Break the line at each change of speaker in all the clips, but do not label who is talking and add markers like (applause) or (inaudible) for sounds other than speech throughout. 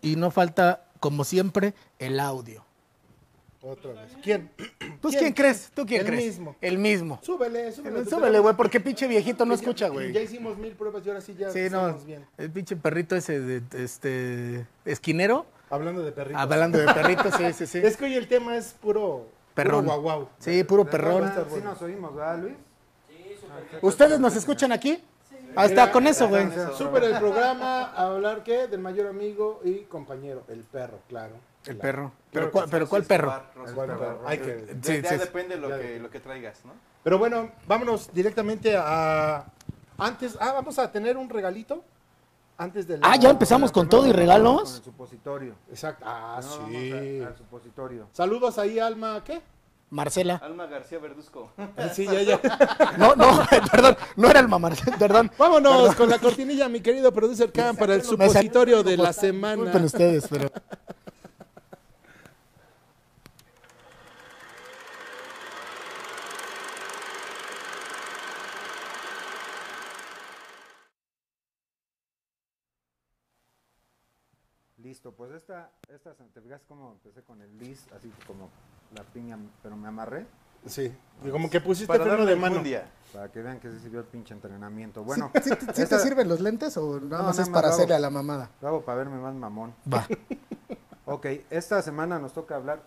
y no falta, como siempre, el audio.
Otra vez. ¿Quién?
(clears throat) ¿Tú quién, crees? ¿Tú quién
El
crees?
mismo.
El mismo.
Súbele, súbele.
El-
tú
Súbele,
te-
güey, porque pinche viejito no escucha,
Ya
güey.
hicimos mil pruebas y ahora sí ya
Sí, no.
estamos bien.
El pinche perrito ese de este esquinero.
Hablando de perritos.
Hablando de perritos, sí, sí, sí.
Es que hoy el tema es puro...
Perrón.
Puro guau, guau.
Sí, puro
Va a
perrón.
estar
Sí
bueno.
nos oímos, ¿verdad, Luis?
¿Ustedes nos escuchan aquí? Ahí está, con eso, güey.
Gracias.
Súper el programa a hablar, ¿qué? Del mayor amigo y compañero, el perro, claro.
El
Claro.
perro. Eh,
Claro
¿Pero
que
pues,
cuál, pero cuál perro?
El buen perro. Hay que-
Sí,
ya
sí, sí.
depende lo
Ya
que,
depende.
lo que traigas, ¿no?
Pero bueno, vámonos directamente a... Antes, ah, vamos a tener un regalito antes del...
Ah, ya empezamos con todo y
Con
regalos.
el supositorio.
Exacto. Ah,
No, vamos
sí.
a- Al supositorio.
Saludos ahí, Alma, ¿qué?
Marcela.
Alma García (laughs) Verduzco. Este
Sí, ya, ya.
No, no, (laughs) perdón, no era el mamar, (laughs) perdón.
(laughs) Vámonos con la cortinilla, mi querido producer Cam, para el
Exacto.
supositorio de la
Disculpen
semana.
ustedes, pero.
Listo, pues esta, esta, ¿te fijas cómo empecé con el Liz? Así como la piña, pero me amarré.
Sí, y como que pusiste
Para
freno
darle
de mano.
un día.
Para que vean que sí sirvió el pinche entrenamiento. Bueno,
¿Sí, sí- sí
esta
te sirven los lentes o nada
No,
más
nada
es
más
para
lo hago.
hacerle a la mamada?
Lo hago para verme más mamón.
Va.
Ok, esta semana nos toca hablar,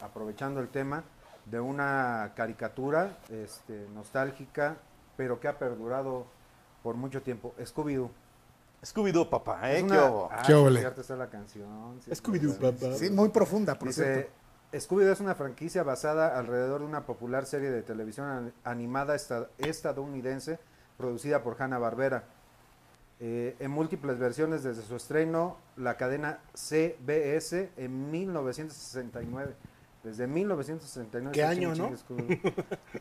aprovechando el tema, de una caricatura este, nostálgica, pero que ha perdurado por mucho tiempo. Scooby-Doo.
Scooby-Doo, papá, ¿eh?
Es
¿Qué
una-
hubo?
Ah,
¿Qué
sí,
ole?
cierto, está la canción. sí,
Scooby-Doo,
es verdad.
papá.
Sí, muy profunda, por
Dice,
cierto.
Scooby-Doo es una franquicia basada alrededor de una popular serie de televisión an- animada esta- estadounidense producida por Hanna-Barbera. Eh, en múltiples versiones desde su estreno, la cadena CBS en 1969. Desde 1969.
¿Qué
sí,
año,
ching,
no?
Scooby-Doo.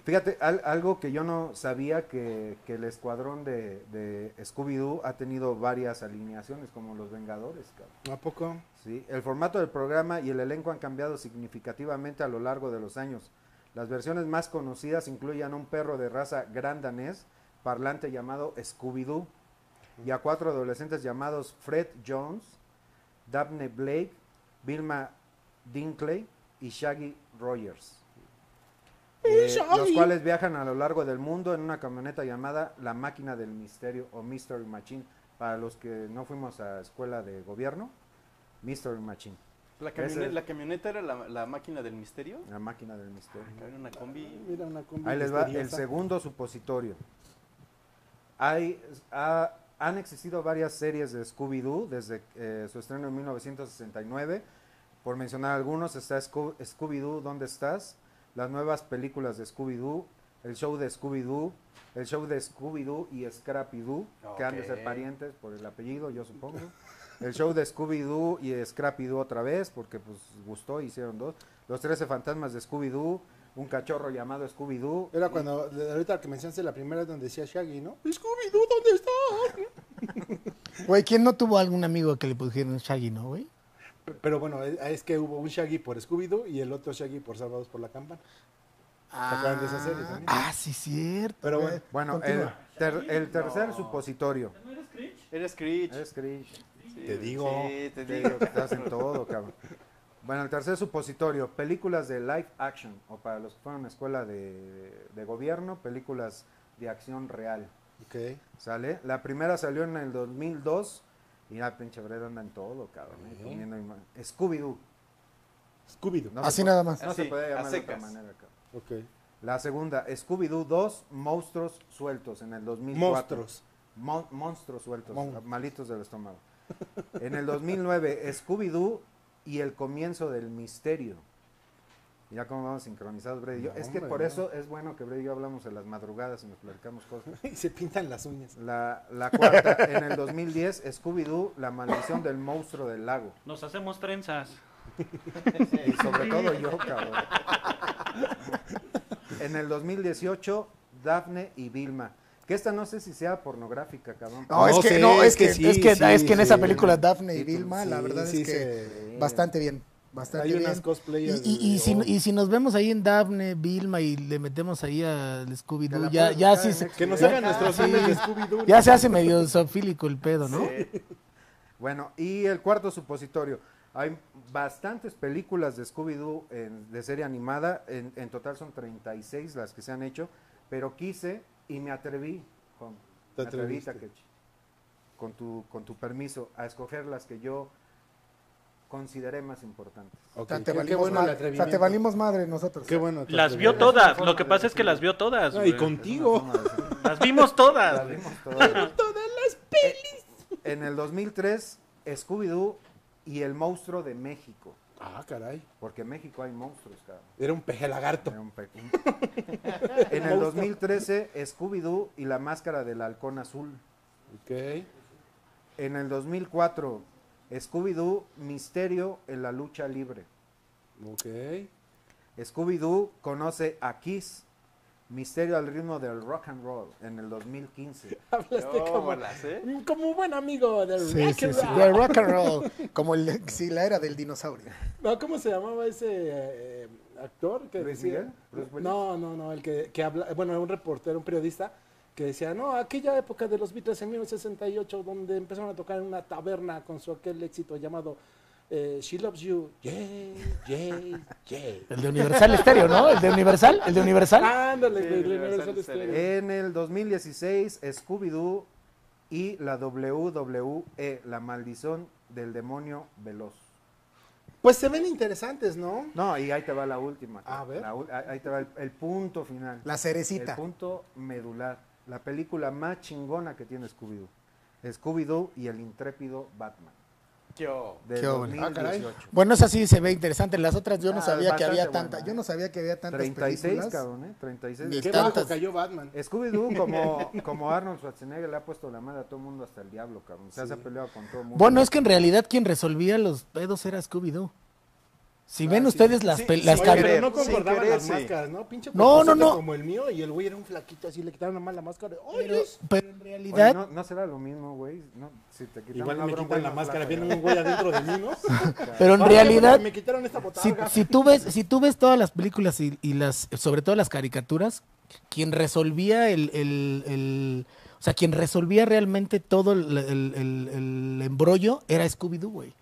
Fíjate, al- algo que yo no sabía que, que el escuadrón de, de Scooby-Doo ha tenido varias alineaciones, como los Vengadores, cabrón.
¿A poco?
Sí, el formato del programa y el elenco han cambiado significativamente a lo largo de los años. Las versiones más conocidas incluyen a un perro de raza gran danés, parlante llamado Scooby-Doo, y a cuatro adolescentes llamados Fred Jones, Daphne Blake, Vilma Dinkley y Shaggy Rogers. Eh, los
Shaggy.
cuales viajan a lo largo del mundo en una camioneta llamada La Máquina del Misterio o Mystery Machine. Para los que no fuimos a escuela de gobierno, Mystery Machine,
La, camioneta,
Ese-
la camioneta era la, la máquina del misterio.
la máquina del misterio.
Acá había una combi.
Mira una combi
Ahí les va el
misteriosa.
segundo supositorio. Hay, ha- han existido varias series de Scooby-Doo desde eh, su estreno en 1969. Por mencionar algunos, está Sco- Scooby-Doo, ¿dónde estás? Las nuevas películas de Scooby-Doo, el show de Scooby-Doo, el show de Scooby-Doo y Scrappy-Doo, que han de ser
Ok.
parientes por el apellido, yo supongo. El show de Scooby-Doo y Scrappy-Doo otra vez, porque pues gustó, hicieron dos. Los 13 fantasmas de Scooby-Doo, un cachorro llamado Scooby-Doo.
Era cuando, de- ahorita que mencionaste la primera es donde decía Shaggy, ¿no? Scooby-Doo, ¿dónde estás?
Güey, ¿quién no tuvo algún amigo que le pusieron Shaggy, no, güey?
P- Pero bueno, es- es que hubo un Shaggy por Scooby-Doo y el otro Shaggy por Salvados por la Campana. acuerdan de esa serie también?
Ah, sí, cierto.
Pero
güey.
bueno,
Bueno, el,
Continúa.
ter- el tercer supositorio.
Era Screech.
Es Screech.
Sí,
Te digo.
Sí,
Te
te digo.
digo que
(laughs)
estás en todo, cabrón. Bueno, el tercer supositorio, películas de live action, o para los que fueron a escuela de, de gobierno, películas de acción real.
Ok.
¿Sale? La primera salió en el 2002 y la pinche Breda anda en todo, cabrón. eh,
Sí.
poniendo ima- Scooby-Doo.
Scooby-Doo.
No,
Así
se,
nada
Ah,
más.
no se
Así,
puede
a
llamar de otra
secas.
manera, cabrón.
Ok.
La segunda, Scooby-Doo 2, Monstruos Sueltos, en el 2004.
Monstruos. (laughs)
Mon- monstruos sueltos, ah,
Monstruos.
malitos del estómago. En el 2009, Scooby-Doo y el comienzo del misterio. Ya como vamos sincronizados, Brady y yo.
No,
es que
hombre,
por
no.
eso es bueno que Brady y yo hablamos en las madrugadas y nos platicamos cosas.
Y se pintan las uñas.
La, la cuarta, en el 2010, Scooby-Doo, la maldición del monstruo del lago.
Nos hacemos trenzas.
Y sobre todo yo, cabrón. En el 2018, Daphne y Vilma. Que esta no sé si sea pornográfica, cabrón.
No, es
No
que,
sé,
no,
es
es
que
que,
sí,
es que,
sí,
es que en esa
sí.
película Daphne y
Sí,
Vilma, la
Sí,
verdad
sí
es que
se-
bastante bien. Bastante
Hay
bien.
unas cosplayers.
Y, y- y
de-
si,
oh.
y si nos vemos ahí en Daphne, Vilma y le metemos ahí al
Te
Scooby-Doo,
la
ya,
puedes
ya, ¿Eh?
buscar
sí
en
se,
Netflix.
Que nos
ya-
hagan nuestros
sí.
fans de Scooby-Doo.
pues,
ya se hace medio zoofílico el pedo, ¿no?
Sí.
Bueno, y el cuarto supositorio. Hay bastantes películas de Scooby-Doo en- de serie animada. En, en total son 36 las que se han hecho. Pero quise y me atreví, con,
Te
me atreví,
atreviste.
Takechi, con, tu, con tu permiso, a escoger las que yo consideré más importantes.
Ok,
sea,
qué-
te
qué
valimos
bueno el
madre. O sea, te
atrevimiento.
valimos madre nosotros.
Qué
Ah,
bueno tu
Las vio
atrevimiento.
todas.
forma
Lo que
de
pasa es que
decirlo.
las vio todas.
No, y
güey.
Es
contigo.
una forma de decirlo.
Las vimos todas.
Las
güey.
vimos todas.
(laughs)
En el 2003, Scooby-Doo y el monstruo de México.
Ah, caray.
Porque en México hay monstruos, cabrón.
Era un peje lagarto.
Era un pe- un-
(laughs)
En el 2013, Scooby-Doo y la máscara del halcón azul.
Ok.
En el 2004, Scooby-Doo, misterio en la lucha libre.
Ok.
Scooby-Doo conoce a Kiss, misterio al ritmo del rock and roll, en el 2015.
Hablaste Este como ¿eh?
Como un buen amigo del
Sí,
rock
sí,
and
sí.
roll.
De rock and roll. Como el, sí, la era del dinosaurio.
No, ¿cómo se llamaba ese eh, actor que
¿Luis
decía?
Miguel? ¿Bruce Willis?
No, no, no, el que, que habla, bueno, un reportero, un periodista que decía, no, aquella época de los Beatles en 1968, donde empezaron a tocar en una taberna con su aquel éxito llamado eh, She Loves You, Yay, Yay, Yay.
El de Universal Estéreo, ¿no? El de Universal, el de Universal.
Ándale,
Sí,
güey,
Universal
Universal
Stereo.
Stereo.
En el 2016, Scooby-Doo y la WWE, la maldición del demonio veloz.
Pues se ven interesantes, ¿no?
No, y ahí te va la última.
A ver.
La ul- ahí ahí te va el, el punto final.
La
el
cerecita.
punto medular. La película más chingona que tiene Scooby-Doo. Scooby-Doo y el intrépido Batman.
Yo.
De
Qué bueno. Ah,
2018.
Bueno, esa sí se ve interesante. Las otras yo no
Ah,
sabía que había
bastante
tanta.
buena,
Yo
¿eh?
no sabía que había tantas
36,
películas.
cabrón, ¿eh? 36.
Ni
de-
Qué
Tantas- Eh,
bajo cayó Batman.
(laughs)
Scooby-Doo, como, como Arnold Schwarzenegger, le ha puesto la madre a todo el mundo hasta el diablo, cabrón. O sea, se ha peleado con todo el mundo.
Bueno, es que en realidad quien resolvía los pedos era Scooby-Doo. Si ven ustedes las,
Sí,
pel-
sí,
las
oye,
tab-
pero
Pero no
Sin
concordaban
querer,
las
sí.
máscaras, ¿no? Pinche
No, no,
papazote
no.
Como el mío y el güey era un flaquito así, le quitaron nada más la máscara. ¡Oye!
pero, pero en
Oye,
realidad
no, no será lo mismo, güey. No, si te quitan
Igual
una
me
broma
quitan
y
la
no
máscara.
la
Viene
regalan.
un güey adentro de mí,
(laughs)
¿no?
Pero en
Ahora ya,
realidad,
porque Me quitaron esta
si,
botarga. (laughs)
si tú ves, si tú ves todas las películas y, y las, sobre todo las caricaturas, quien resolvía el, el- el- o sea, quien resolvía realmente todo el, el- el- el embrollo era Scooby-Doo, güey.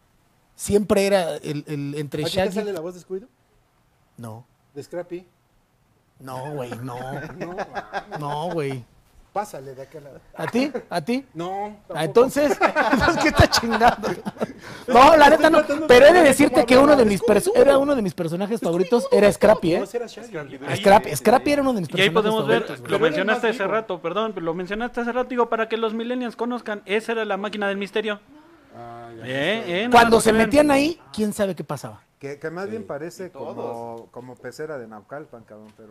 Siempre era el, el- entre
¿A ti te sale
Shaggy.
la voz de Scooby-Doo?
No,
De Scrappy.
no, güey, no,
No, ma,
no, güey.
pásale de aquel lado.
¿A ti? ¿A ti?
No,
Ah,
tampoco.
entonces,
(laughs)
¿qué está chingando? No, la neta no. Pero he de decirte que uno de mis perso- era uno de mis personajes favoritos era Scrappy, ¿eh?
No, ese era Shaggy.
Scrappy, Scrappy era uno de mis
Y ahí
personajes
podemos ver,
favoritos, güey.
Pero
lo
era
mencionaste
más
hace
vivo.
rato, perdón, pero lo mencionaste hace rato, digo, para que los millennials conozcan, esa era la máquina del misterio. Eh, eh, nada
Cuando
más
se
tengan-
metían ahí, quién sabe qué pasaba.
Que, que más bien
y
parece
todos.
como, como pecera de Naucalpan, cabrón, pero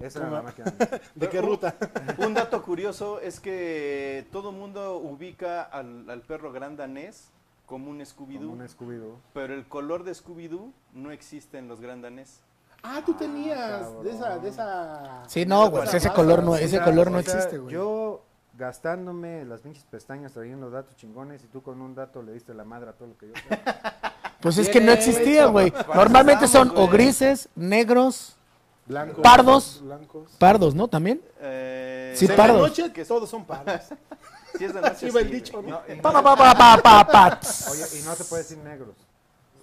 esa era la máquina. de-
¿De qué ruta?
Un dato curioso es que todo mundo ubica al, al perro gran danés como
Como
un
un
Scooby-Doo,
Scooby-Doo.
pero el color de Scooby-Doo no existe en los gran danés.
(laughs) Ah, tú tenías de esa, de esa...
Sí, no, güey,
Ah, esa
ese
raza,
color no,
sí,
ese
O sea,
color no
o sea,
existe, güey.
Yo gastándome las pinches pestañas trayendo datos chingones y tú con un dato le diste la madre a todo lo que yo.
Pues es que no
Bien
existía,
hecho.
güey.
Cuando
Normalmente son
estábamos,
o
güey.
grises, negros,
(laughs) Blancos.
Pardos.
Blancos.
pardos, ¿no? También.
Eh,
Sí,
de la
pardos.
noche, que
Todos son pardos.
si es de
Así
noche,
va el
sí,
dicho,
güey.
¿no?
Pa, pa, pa, pa, pa, pa, pa.
Oye, y no se puede decir negros.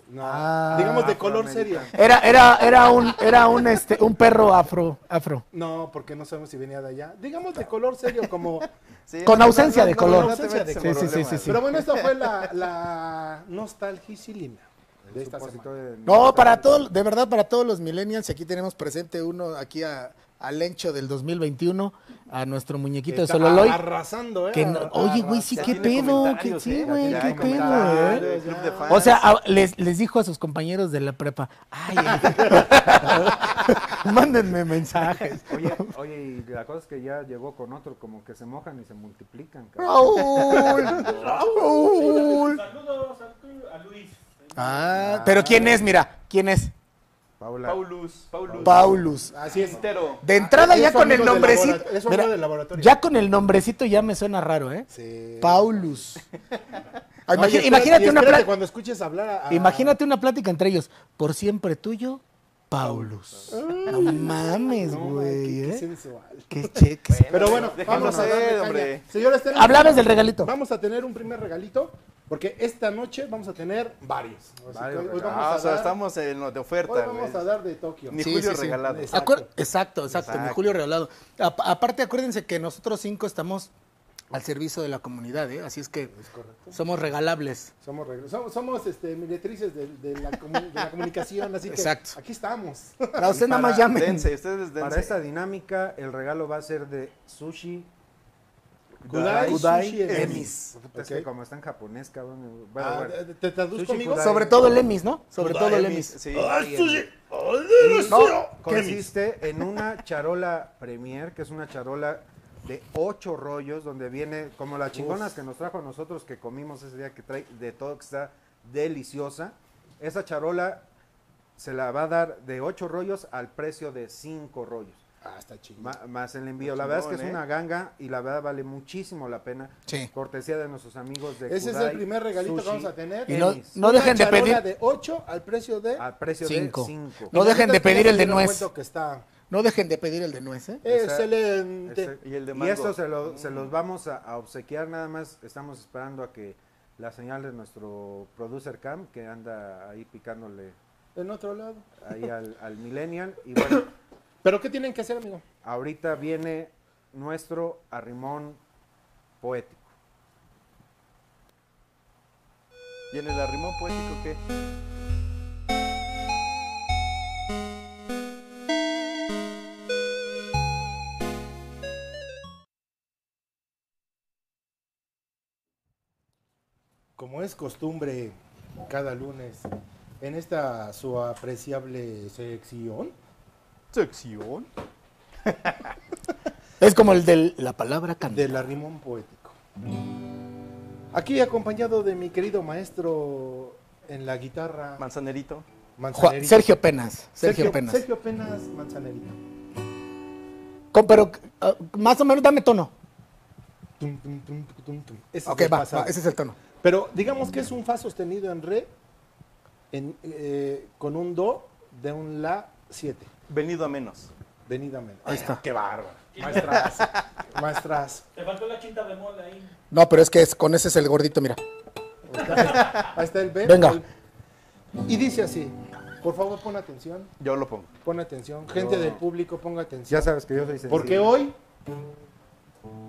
No,
Ah.
digamos de color serio.
Era, era, era un, era un, este, un perro afro, afro.
No, porque no sabemos si venía de allá. Digamos de color serio,
(laughs)
como...
Sí,
Con
no,
ausencia de color.
no te
Ausencia de
metas en
color. Sí, sí, sí,
problemas.
sí, sí.
Pero bueno, esta fue la, la nostalgicilina de esta semana.
Supositorio de
No,
Naucalpan.
para todo, de verdad, para todos los millennials, aquí tenemos presente uno, aquí a, a Lencho del 2021, a nuestro muñequito de
Está
Sololoy.
Arrasando, ¿eh?
Que no- oye, güey, sí,
Ya
qué
tiene
pedo, que
comentarios,
sí,
eh,
güey,
ya
qué
hay
pedo,
comentarios
eh.
del club de fans.
O sea, a- les, les dijo a sus compañeros de la prepa,
(laughs)
ay, (laughs) mándenme
(laughs)
mensajes.
Oye, oye, y la cosa es que ya llegó con otro, como que se mojan y se multiplican. cabrón.
Raúl, Raúl.
Saludos a, a Luis.
Ah, pero ¿quién es? Mira, ¿quién es?
Paula.
Paulus, Paulus.
Paulus.
Así es.
Quintero.
De entrada
Es
ya
su
con el
amigo del
nombrecito.
laboratorio- Es su
Mira,
amigo del laboratorio.
ya con el nombrecito ya me suena raro, ¿eh?
Sí.
Paulus. Ah,
No, y
imagi-
espérate- y
imagínate, una
espérate
pla-
cuando escuches hablar a- a-
imagínate una plática entre ellos. Por siempre tuyo, Paulus. No mames,
No, ay,
güey.
qué- qué
¿eh?
sensual.
Qué cheques.
Pero bueno,
Déjalo
vamos a
ser,
darle
hombre.
caña. Señores, tenemos-
Hablabas del regalito.
Vamos a tener un primer regalito, porque esta noche vamos a tener varios. Así que
Varios
hoy
regalos.
vamos
Ah,
a
o sea,
dar-
estamos en lo de oferta.
Hoy vamos
güey.
a dar de Tokio.
Ni
Sí,
Julio
sí, sí.
regalado.
Es-
Acuer-
Exacto.
Exacto, exacto, mi
Exacto.
Julio regalado. A- aparte, acuérdense que nosotros cinco estamos al servicio de la comunidad, ¿eh? así es que somos
(laughs)
regalables.
Somos, regre- somos, somos este, militrices de, de la comu- de la comunicación, así que
Exacto.
aquí estamos.
Para usted nada
Para-
más llamen. (laughs)
dense, ustedes dense.
Para esta dinámica, el regalo va a ser de sushi.
Kudai,
Kudai
Sushi and
Emis.
Emis.
Puta,
Ok.
Es que como está en japonés, cabrón. Bueno,
Ah,
bueno.
¿Te te traduzco,
Sushi
amigo?
Kudai.
Sobre todo el Emis, ¿no?
Pues
Sobre todo el Ah,
Emis,
Emis.
Ah, Sí.
Y consiste en una charola Premier, que es una charola de ocho rollos, donde viene, como las chingonas que nos trajo a nosotros que comimos ese día, que trae de todo, que está deliciosa. Esa charola se la va a dar de ocho rollos al precio de cinco rollos.
Ah, está chido.
ma- Más el envío.
Está
La verdad es que es
chingón, ¿eh?
una ganga y la verdad vale muchísimo la pena.
Sí.
Cortesía de nuestros amigos de
Ese es el
Kudai
primer regalito que
Sushi
vamos a tener. ¿eh?
Y no,
Emis.
no dejen de pedir,
de Ah, 8 al precio de...
Al precio
Cinco.
de cinco.
No dejen de
Ahorita
pedir
ya
el de
se dieron
nuez.
cuenta que está
no dejen de pedir el de nuez, ¿eh?
Esa-
excelente.
Ese-
Y el de mango.
esto se, lo- se los vamos a, a obsequiar nada más. Estamos esperando a que la señal de nuestro producer Cam, que anda ahí picándole
En otro lado.
ahí (laughs) al, al millennial. Y bueno,
¿Pero qué tienen que hacer, amigo?
ahorita viene nuestro arrimón poético.
¿Y en el arrimón poético qué?
Como es costumbre cada lunes en esta su apreciable sección,
Sección.
Es como el de la palabra canta.
del arrimón poético. Aquí acompañado de mi querido maestro en la guitarra,
Manzanerito.
Ju-
Manzanerito.
Sergio Penas, Sergio, Penas.
Sergio Penas Manzanerito.
Con- pero ah, más o menos dame tono.
Tum, tum, tum, tum, tum, tum. Ese es
Ok,
el
va,
pasado.
va, ese es el tono.
Pero digamos que es un fa sostenido en re en, eh, con un do de un la 7.
Venido a menos.
Venida menos. Ahí está. Qué bárbaro. Maestras.
(laughs)
maestras.
Te faltó la chinta bemol ahí.
No, pero es que es- con ese es el gordito, mira.
Ahí está, ahí está el B.
Venga.
El- Y dice así. Por favor, pon atención.
Yo lo pongo.
Pon atención. Gente
Yo-
del público, ponga atención.
Ya sabes que yo soy
Porque
sensible.
hoy,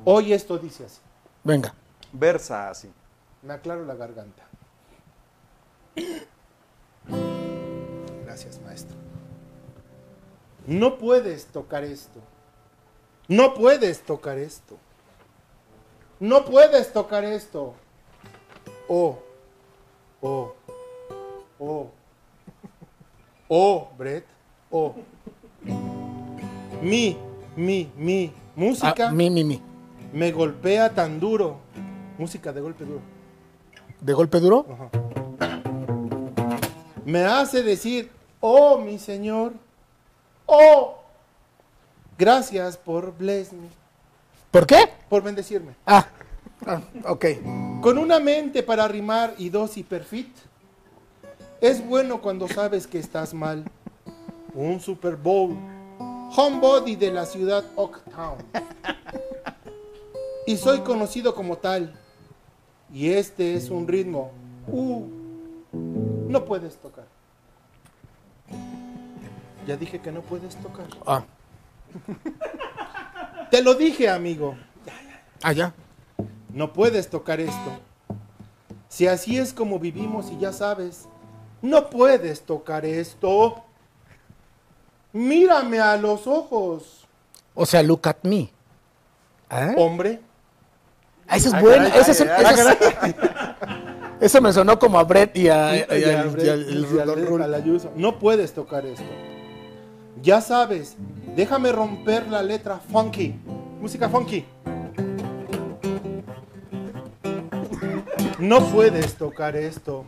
hoy esto dice así.
Venga.
Versa así.
Me aclaro la garganta. Gracias, maestro. No puedes tocar esto. No puedes tocar esto. No puedes tocar esto. Oh, oh, oh, oh, Brett, oh. Mi, mi, mi,
Ah,
música
mi, mi, mi.
me golpea tan duro. Música de golpe duro.
¿De golpe duro?
Ajá. Me hace decir, oh mi Señor, oh, gracias por bless me,
¿Por qué?
por bendecirme.
Ah, ah, ok.
Con una mente para rimar y dos hiperfit, es bueno cuando sabes que estás mal. Un Super Bowl, homebody de la ciudad Oaktown. Y soy conocido como tal. Y este es un ritmo. Uh, no puedes tocar. Ya dije que no puedes tocar.
Ah,
Te lo dije, amigo.
ah, ya.
No puedes tocar esto. Si así es como vivimos y ya sabes, no puedes tocar esto. Mírame a los ojos,
O sea, look at me. ¿Ah?
hombre.
Ah, Esa es buena.
caray,
esa es-
ah,
esa es- (laughs) Eso me sonó como a Brett y a, y a- y al- y al-
Y al-
Don Rul.
al Ayuso. No puedes tocar esto. Ya sabes, déjame romper la letra funky. Música funky. No puedes tocar esto.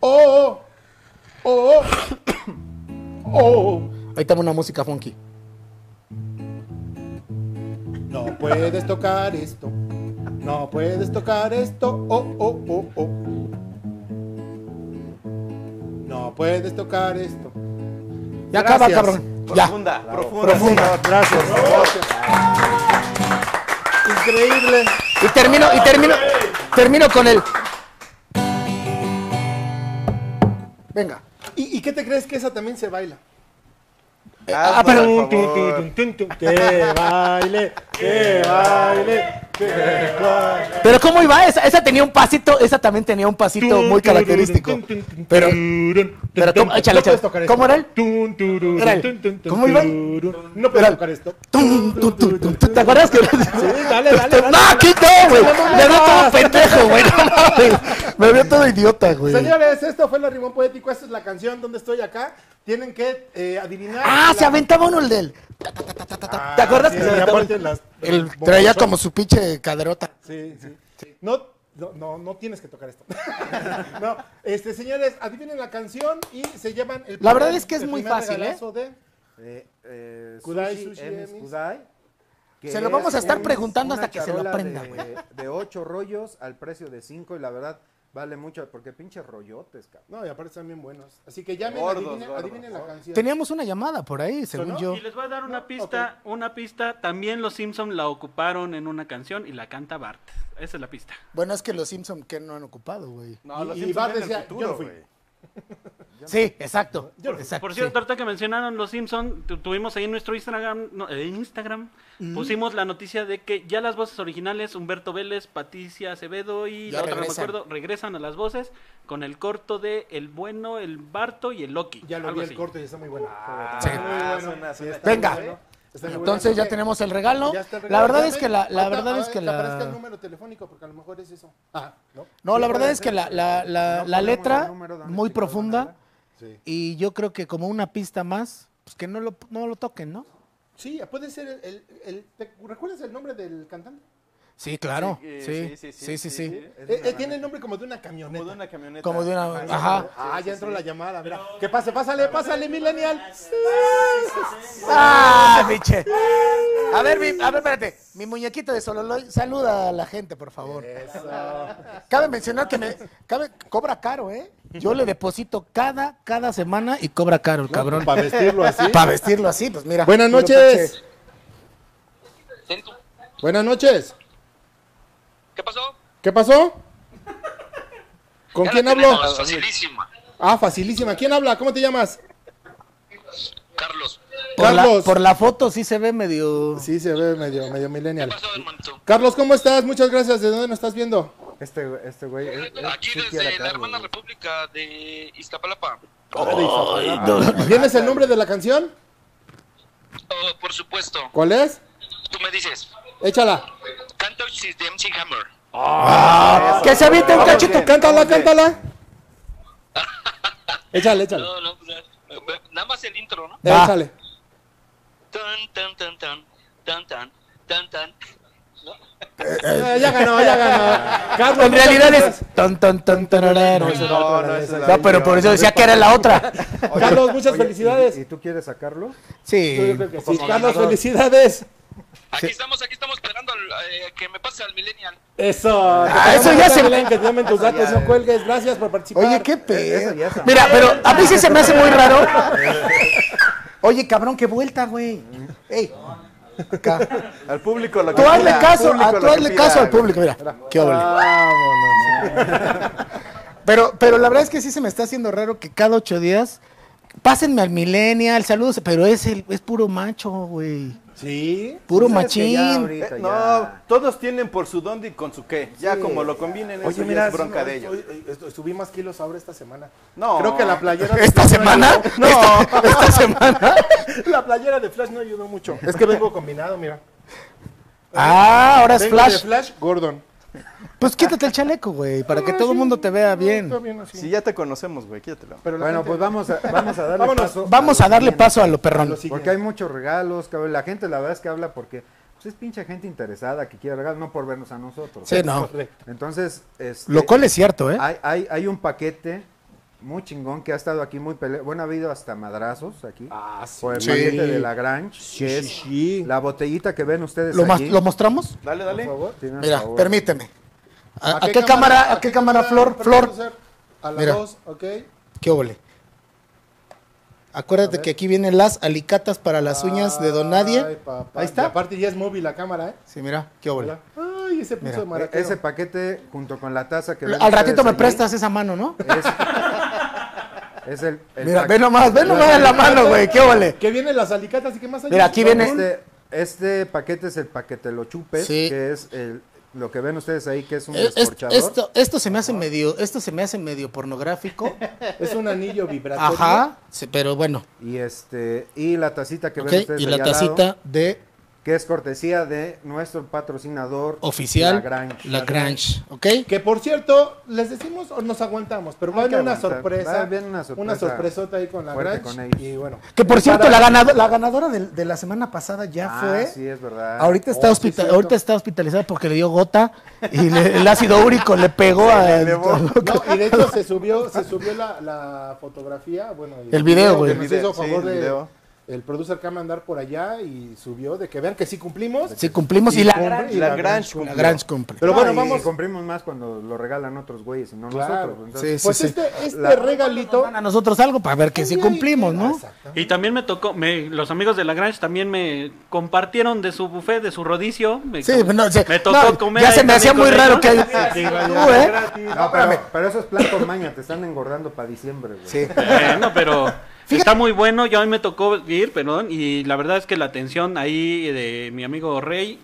Oh, oh, oh, oh. oh.
Ahí estaba una música funky.
No puedes tocar esto. No puedes tocar esto. Oh, oh, oh, oh. No puedes tocar esto.
Ya
Gracias.
acaba, cabrón. Ya.
Profunda, profunda.
Profunda.
señor.
Gracias.
Increíble.
Y termino, y termino, termino con el. Venga.
¿Y, y qué te crees que esa también se baila?
Ah, pero-
Haznos, por favor.
Que baile, que baile.
Pero ¿cómo iba? Esa, esa tenía un pasito, esa también tenía un pasito muy característico. Pero, pero ¿cómo? Échale,
No
échale.
puedes tocar esto.
¿Cómo era él? Era él. ¿Cómo
¿Cómo
iba?
No puedo tocar esto.
Tum, tum, tum, tum, tum. ¿Te acuerdas que era?
dale, dale, dale.
No, aquí no, güey. Me veo todo pendejo, güey. No mames. Me veo todo idiota, güey.
Señores, esto fue el rimón poético. Esta es la canción donde estoy acá. Tienen que eh, adivinar.
Ah,
la- Ah,
se aventaba uno el del. ta, ta, ta, ta, ta, ta, ta. ¿Te acuerdas
Sí,
que se
ya
aventaba?
ponte las-
El
bombosotas.
traía como su pinche caderota.
Sí, sí. No, no, no, no tienes que tocar esto. (laughs) no, este, señores, adivinen la canción y se llevan el.
La
primer-
verdad es que es
el
muy
primer
fácil, ¿eh?
regalazo de-
Eh, eh,
Kudai,
Sushi
Sushi
Emis
Emis.
Kudai, que
Se lo
es
vamos a estar
un-
preguntando
una
hasta que se lo
charola
aprenda,
de-
güey.
De ocho rollos al precio de cinco y la verdad vale mucho porque pinches rollotes, cabrón.
No, y aparte están bien buenos. Así que llamen,
Gordos,
adivinen,
gordos.
adivinen la canción.
Teníamos una llamada por ahí, según
¿Sonó?
yo.
Y les voy a dar una pista, una pista. También los Simpsons la ocuparon en una canción y la canta Bart. Esa es la pista.
Bueno, es que los Simpson que no han ocupado, güey.
No, los
Y- y
Simpsons
Bart
ven el
decía,
futuro,
yo no fui.
güey.
Sí, exacto. exacto,
Por
sí.
cierto, ahorita que mencionaron los Simpsons, tuvimos ahí en nuestro Instagram, no, eh, Instagram
Mm.
pusimos la noticia de que ya las voces originales, Humberto Vélez, Patricia Acevedo y
Ya
la otra no me
regresan.
acuerdo, regresan a las voces con el corto de El Bueno, El Barto y El Loki.
Ya lo
algo
vi el
así.
corto y está muy bueno.
Sí.
Está muy
Ah,
bueno.
suena,
Sí, está
suena.
Venga.
muy bueno. Está muy bueno.
Entonces ya
Así que
tenemos el regalo.
ya está el
La
regalo.
verdad
Llamen.
es que la, la
Ahorita,
verdad
a
es
ver,
que
aparezca el
la
número telefónico porque a lo mejor es eso. Ah, ¿no?
no, la verdad es que la, la,
No
la, la
ponemos el
letra
número, ¿dónde
muy
chingados van a
profunda
ver?
Sí.
y yo creo que como una pista más, pues que no lo, no lo toquen, ¿no?
Sí, puede ser el, el- el- ¿te- ¿Recuerdas el nombre del cantante?
Sí, claro.
Sí, eh,
Sí, sí, sí, sí.
sí.
Es
Eh,
una
eh, tiene
lana.
el nombre como de una camioneta.
Como de una camioneta.
Como de una- ajá.
Ah, ya entró la llamada, mira. Que pase, pásale, pásale, millennial.
(laughs) Ah, biche. A ver, mi- a ver, espérate. Mi muñequito de Sololoy, saluda a la gente, por favor.
Eh.
Cabe mencionar que me cabe, cobra caro, ¿eh? Yo le deposito cada cada semana y cobra caro el cabrón.
Para vestirlo así.
Para vestirlo así, pues mira.
(laughs) Buenas
Puro
noches.
pinche-
Buenas noches.
¿Qué pasó?
¿Qué pasó? ¿Con
Ya
quién
la
hablo?
tenemos, Facilísima.
Ah, facilísima. ¿Quién habla? ¿Cómo te llamas?
Carlos,
Por la,
Carlos.
por la foto sí se ve medio.
Sí, se ve medio, medio millennial.
¿qué
Eh,
pasó, hermanito?
Carlos, ¿cómo estás? Muchas gracias. ¿De dónde nos estás viendo?
Este, güey- este güey. eh, eh,
Aquí
sí quiere
desde
acá,
la hermana
güey.
república de Iztapalapa.
Ah,
¿Tienes el nombre de la canción?
Oh, por supuesto.
¿Cuál es?
Tú me dices,
Échala.
Cantoxis de MC Hammer.
Ah, Que se aviente un cachito.
Cántala, cántala. Échale, échale.
No, no, pues, eh, nada más el intro, ¿no?
Va.
Échale.
Tan, tan, tan, tan, tan, tan, tan, tan.
Eh, ya ganó, ya ganó. Carlos,
En realidad es. Ton, ton, ton, tararara.
No, no, esa es la
No, pero por eso decía que era la otra.
Carlos, muchas
Oye, ¿y-
felicidades.
¿Y, tú quieres sacarlo?
Sí.
Sí, Carlos, felicidades.
Aquí estamos, aquí estamos esperando al, eh, que me pase al Millennial.
Eso.
Ah, eso ya se-
Que te llamen tus datos, no cuelgues. Gracias por participar.
Oye, qué pedo.
Eso ya está.
Mira, pero a mí sí se me hace muy raro. Oye, cabrón, qué vuelta, güey. Ey. Acá.
Al público lo que
Tú hazle
pida, al
caso,
público
a-
lo
tú
que
hazle
pida,
caso al
güey.
público, mira. Qué óvole. Pero, pero la verdad es que sí se me está haciendo raro que cada ocho días pásenme al millennial, saludos, pero es el, es puro macho, güey.
Sí.
Puro
Tú sabes que
machín.
ya
Eh,
ahorita
no,
ya-
todos tienen por su dónde y con su qué. Ya como lo combinen, eso ya es bronca de ellos.
Subí más kilos ahora esta semana.
No.
Creo que la playera. de
¿Esta
Flash
semana?
No. ayudó.
(laughs) ¿Esta, esta semana?
No, (laughs) La playera de Flash no ayudó mucho. Es que vengo combinado, mira.
Ah, ahora es
Vengo de
Flash.
Flash Gordon.
Pues quítate el chaleco, güey, para
Ah,
que todo el mundo te vea bien.
Está bien así.
Si ya te conocemos, güey, quítatelo.
Pero la
Bueno,
gente-
pues vamos (laughs) a, vamos a darle
Vámonos.
paso.
Vamos a darle
siguiente.
paso a lo perrón.
Sí,
Porque
ya.
hay muchos regalos, cabrón. La gente, la verdad es que habla porque pues, es pinche gente interesada que quiere regalos, no por vernos a nosotros.
Sí, no.
Correcto.
Entonces, este,
Lo cual es cierto, ¿eh?
hay, hay, hay un paquete muy chingón que ha estado aquí muy pele... Bueno, ha habido hasta madrazos aquí.
Ah, sí.
Por el
Sí.
paquete de la Grange, que es
sí.
la botellita que ven ustedes
¿Lo, mas-
aquí.
¿Lo mostramos?
Dale, dale.
Tiene un
Mira,
sabor.
permíteme. ¿A, a qué cámara, a qué cámara, Flor?
Perdón,
Flor,
César. A la
Mira.
dos, ok.
¿qué óvole?
A
Acuérdate
ver.
que aquí vienen las alicatas para las uñas de Don
Ay,
Nadie.
papá.
Ahí está.
Y aparte ya es móvil la cámara, ¿eh?
Sí, mira, qué óvole.
Mira. Ay, ese puso de
Mira,
e-,
maraquero.
Eh, ese paquete junto con la taza que ven
Al ratito
ustedes
me
allí,
prestas esa mano, ¿no?
Es, es el, el
Mira,
paquete.
ve nomás, ve nomás la mano, güey, qué óvole.
Que vienen las alicatas y qué más hay.
Mira, aquí viene-
Este, este paquete es el paquete lo chupes,
Sí. E-
que es el, lo que ven ustedes ahí, que es un
Eh, Es- es-
descorchador.
esto, esto se me hace medio, esto se me hace medio pornográfico.
Es un anillo vibratorio.
Ajá, sí, pero bueno.
Y este, y la tacita que
ok,
ven ustedes
y la
ahí al lado,
tacita de
que es cortesía de nuestro patrocinador
oficial,
Lagrange.
La Grange, ¿ok?
Que por cierto, les decimos o nos aguantamos, pero va a
Hay que
haber una
aguantar, va a
sorpresa.
haber una sorpresa
sorpresota ahí con la
fuerte
Grange.
con ellos.
(laughs)
y bueno.
Que por cierto,
Para-
la, ganado- la ganadora de, de la semana pasada ya
Ah,
fue.
sí, es verdad.
Ahorita está,
Oh, sí,
hospita-
cierto.
ahorita está hospitalizada porque le dio gota y le- el ácido úrico le pegó a-
No, y de hecho se subió, se subió la, la fotografía, bueno,
El video, güey.
que Nos hizo
Sí,
favor
el
de-
video.
el producer que anda a andar por allá y subió de que vean que sí cumplimos.
(laughs) Sí, cumplimos y la
cumple-
Grange,
y la
La Grange
la
cumplió.
Grange cumple.
Pero
No,
bueno,
y
vamos.
comprimos más cuando lo regalan otros güeyes, y no
Claro.
nosotros. Entonces,
Sí,
Pues
sí.
este, este
La-
Nos
regalito.
dan a nosotros algo para ver que sí cumplimos, ¿no?
Exacto.
Y también me tocó, me, los amigos de Lagrange también me compartieron de su buffet, de su rodicio. Me,
Sí, no, sí,
me tocó
no,
comer.
Ya
ahí
se me hacía
también
muy
con
raro
ellos.
que
(laughs)
haya-
Sí,
Tú, ¿eh?
No, pero, pero eso es plan con maña, te están engordando para diciembre, güey.
Sí.
Bueno,
(laughs)
pero está muy bueno. Yo a mí me tocó ir, perdón. Y la verdad es que la atención ahí de mi amigo Rey,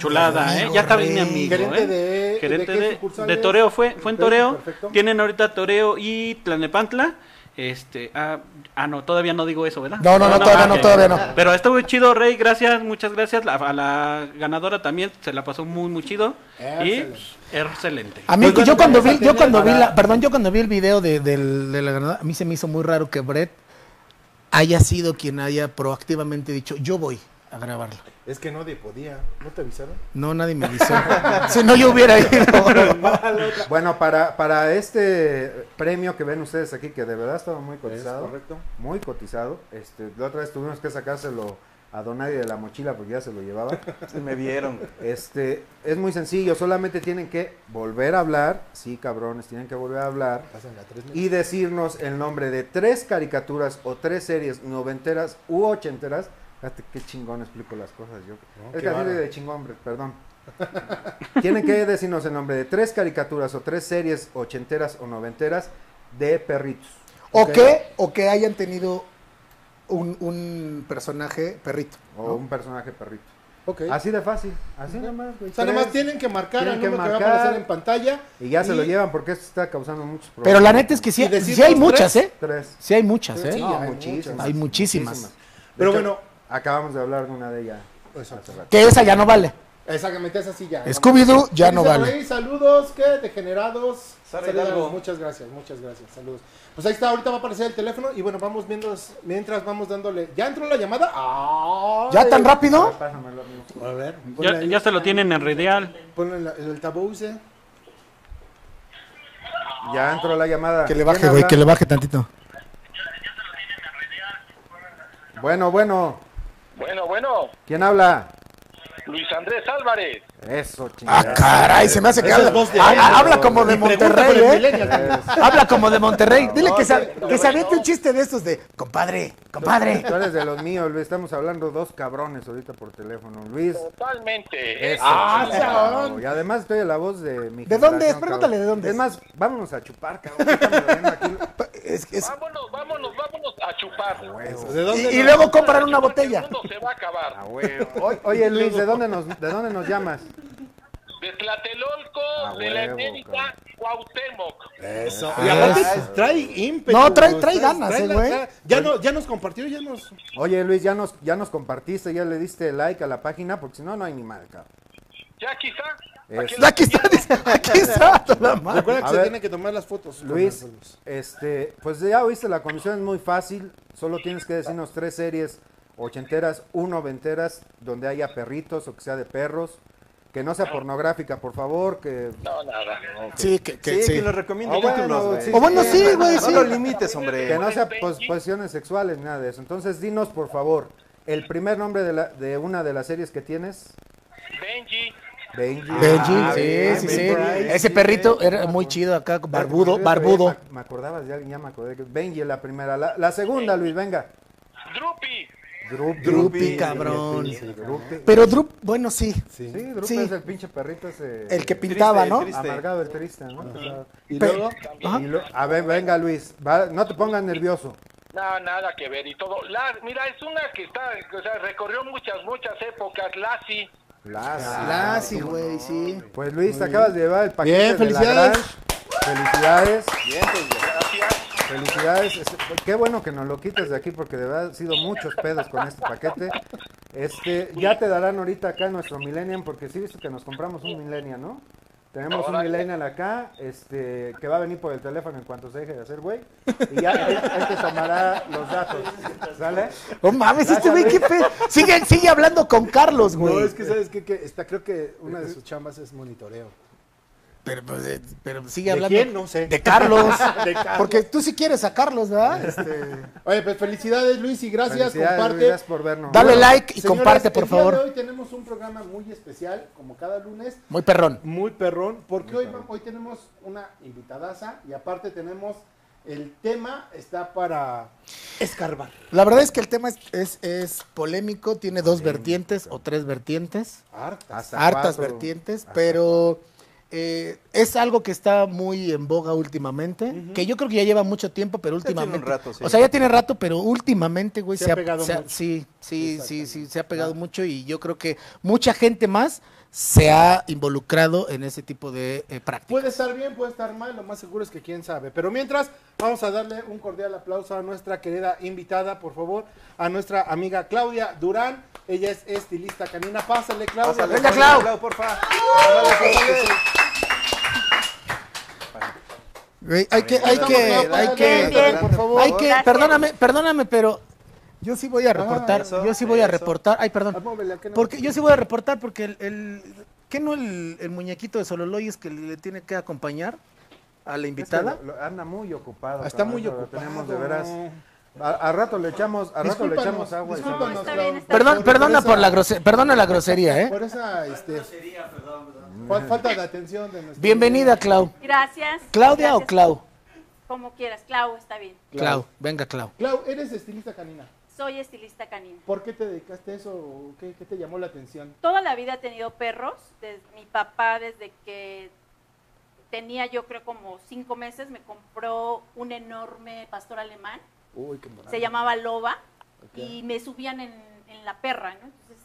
chulada,
mi
¿eh?
amigo
Ya está bien mi
Rey.
amigo,
Gerente
¿eh?
de-
Gerente
¿de qué
de,
sucursal
de
es?
Toreo fue, fue en
Ok,
Toreo.
perfecto.
Tienen ahorita Toreo y Tlanepantla. Este, ah, ah, no, todavía no digo eso, ¿verdad? ah,
No, no, no, todavía no,
ok.
todavía no.
Pero estuvo chido, Rey, gracias, muchas gracias. La- a la ganadora también se la pasó muy, muy chido.
Excelente.
Y excelente.
A mí,
Pues
yo
bueno,
cuando
vamos a
vi, yo
tener
cuando vi
para-
la, perdón, yo cuando vi el video de, del- de la ganadora, a mí se me hizo muy raro que Brett haya sido quien haya proactivamente dicho, yo voy a grabarlo.
Es que no de podía. ¿No te avisaron?
No, nadie me
(laughs)
avisó. si no, yo hubiera ido.
Bueno, para, para este premio que ven ustedes aquí, que de verdad estaba muy
Es
cotizado,
correcto.
muy cotizado, este, la otra vez tuvimos que sacárselo a Donadi de la mochila porque ya se
(laughs)
lo llevaba.
Sí, Me vieron, güey.
Este, es muy sencillo, solamente tienen que volver a hablar, sí cabrones, tienen que volver a hablar
Pasan la tres
y decirnos el nombre de tres caricaturas o tres series noventeras u ochenteras. Fíjate qué chingón explico las cosas yo.
No,
es
qué
que así
bárbaro.
de chingón, hombre, perdón. (laughs) Tienen que decirnos el nombre de tres caricaturas o tres series ochenteras o noventeras de perritos.
o que, o que hayan tenido un, un personaje perrito.
O un personaje perrito.
Ok.
Así de fácil. Así nada más, güey.
O sea, nada más
Tres.
tienen que marcar
Tienen
el
que
número que va a
marcar.
aparecer en pantalla.
Y ya se lo llevan porque esto está causando muchos problemas.
Pero la neta es que sí,
Y decir
sí hay
los
muchas,
tres.
¿eh?
Tres.
Sí hay muchas, ¿eh?
Sí,
No,
hay
muchísimas.
muchas.
Hay muchísimas.
De
Pero
hecho,
bueno.
Acabamos de hablar de una de ellas.
Exacto.
Que esa ya no vale.
Exactamente, esa sí ya.
Scooby-Doo ya no
Dice por
vale.
ahí, saludos, qué degenerados.
Sara
Saludos,
Hidalgo.
Muchas gracias, muchas gracias, saludos. Pues ahí está, ahorita va a aparecer el teléfono y bueno, vamos viendo, mientras vamos dándole. ¿Ya entró la llamada? ¡Ay!
¿Ya tan rápido?
Pásamelo, amigo.
A ver,
Ya,
ponle,
ya se lo tienen en Redeal.
el, eh. altavoce.
Ya entró la llamada.
Que le
¿Quién
baje, güey,
habla?
que le baje tantito.
Bueno, bueno.
Bueno, bueno,
¿Quién habla?
Luis Andrés Álvarez.
Eso, chingada.
Ah, caray, se me hace que habla, Ah, ah, habla como de Monterrey, ¿eh? (laughs) Habla como de Monterrey. Dile que, se, que se aviente un chiste de estos de, compadre, compadre.
Tú eres de los míos, Luis. Estamos hablando dos cabrones ahorita por teléfono, Luis.
Totalmente.
Eso,
Ah,
chingada,
cabrón.
cabrón. Y además estoy la voz de mi
¿De dónde es?
generación,
Pregúntale
cabrón.
de dónde es.
Es más, vámonos a chupar, cabrón. que estamos bebiendo aquí.
Es- es-
Vámonos, vámonos, vámonos a chupar.
Huevo,
¿De
y,
dónde?
y luego compran una
El
botella.
mundo se va a
a
acabar.
huevo. Oye, Oye, Luis, ¿de dónde nos, de dónde nos llamas?
De Tlatelolco,
Ah,
de la
huevo,
emérita
cabrón.
Cuauhtémoc.
Eso.
Ah,
Y aparte
eso.
trae ímpetu.
No, trae- trae
¿sabes?
ganas, eh,
la-
güey.
trae- Ya, no, ya nos compartió, ya nos...
Oye, Luis, ya nos, ya nos compartiste, ya le diste like a la página, porque si no, no hay ni mal, cabrón.
Ya quizá.
Eso.
Aquí está, dice, aquí está, toda madre.
Recuerda que
A
se
ver.
tienen que tomar las fotos. con
Luis,
nosotros.
este, pues ya oíste, la condición es muy fácil. Solo tienes que decirnos tres series ochenteras, uno noventeras, donde haya perritos o que sea de perros. Que no sea pornográfica, por favor. Que
No, nada.
Sí, que, que
Sí,
sí.
que nos recomiende
Ah, bueno,
títulos, güey.
sí.
O bueno, sí, güey,
No
sí.
los limites, hombre.
que no sea pos- posiciones sexuales, nada de eso. Entonces, dinos, por favor, el primer nombre de, la- de una de las series que tienes.
Benji,
Benji.
Benji,
Ah,
sí, sí,
Benji,
sí.
Benji,
Ese
sí,
perrito
eh.
era muy chido acá, barbudo,
Me-
barbudo.
Me, me acordaba de alguien, ya me acordé. que- Benji la primera. La, la segunda, Luis, venga.
Drupi.
Drupi.
Drupi, cabrón.
Sí, Drupi.
Pero Drup, bueno, sí,
Sí, Drupi
Sí.
es el pinche perrito ese.
el que pintaba,
el
¿no?
triste.
Amargado, el triste, ¿no? O sea,
Y
Pe-
luego,
Ajá.
y lo- a ver, venga, Luis. va- no te pongas nervioso.
No, nada que ver y todo. La, mira, es una que está, o sea, recorrió muchas, muchas épocas. Lassie.
Las-
Lassie, güey, Ah, sí.
Pues Luis, te acabas de llevar el paquete
Bien,
de la
felicidades.
Gran. Felicidades,
Bien, pues, ya.
Gracias.
felicidades. Es- Qué bueno que nos lo quites de aquí porque de verdad han sido muchos pedos con este paquete. Este, ya te darán ahorita acá nuestro Millennium porque sí viste que nos compramos un Millennium, ¿no? Tenemos un
Órale.
Millennial acá, este, que va a venir por el teléfono en cuanto se deje de hacer, güey. Y ya él, él te tomará los datos, ¿sale?
No mames, este güey, qué pedo. Sigue, sigue hablando con Carlos, güey.
no, es que sabes qué? que está, creo que una de sus chambas es monitoreo.
Pero, pues, eh, pero sigue
¿De
hablando.
quién? No sé.
De Carlos.
De Carlos.
Porque tú sí quieres a Carlos, ¿verdad? Este,
Oye, pues felicidades Luis y gracias,
Felicidades,
comparte.
Luis, gracias por vernos.
Dale
Bueno,
like y
señores,
comparte, por
el día de
favor.
hoy tenemos un programa muy especial, como cada lunes,
(laughs) Muy perrón.
muy perrón, porque hoy, va- hoy tenemos una invitadaza y aparte tenemos el tema, está para escarbar.
La verdad es que el tema es, es, es polémico, tiene dos vertientes o tres vertientes,
Harta.
Hasta
hartas
cuatro.
vertientes, pero eh, es algo que está muy en boga últimamente, que yo creo que ya lleva mucho tiempo, pero
tiene un
últimamente...
rato, sí.
O sea, ya tiene rato, pero últimamente, güey,
Se ha pegado
se
mucho.
Sí, sí, sí, sí, se ha pegado mucho y yo creo que mucha gente más se ha involucrado en ese tipo de eh, prácticas.
Puede estar bien, puede estar mal, lo más seguro es que quién sabe. Pero mientras, vamos a darle un cordial aplauso a nuestra querida invitada, por favor, a nuestra amiga Claudia Durán. Ella es estilista canina. Pásale, Claudia.
Pásale,
Venga,
pásale,
Clau.
porfa. Pásale, pásale.
Güey, hay que, hay que,
Estamos, ¿no?
hay
Bien,
que,
bien, por favor.
hay que, perdóname, perdóname, pero yo sí voy a reportar,
eso,
yo sí voy a
eso.
reportar, ay, perdón,
Ah, móvele, ¿a qué no?
porque yo sí voy a reportar porque el, el ¿qué no el, el muñequito de Sololoy es que le tiene que acompañar a la
Es que
invitada?
lo- lo- anda muy ocupado.
Está
cabrón,
muy
lo
ocupado.
Tenemos de veras. A, a rato le echamos, a rato le
Discúlpanos,
echamos agua. y
discúlpanos,
sal.
está
Clau.
bien, está
Perdón,
Por-
perdona
esa-
por la grose- perdona la grosería, ¿eh?
Por esa, este... fal- Falta de atención de nuestra...
Bienvenida, Clau.
Gracias.
¿Claudia o
Gracias.
Clau?
Como quieras, Clau está bien.
Clau, venga, Clau.
Clau, eres estilista canina.
Soy estilista canina.
¿Por qué te dedicaste a eso? o ¿Qué, qué te llamó la atención?
Toda la vida he tenido perros. Desde mi papá, desde que tenía yo creo como cinco meses, me compró un enorme pastor alemán.
Uy, qué
Se llamaba Loba. Y me subían en, en la perra, ¿no? Entonces,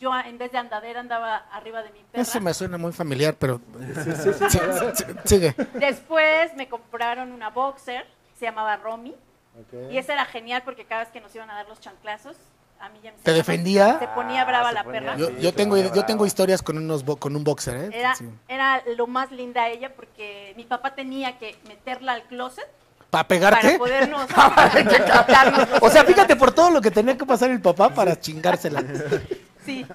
yo a- en vez de andadera andaba arriba de mi perra.
Eso me suena muy familiar, pero Sí, sí, sigue.
Después me compraron una boxer, se llamaba Romy. Y esa era genial porque cada vez que nos iban a dar los chanclazos, a mí ya me
¿Te defendía? Ah,
Se ponía brava
se
la
ponía
perra.
Yo,
Sí,
yo
se
tengo
ponía
yo tengo
brava.
historias con unos bo- con un boxer, ¿eh?
Era,
Sí.
era lo más linda ella porque mi papá tenía que meterla al closet
¿Para pegarte? (laughs)
para podernos
Ah,
(laughs) quitarnos los
O sea, fíjate
pantalones.
por todo lo que tenía que pasar el papá para chingársela.
Sí.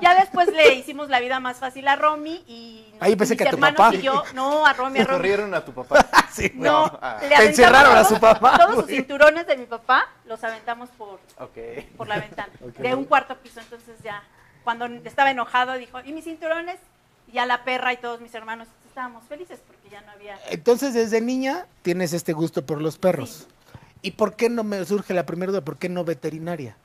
Ya después le hicimos la vida más fácil a Romy y
Ahí pensé
mis
que a tu
hermanos
papá.
y yo, no, a
(laughs)
Romy, a Romy.
Corrieron a tu papá.
Sí, güey.
No,
Ah.
le
Te
aventamos
encerraron a
todos-
su papá,
Todos sus
güey.
cinturones de mi papá los aventamos por,
Ok.
por la ventana, de un cuarto piso. Entonces ya, cuando estaba enojado, dijo, ¿y mis cinturones? Y ya la perra y todos mis hermanos estábamos felices porque ya no había...
Entonces, desde niña tienes este gusto por los perros. ¿Y por qué no me surge la primera duda? ¿Por qué no veterinaria?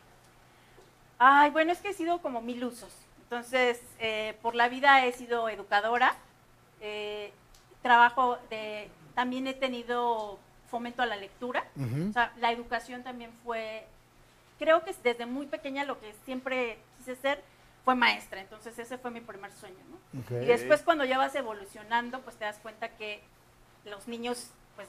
Ay, bueno, es que he sido como mil usos. Entonces, eh, por la vida he sido educadora, eh, trabajo de... También he tenido fomento a la lectura. O sea, la educación también fue, creo que desde muy pequeña lo que siempre quise ser fue maestra, entonces ese fue mi primer sueño, ¿no? Y después cuando ya vas evolucionando, pues te das cuenta que los niños, pues,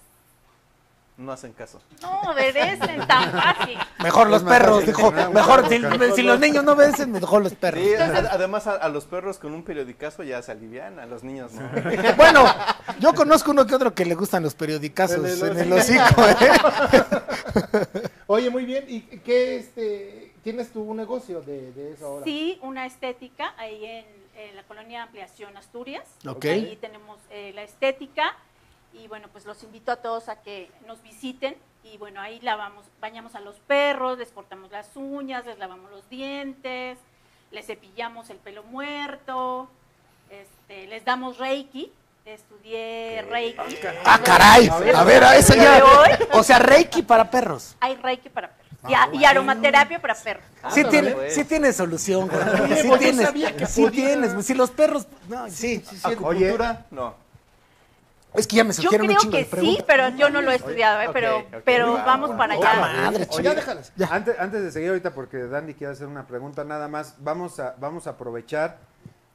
No hacen caso.
no obedecen tan fácil.
Mejor los
Es más
perros,
fácil
dijo.
que no,
Mejor,
güey.
si, si los niños no obedecen, mejor los perros.
Sí, a- además a, a los perros con un periodicazo ya se alivian, a los niños
(laughs)
no.
Bueno, yo conozco uno que otro que le gustan los periodicazos en el hocico, ¿eh?
(laughs) Oye, muy bien. ¿Y qué, este, tienes tu negocio de, de eso ahora?
Sí, una estética ahí en, en la colonia Ampliación Asturias.
Ok.
Ahí tenemos eh, la estética y bueno, pues los invito a todos a que nos visiten y bueno, ahí lavamos, bañamos a los perros, les cortamos las uñas, les lavamos los dientes, les cepillamos el pelo muerto. este, les damos Reiki, estudié Reiki.
¡Ah, caray! A ver, a esa ya. O sea, Reiki para perros.
Hay Reiki para perros. Y, a- y aromaterapia para perros.
Ah,
Sí,
Ándale,
tiene,
pues.
güey.
sí tiene solución, güey. Sí
pues, yo
tienes.
sabía que
sí tienes. pues, Si los perros. No, sí.
¿Acupuntura? No.
Es que ya me
Yo
surgieron un
creo
chingo de
que sí,
preguntas.
pero yo no lo he estudiado, ¿eh?
ok,
pero,
ok,
pero
va,
vamos
va,
para
¡Ah,
allá.
madre,
Ya
chica!
déjalas.
Ya.
Antes, antes de seguir ahorita, porque Dandy quiere hacer una pregunta nada más, vamos a, vamos a aprovechar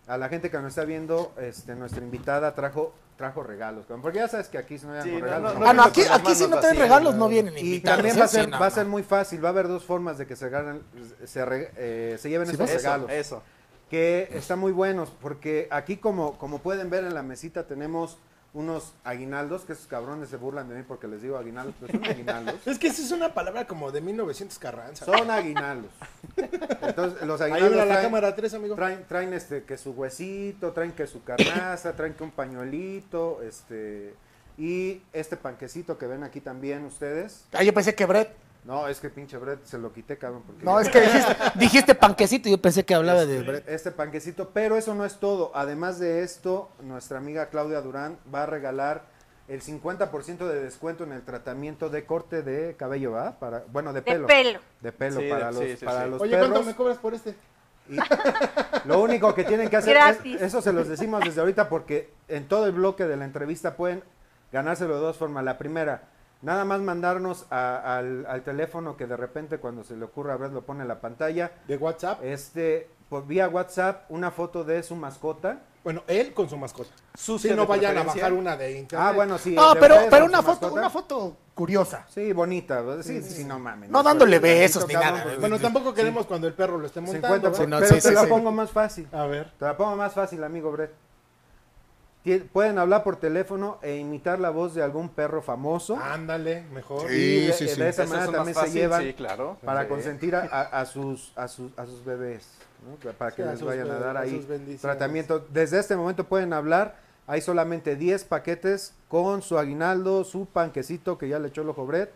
a la gente que nos está viendo, este, nuestra invitada trajo, trajo regalos, cabrón, porque ya sabes que aquí si no hay
Sí, no,
regalos.
no,
no
Ah, no,
vamos.
aquí,
con las
aquí si
manos
no traen
vacías,
regalos,
¿no?
no vienen
Y
invitados,
también
¿eh?
va a
Sí,
ser,
no,
va a
no.
ser muy fácil, va a haber dos formas de que se, ganan- se, re- eh, se lleven
Sí,
esos
¿ves?
regalos.
Eso, eso.
que están muy buenos, porque aquí como, como pueden ver en la mesita tenemos unos aguinaldos, que esos cabrones se burlan de mí porque les digo aguinaldos, pero
(laughs)
son aguinaldos.
Es que esa es una palabra como de 1900 Carranza.
Son aguinaldos. Entonces, los
Ahí
aguinaldos
habla la
traen,
cámara 3, amigo.
traen, traen, este, que su huesito, traen que su carnaza, traen que un pañuelito, este, y este panquecito que ven aquí también ustedes.
Ah, yo pensé que Brett.
No, es que pinche Brett se lo quité, cabrón. Porque
No, es que dijiste, dijiste panquecito y yo pensé que hablaba de Brett.
este panquecito, pero eso no es todo. Además de esto, nuestra amiga Claudia Durán va a regalar el 50% de descuento en el tratamiento de corte de cabello, ¿va? Para, bueno, de
De
pelo.
pelo.
De pelo
Sí,
para
de-
los,
sí, sí,
para
sí.
los
Oye, ¿cuánto
perros.
me cobras por este?
Lo único que tienen que hacer
Gratis.
es- eso se los decimos desde ahorita porque en todo el bloque de la entrevista pueden ganárselo de dos formas. La primera, nada más mandarnos a- al, al teléfono que de repente cuando se le ocurra a ver lo pone en la pantalla.
De WhatsApp.
Este, por vía WhatsApp, una foto de su mascota.
Bueno, él con su mascota.
Sucia
Si no
de
vayan a
preferencia.
bajar una de internet.
Ah, bueno, sí.
No,
de
pero,
ustedes
pero
con
una
su
foto,
mascota.
una foto curiosa.
Sí, bonita. ¿verdad? Sí, sí, sí, no mames.
No dándole
Pero-
besos ni nada.
Cabrón,
Bueno, tampoco queremos cuando el perro lo esté montando.
50%.
Sí,
¿verdad?
no,
pero
sí,
te
sí,
la
sí.
pongo más fácil.
A ver.
Te la pongo más fácil, amigo Brett. Tien- Pueden hablar por teléfono e imitar la voz de algún perro famoso.
Ah, Ándale, mejor.
y eh, de, de esa
Esas son
manera
más
también
fácil,
se llevan
Sí, claro.
para
Sí.
consentir a, a- a sus, a, sus, a sus bebés, ¿no? para que
Sí, a
les
sus
vayan a
bebés,
dar
a
ahí
sus bendiciones.
tratamiento. Desde este momento pueden hablar, hay solamente 10 paquetes con su aguinaldo, su panquecito que ya le echó el ojo Brett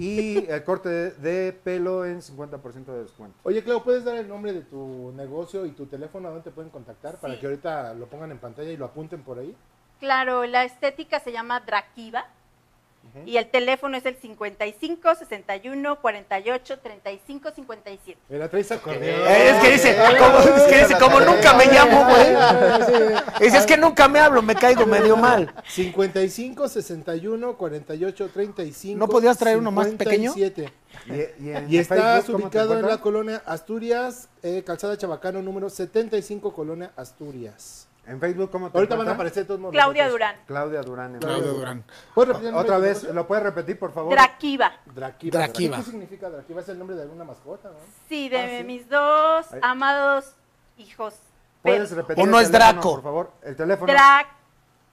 (laughs)
y el corte de, de pelo en 50% de descuento.
Oye, Clau, ¿puedes dar el nombre de tu negocio y tu teléfono a dónde te pueden contactar para
Sí.
que ahorita lo pongan en pantalla y lo apunten por ahí?
Claro, la estética se llama Drakiva y el teléfono es el 55 61 48 35 57.
Mira, traes acordeón.
Eh, es que dice, como, es que dice, como nunca me llamo, güey. Dice, es que nunca me hablo, me caigo medio mal.
55 61 48 35.
¿No podías traer uno más pequeño?
57.
(laughs) Y,
Y estás
Facebook, ¿cómo te
ubicado en la
encuentran?
colonia Asturias, eh, Calzada Chabacano número 75, colonia Asturias.
En Facebook, ¿cómo te
Ahorita van a
encuentran?
aparecer todos modos. Pues,
Claudia
nosotros.
Durán,
Claudia Durán. en
Claudia
Facebook.
Durán.
¿Puedes repetir el nombre
Otra
de tu
vez,
negocio?
¿lo puedes repetir, por favor?
Drakiva.
Drakiva.
Drakiva.
¿Qué significa Drakiva? Es el nombre de alguna mascota, ¿no?
Sí, de
Ah, sí.
mis dos
Ay.
amados hijos.
¿Puedes
perros.
repetir
O
el
no es
teléfono,
Draco.
Por favor, el teléfono.
Dra-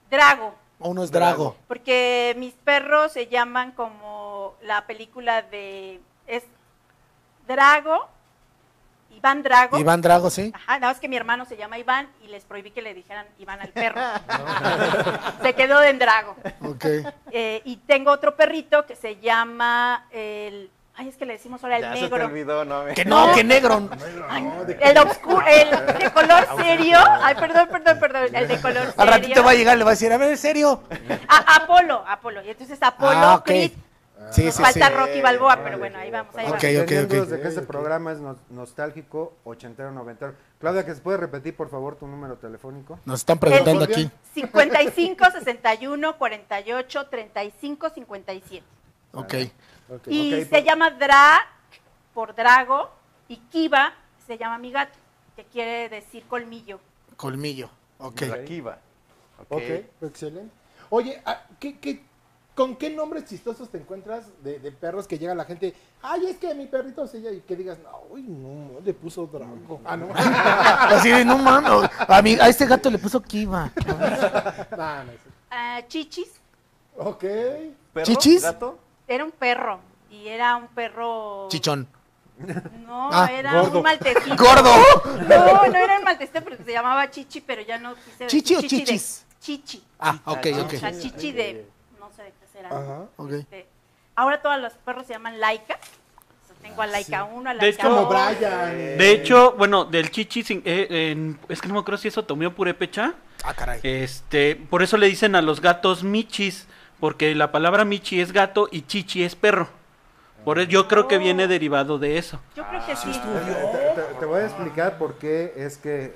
Drago,
O uno es Drago.
porque mis perros se llaman como la película de es Drago, Iván Drago.
Iván Drago, sí.
Ajá, no, es que mi hermano se llama Iván y les prohibí que le dijeran Iván al perro. Se quedó en Drago.
Ok.
Eh, y tengo otro perrito que se llama el. Ay, es que le decimos ahora el
Ya se te
negro.
olvidó, no me.
Que no, que negro.
El oscuro, el de color serio. Ay, perdón, perdón, perdón. El de color serio.
Ah, Al ratito va a llegar, le va a decir, a ver, ¿en serio?
Ah, Apolo, Apolo. Y entonces Apolo,
Ah, ok.
Chris,
Sí,
nos
sí, sí.
falta Rocky Balboa, pero bueno, ahí vamos, ahí
Ok,
vamos.
ok, ok.
Entendiendo desde que este programa es no- nostálgico, ochentero, noventero. Claudia, que se puede repetir, por favor, tu número telefónico.
Nos están preguntando
El-
aquí.
55, 61, 48, 35, 57.
Ok.
Ok.
Y
ok,
se
pues-
llama Dra por Drago y Kiva se llama mi gato, que quiere decir colmillo.
Colmillo. Ok.
Akiva. Ok.
ok, excelente. Oye, ah, ¿qué, qué, con qué nombres chistosos te encuentras de, de perros que llega la gente? Ay, es que mi perrito se llama", y que digas, no, uy, no, le puso Drago. Ah, no.
Así de, no mames. A, mí- a este gato le puso Kiva.
Ah, (laughs) no, sí.
Ah, Chichis
Ok.
¿Perro?
¿Chichis?
¿Gato?
era un perro y era un perro...
Chichón.
No,
Ah,
era
gordo.
un
(laughs)
maltecito.
Gordo.
No, no era un maltecito porque se llamaba Chichi, pero ya no quise decir
¿Chichi o
de-
chichis?
chichi.
Ah, ok, ok.
O sea, Chichi de... No sé de qué será.
Ajá.
Ok.
Este, ahora todos los perros se llaman Laika. O sea, tengo a Laika 1, a
De
Laika
hecho-
Como
2.
Brian. eh.
eh, De hecho, bueno, del chichi, sin- eh, en- es que no me acuerdo si eso tomó purépecha.
Ah, caray.
Este, por eso le dicen a los gatos michis, porque la palabra michi es gato y chichi es perro. Por eso yo creo que viene derivado de eso.
Yo creo que sí.
Te, te- te- te voy a explicar por qué es que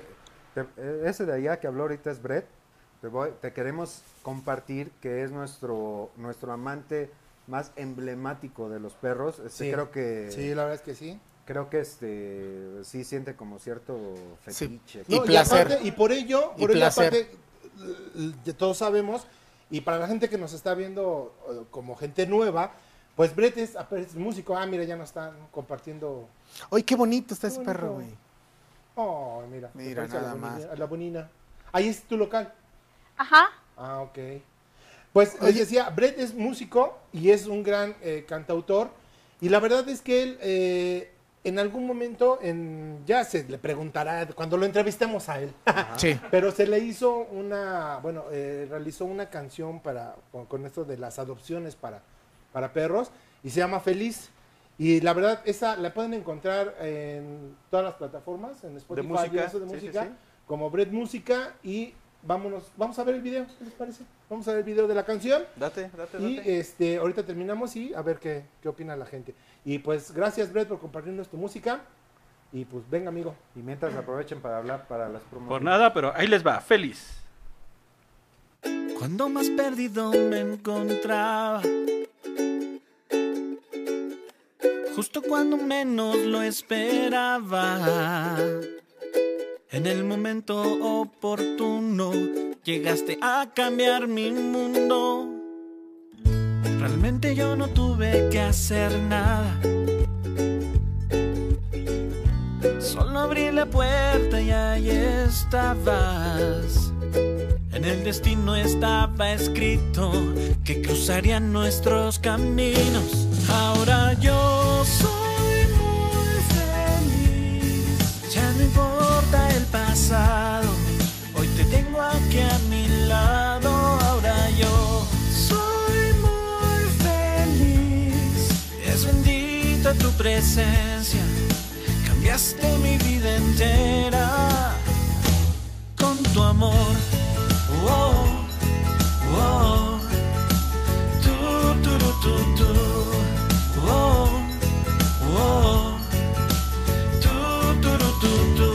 te- eh, ese de allá que habló ahorita es Brett. Te, voy- te queremos compartir que es nuestro, nuestro amante más emblemático de los perros. Este,
Sí.
Creo que
Sí, la verdad es que sí.
creo que este sí siente como cierto
Sí.
fetiche.
Y
No,
placer.
aparte- y por ello,
Y
por ello
placer.
aparte, l- l- ya todos sabemos, y para la gente que nos está viendo eh, como gente nueva, pues Brett es, ape- es músico. Ah, mira, ya nos están compartiendo.
Oye, qué bonito está
Qué
ese perro, güey.
bonito. Oh, mira. se
Mira,
parece a la
nada
bonina-
más.
a la bonina. Ahí es tu local.
Ajá.
Ah, ok. Pues les
Oye.
decía, Brett es músico y es un gran eh, cantautor. Y la verdad es que él eh, en algún momento, en, ya se le preguntará cuando lo entrevistemos a él.
Sí.
Pero se le hizo una, bueno, eh, realizó una canción para, con, con esto de las adopciones para, para perros y se llama Feliz. Y la verdad, esa la pueden encontrar en todas las plataformas, en Spotify, y
música,
eso de
sí, sí,
música,
sí.
como Bread Música y vámonos, vamos a ver el video, ¿qué les parece? Vamos a ver el video de la canción
Date, date,
y
date.
este, ahorita terminamos y a ver qué, qué opina la gente. Y pues gracias Brett por compartirnos tu música y pues venga amigo.
Y mientras aprovechen para hablar para las promociones.
Por nada, pero ahí les va, feliz.
Cuando más perdido me encontraba, justo cuando menos lo esperaba, en el momento oportuno llegaste a cambiar mi mundo. Realmente yo no tuve que hacer nada. Solo abrí la puerta y ahí estabas. En el destino estaba escrito que cruzarían nuestros caminos. Ahora yo soy muy feliz. Ya no importa el pasado. Hoy te tengo aquí a mi lado. Ahora yo soy muy feliz. Es bendita tu presencia. Cambiaste mi vida entera con tu amor. Oh, oh, tu, tu, tu, tu, tu. Oh, oh, tu, tu, tu, tu, tu.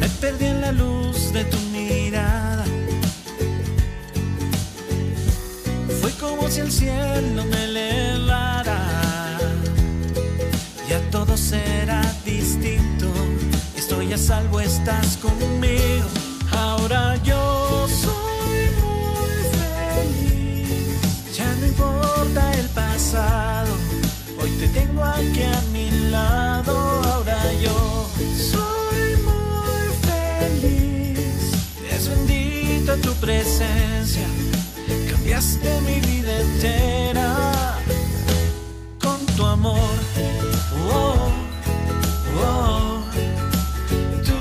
Me perdí en la luz de tu mirada. Fue como si el cielo me elevara ya todo será distinto. Estoy a salvo, estás conmigo. Ahora yo soy muy feliz. Ya no importa el pasado. Hoy te tengo aquí a mi lado. Ahora yo soy muy feliz. Es bendita tu presencia. Cambiaste mi vida entera con tu amor. Oh, oh, tu,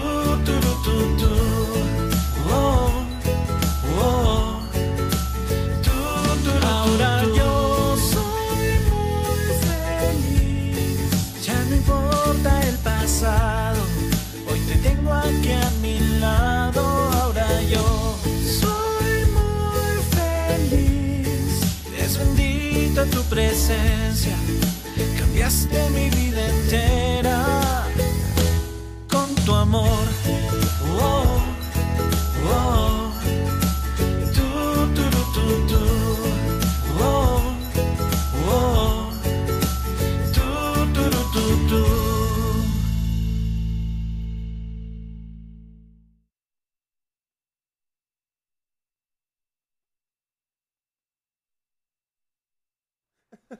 tu, tu, tu, tu. Oh, oh, tu, tu, tu, Ahora yo soy muy feliz. Ya no importa el pasado. Hoy te tengo aquí a mi lado. Ahora yo soy muy feliz. Es bendita tu presencia. Cambiaste mi vida entera con tu amor. Oh, oh, tu, tu, tu, tu, tu. Oh, oh, tu, tu, tu, tu, tu.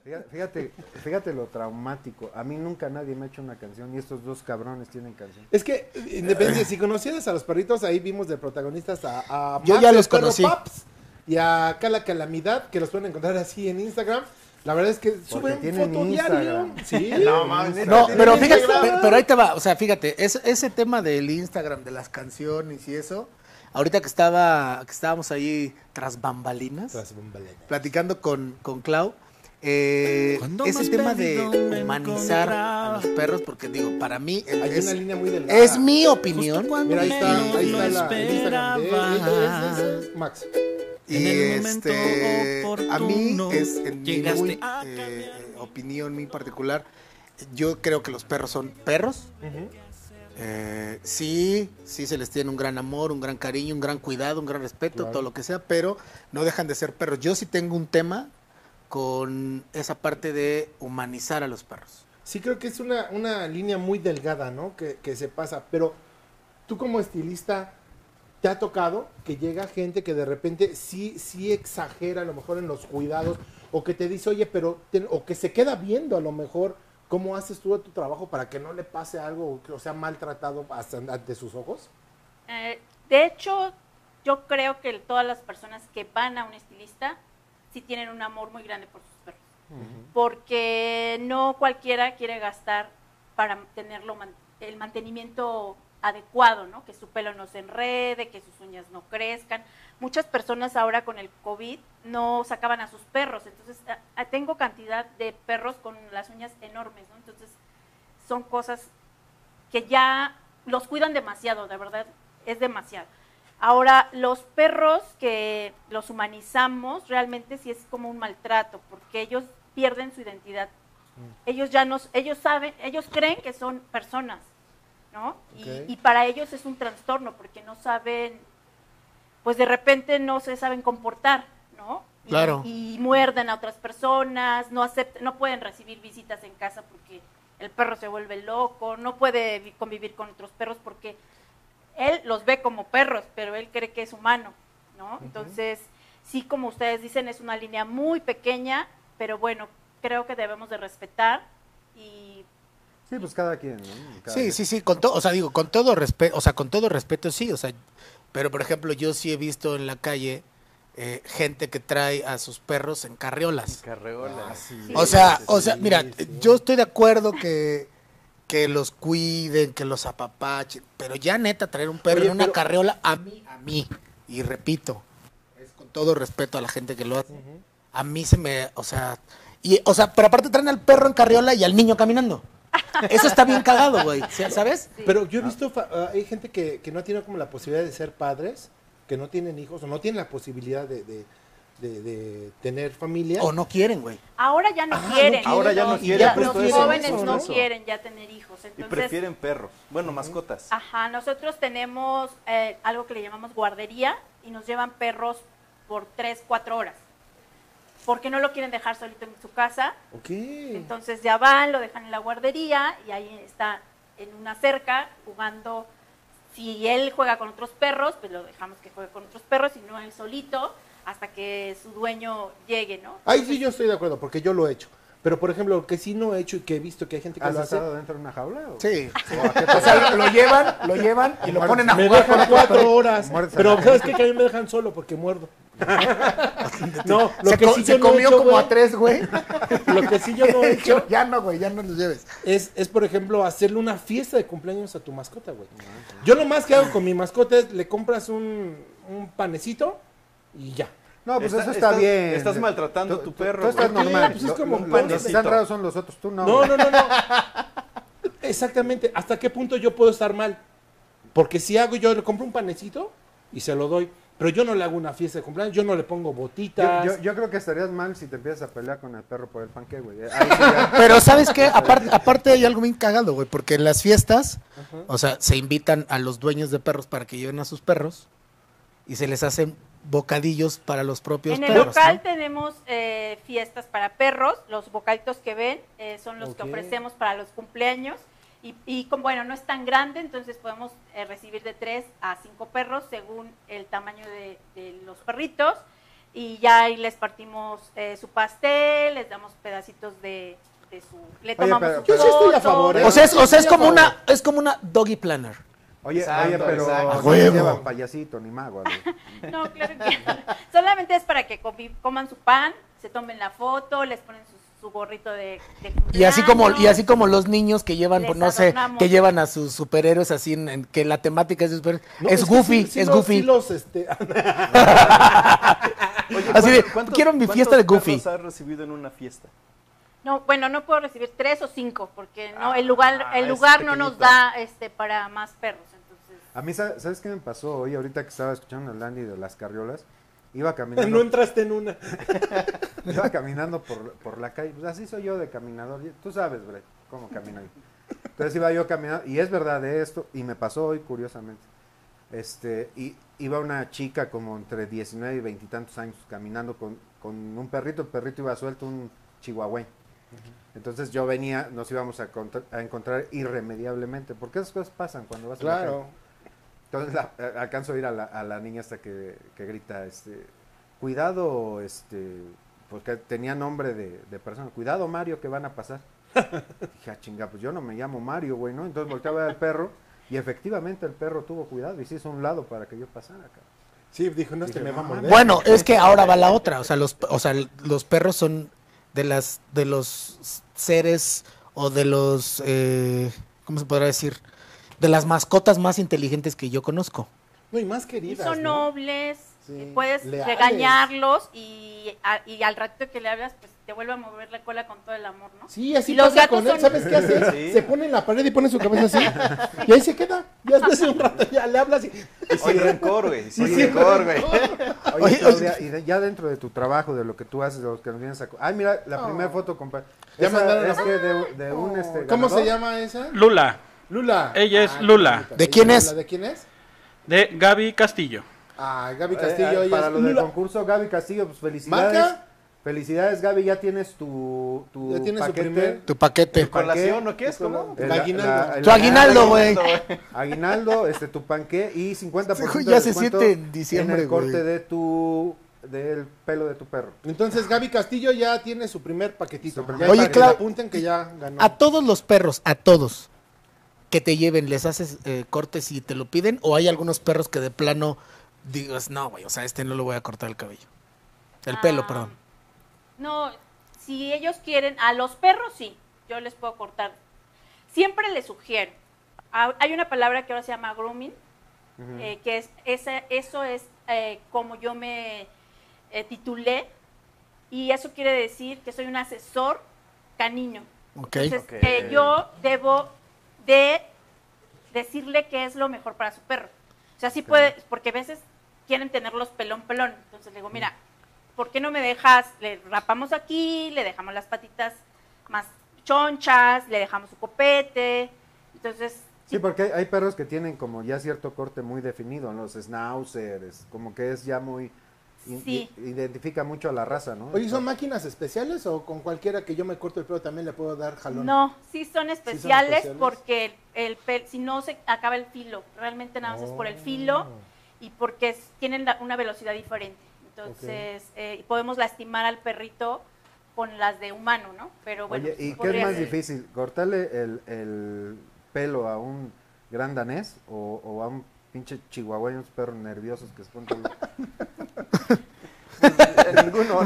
Fíjate, fíjate, fíjate lo traumático. A mí nunca nadie me ha hecho una canción y estos dos cabrones tienen canción.
Es que, independiente, si conocieras a los perritos, ahí vimos de protagonistas a, a
Yo
Max,
ya
el
los
perro
conocí.
Paps, y a Cala Calamidad, que los pueden encontrar así en Instagram. La verdad es que suben
tienen
foto diario.
Instagram.
Sí.
No, mames.
No,
Tienen
pero fíjate,
Instagram.
pero, pero ahí te va, o sea, fíjate, es- ese tema del Instagram, de las canciones y eso, ahorita que estaba, que estábamos ahí tras bambalinas,
Tras bambalinas.
platicando con, con Clau, eh,
Cuando
ese
más
tema de
perdido me
humanizar a los
encontrarás.
perros, porque digo, para mí
Hay
es,
una línea muy delgada.
es mi opinión.
Mira, ahí está, ahí está la, eh, el Instagram de
esperaba.
Max.
Y
En el momento
este, a mí
oportuno
es en mi
llegaste
muy,
a
eh, opinión muy particular. Yo creo que los perros son perros. Eh, sí, sí se les tiene un gran amor, un gran cariño, un gran cuidado, un gran respeto, todo lo que sea, pero no dejan de ser perros. Yo sí tengo un tema con esa parte de humanizar a los perros.
Sí creo que es una, una línea muy delgada, ¿no? Que, que se pasa. Pero tú como estilista, ¿te ha tocado que llega gente que de repente sí, sí exagera a lo mejor en los cuidados? O que te dice, oye, pero... ten- o que se queda viendo a lo mejor cómo haces tú tu trabajo para que no le pase algo o que o sea maltratado hasta ante sus ojos.
Eh, de hecho, yo creo que todas las personas que van a un estilista sí tienen un amor muy grande por sus perros. Porque no cualquiera quiere gastar para tenerlo man- el mantenimiento adecuado, ¿no? Que su pelo no se enrede, que sus uñas no crezcan. Muchas personas ahora con el COVID no sacaban a sus perros, entonces a- a- tengo cantidad de perros con las uñas enormes, ¿no? Entonces son cosas que ya los cuidan demasiado, de verdad, es demasiado. Ahora, los perros que los humanizamos realmente sí es como un maltrato, porque ellos pierden su identidad. Ellos ya no, ellos saben, ellos creen que son personas, ¿no? Y-
Ok.
Y, para ellos es un trastorno, porque no saben, pues de repente no se saben comportar, ¿no? Y-
Claro.
Y muerden a otras personas, no aceptan, no pueden recibir visitas en casa porque el perro se vuelve loco, no puede vi- convivir con otros perros porque él los ve como perros, pero él cree que es humano, ¿no? Entonces, sí, como ustedes dicen, es una línea muy pequeña, pero bueno, creo que debemos de respetar y
Sí, pues cada quien. ¿no? Cada
Sí,
quien.
sí, sí, con todo, o sea, digo, con todo respeto, o sea, con todo respeto sí, o sea, pero por ejemplo, yo sí he visto en la calle eh, gente que trae a sus perros en carriolas.
Carreola.
O sea,
Sí,
o sea,
sí,
mira,
sí.
yo estoy de acuerdo que, que los cuiden, que los apapachen, pero ya neta traer un perro
Oye,
en una
pero-
carriola a mí, a mí, y repito, es con todo respeto a la gente que lo hace. A mí se me, o sea, y o sea, pero aparte traen al perro en carriola y al niño caminando. Eso está bien cagado, güey. o sea, ¿Sabes?
Pero yo he visto, fa- ah, hay gente que, que no tiene como la posibilidad de ser padres, que no tienen hijos o no tienen la posibilidad de, de- de- de tener familia.
O no quieren, güey.
ahora ya no
Ah, no
quieren.
quieren, Ahora
ya no
los-
quieren,
Los
justo eso,
jóvenes
justo
no
eso.
quieren ya tener hijos.
Y
Entonces,
prefieren perros. Bueno, mascotas.
Ajá, nosotros tenemos eh, algo que le llamamos guardería y nos llevan perros por 3, 4 horas. Porque no lo quieren dejar solito en su casa.
Ok.
Entonces ya van, lo dejan en la guardería y ahí está en una cerca jugando. Si él juega con otros perros, pues lo dejamos que juegue con otros perros y no él solito hasta que su dueño llegue, ¿no?
Ahí sí yo estoy de acuerdo, porque yo lo he hecho. Pero, por ejemplo, lo que sí no he hecho y que he visto que hay gente que
¿Has
lo hace...
estado dentro de una jaula? o-
Sí.
¿O a qué
O sea, lo llevan, lo llevan y lo
Muerden.
ponen a
Me
jugar con
dejan
otro perro.
cuatro horas.
Muerdes a
Pero,
la
¿sabes qué? Que a mí me dejan solo
(laughs)
porque muerdo. No, lo
Se,
que
co-
sí
se
yo no he
comió
hecho,
como
güey,
a tres, güey. (laughs)
Lo que sí yo no he hecho
ya no, güey, ya no nos lleves.
es, es, por ejemplo, hacerle una fiesta de cumpleaños a tu mascota, güey. Yo lo más que hago con mi mascota es le compras un, un panecito y ya.
No, pues
Está-
eso está
estás-
bien.
estás maltratando a tu perro,
Tú estás
güey.
normal.
Pues es
Lo-
como
lo-
un
los que
panecito.
están raros son los otros, tú no.
No,
güey.
no, no, no. Exactamente. ¿Hasta qué punto yo puedo estar mal? Porque si hago, yo le compro un panecito y se lo doy. Pero yo no le hago una fiesta de cumpleaños, yo no le pongo
Yo,
botitas.
yo- yo creo que estarías mal si te empiezas a pelear con el perro por el panque, güey. Ahí sí ya-
Pero ¿sabes qué? Aparte, aparte hay algo bien cagado, güey, porque en las fiestas, o sea, se invitan a los dueños de perros para que lleven a sus perros y se les hacen bocadillos para los propios
En el
perros.
local
¿no?
tenemos eh, fiestas para perros, los bocaditos que ven eh, son los que
Ok.
ofrecemos para los cumpleaños y, y con, bueno, no es tan grande, entonces podemos eh, recibir de 3 a 5 perros según el tamaño de, de los perritos y ya ahí les partimos eh, su pastel, les damos pedacitos de, de su... Le
Oye,
tomamos
pero-
su
pero-
Yo sí estoy a
foto.
favor, ¿eh?
O sea, es, o sea, es
Estoy a
como
favor.
una, es como una doggy planner.
Oye,
Exacto,
oye, pero
exacto.
no
A huevo.
llevan payasito ni mago. güey.
No, (laughs) claro que solamente es para que comi- coman su pan, se tomen la foto, les ponen su, su su gorrito de, de
Y así como y
cumpleaños.
así como los niños que llevan,
Les
no sé,
adornamos.
que llevan a sus superhéroes así, en, en que la temática es de superhéroes.
No,
es,
que
Goofy,
sí- sí
es
los-
Goofy.
sí los, este, (laughs)
Oye,
Así de,
¿cuántos-
quiero mi
cuántos
fiesta de Goofy.
perros has recibido en una fiesta?
No, bueno, no puedo recibir tres o cinco porque no
Ah,
el lugar el
es
lugar no nos
pequeñito.
da este para más perros, entonces.
A mí, ¿sabes sabes qué me pasó hoy? Ahorita que estaba escuchando al Andy de las carriolas,
(laughs)
iba
No
caminando,
entraste en una.
(laughs) iba caminando por, por la calle. Pues así soy yo de caminador. y- Tú sabes, Brett, cómo camino yo. Entonces iba yo caminando, y es verdad de esto, y me pasó hoy, curiosamente. Este, y iba una chica como entre 19 y 20 y tantos años caminando con, con un perrito. El perrito iba suelto, un chihuahueño. Entonces yo venía, nos íbamos a, contra- a encontrar irremediablemente, porque esas cosas pasan cuando vas a la calle.
Claro.
Entonces la- a- alcanzo a ir a la, a la niña hasta que, que grita, este, cuidado, este, porque tenía nombre de, de persona, cuidado Mario que van a
(laughs)
pasar. Dije, ah, chinga, pues yo no me llamo Mario, güey, ¿no? Entonces volteaba al perro y efectivamente el perro tuvo cuidado y se hizo a un lado para que yo pasara acá.
Sí, dijo, no, es que me va a morder.
Bueno, es que ahora va la otra. O sea, los, o sea, los perros son de las de los seres o de los eh, ¿cómo se podrá decir? De las mascotas más inteligentes que yo conozco.
No, y más
Y
queridas,
son
¿no?
nobles,
Sí,
eh, puedes
leales.
regañarlos y, a- y al ratito que le hablas, pues te vuelve a mover la cola con todo el amor, ¿no?
Sí, así
Los
pasa
gatos
con él.
son-
¿Sabes qué hace?
Sí.
Se pone en la pared y pone su cabeza así. Y ahí se queda. Y después de un rato ya le hablas y...
Y sin rencor, güey. Sin rencor, güey.
Oye, Claudia, y de- ya dentro de tu trabajo, de lo que tú haces, de lo que nos vienes a... co- Ay, mira, la primera foto, compadre.
Ya
Esa
mandaron la
es que de, de un, este,
¿Cómo se
ganador.
llama esa?
Lula,
Lula. Ah,
Ella es
qué
Lula.
bonita.
¿De
Ella
quién
Lula,
es?
¿De quién es?
de Gaby Castillo.
Ah, Gaby
Eh,
Castillo.
eh,
ella
para
es
lo del
Lula.
concurso, Gaby Castillo, pues felicidades.
¿Marca?
Felicidades, Gaby, ya tienes tu, tu
Ya tienes su
paquete.
primer-
Tu paquete.
¿Colación o qué es? ¿Cómo?
El-
Tu aguinaldo.
Tu aguinaldo, güey.
Aguinaldo, este, tu panqué y 50%
Sí, güey,
de
ya se
descuento
siente en diciembre,
en el corte
güey.
de tu, del pelo de tu perro.
Entonces Gaby Castillo ya tiene su primer paquetito.
Su primer
Ya para
Oye,
que
Clau-
le apunten que ya ganó.
A todos los perros, a todos que te lleven, les haces eh, cortes si te lo piden o hay algunos perros que de plano digas, "No, güey, o sea, este no lo voy a cortar el cabello." El pelo,
Ah,
perdón.
No, si ellos quieren, a los perros sí, yo les puedo cortar. Siempre les sugiero. Ah, Hay una palabra que ahora se llama grooming, eh, que es esa, eso es eh, como yo me eh, titulé y eso quiere decir que soy un asesor canino.
¿ok?
Entonces,
Ok.
eh, yo debo de decirle qué es lo mejor para su perro. O sea, sí puede, porque a veces quieren tenerlos pelón, pelón. Entonces le digo, mira, ¿por qué no me dejas? Le rapamos aquí, le dejamos las patitas más chonchas, le dejamos su copete. Entonces,
Sí, porque hay, hay perros que tienen como ya cierto corte muy definido, ¿no? los schnauzers, como que es ya muy... in-
Sí.
i- Identifica mucho a la raza, ¿no?
Oye, ¿son máquinas especiales o con cualquiera que yo me corto el pelo también le puedo dar jalón?
No, sí son especiales,
especiales?
porque el, el pel- si no se acaba el filo, realmente nada más es
Oh.
por el filo y porque es- tienen la- una velocidad diferente. Entonces, eh, podemos lastimar al perrito con las de humano, ¿no? Pero bueno, pues,
Oye, ¿y qué es
podría
más
ser.
difícil? ¿Cortarle el, el pelo a un gran danés o, o a un pinche chihuahueño, unos perros nerviosos que se ponen todo-
Ninguno,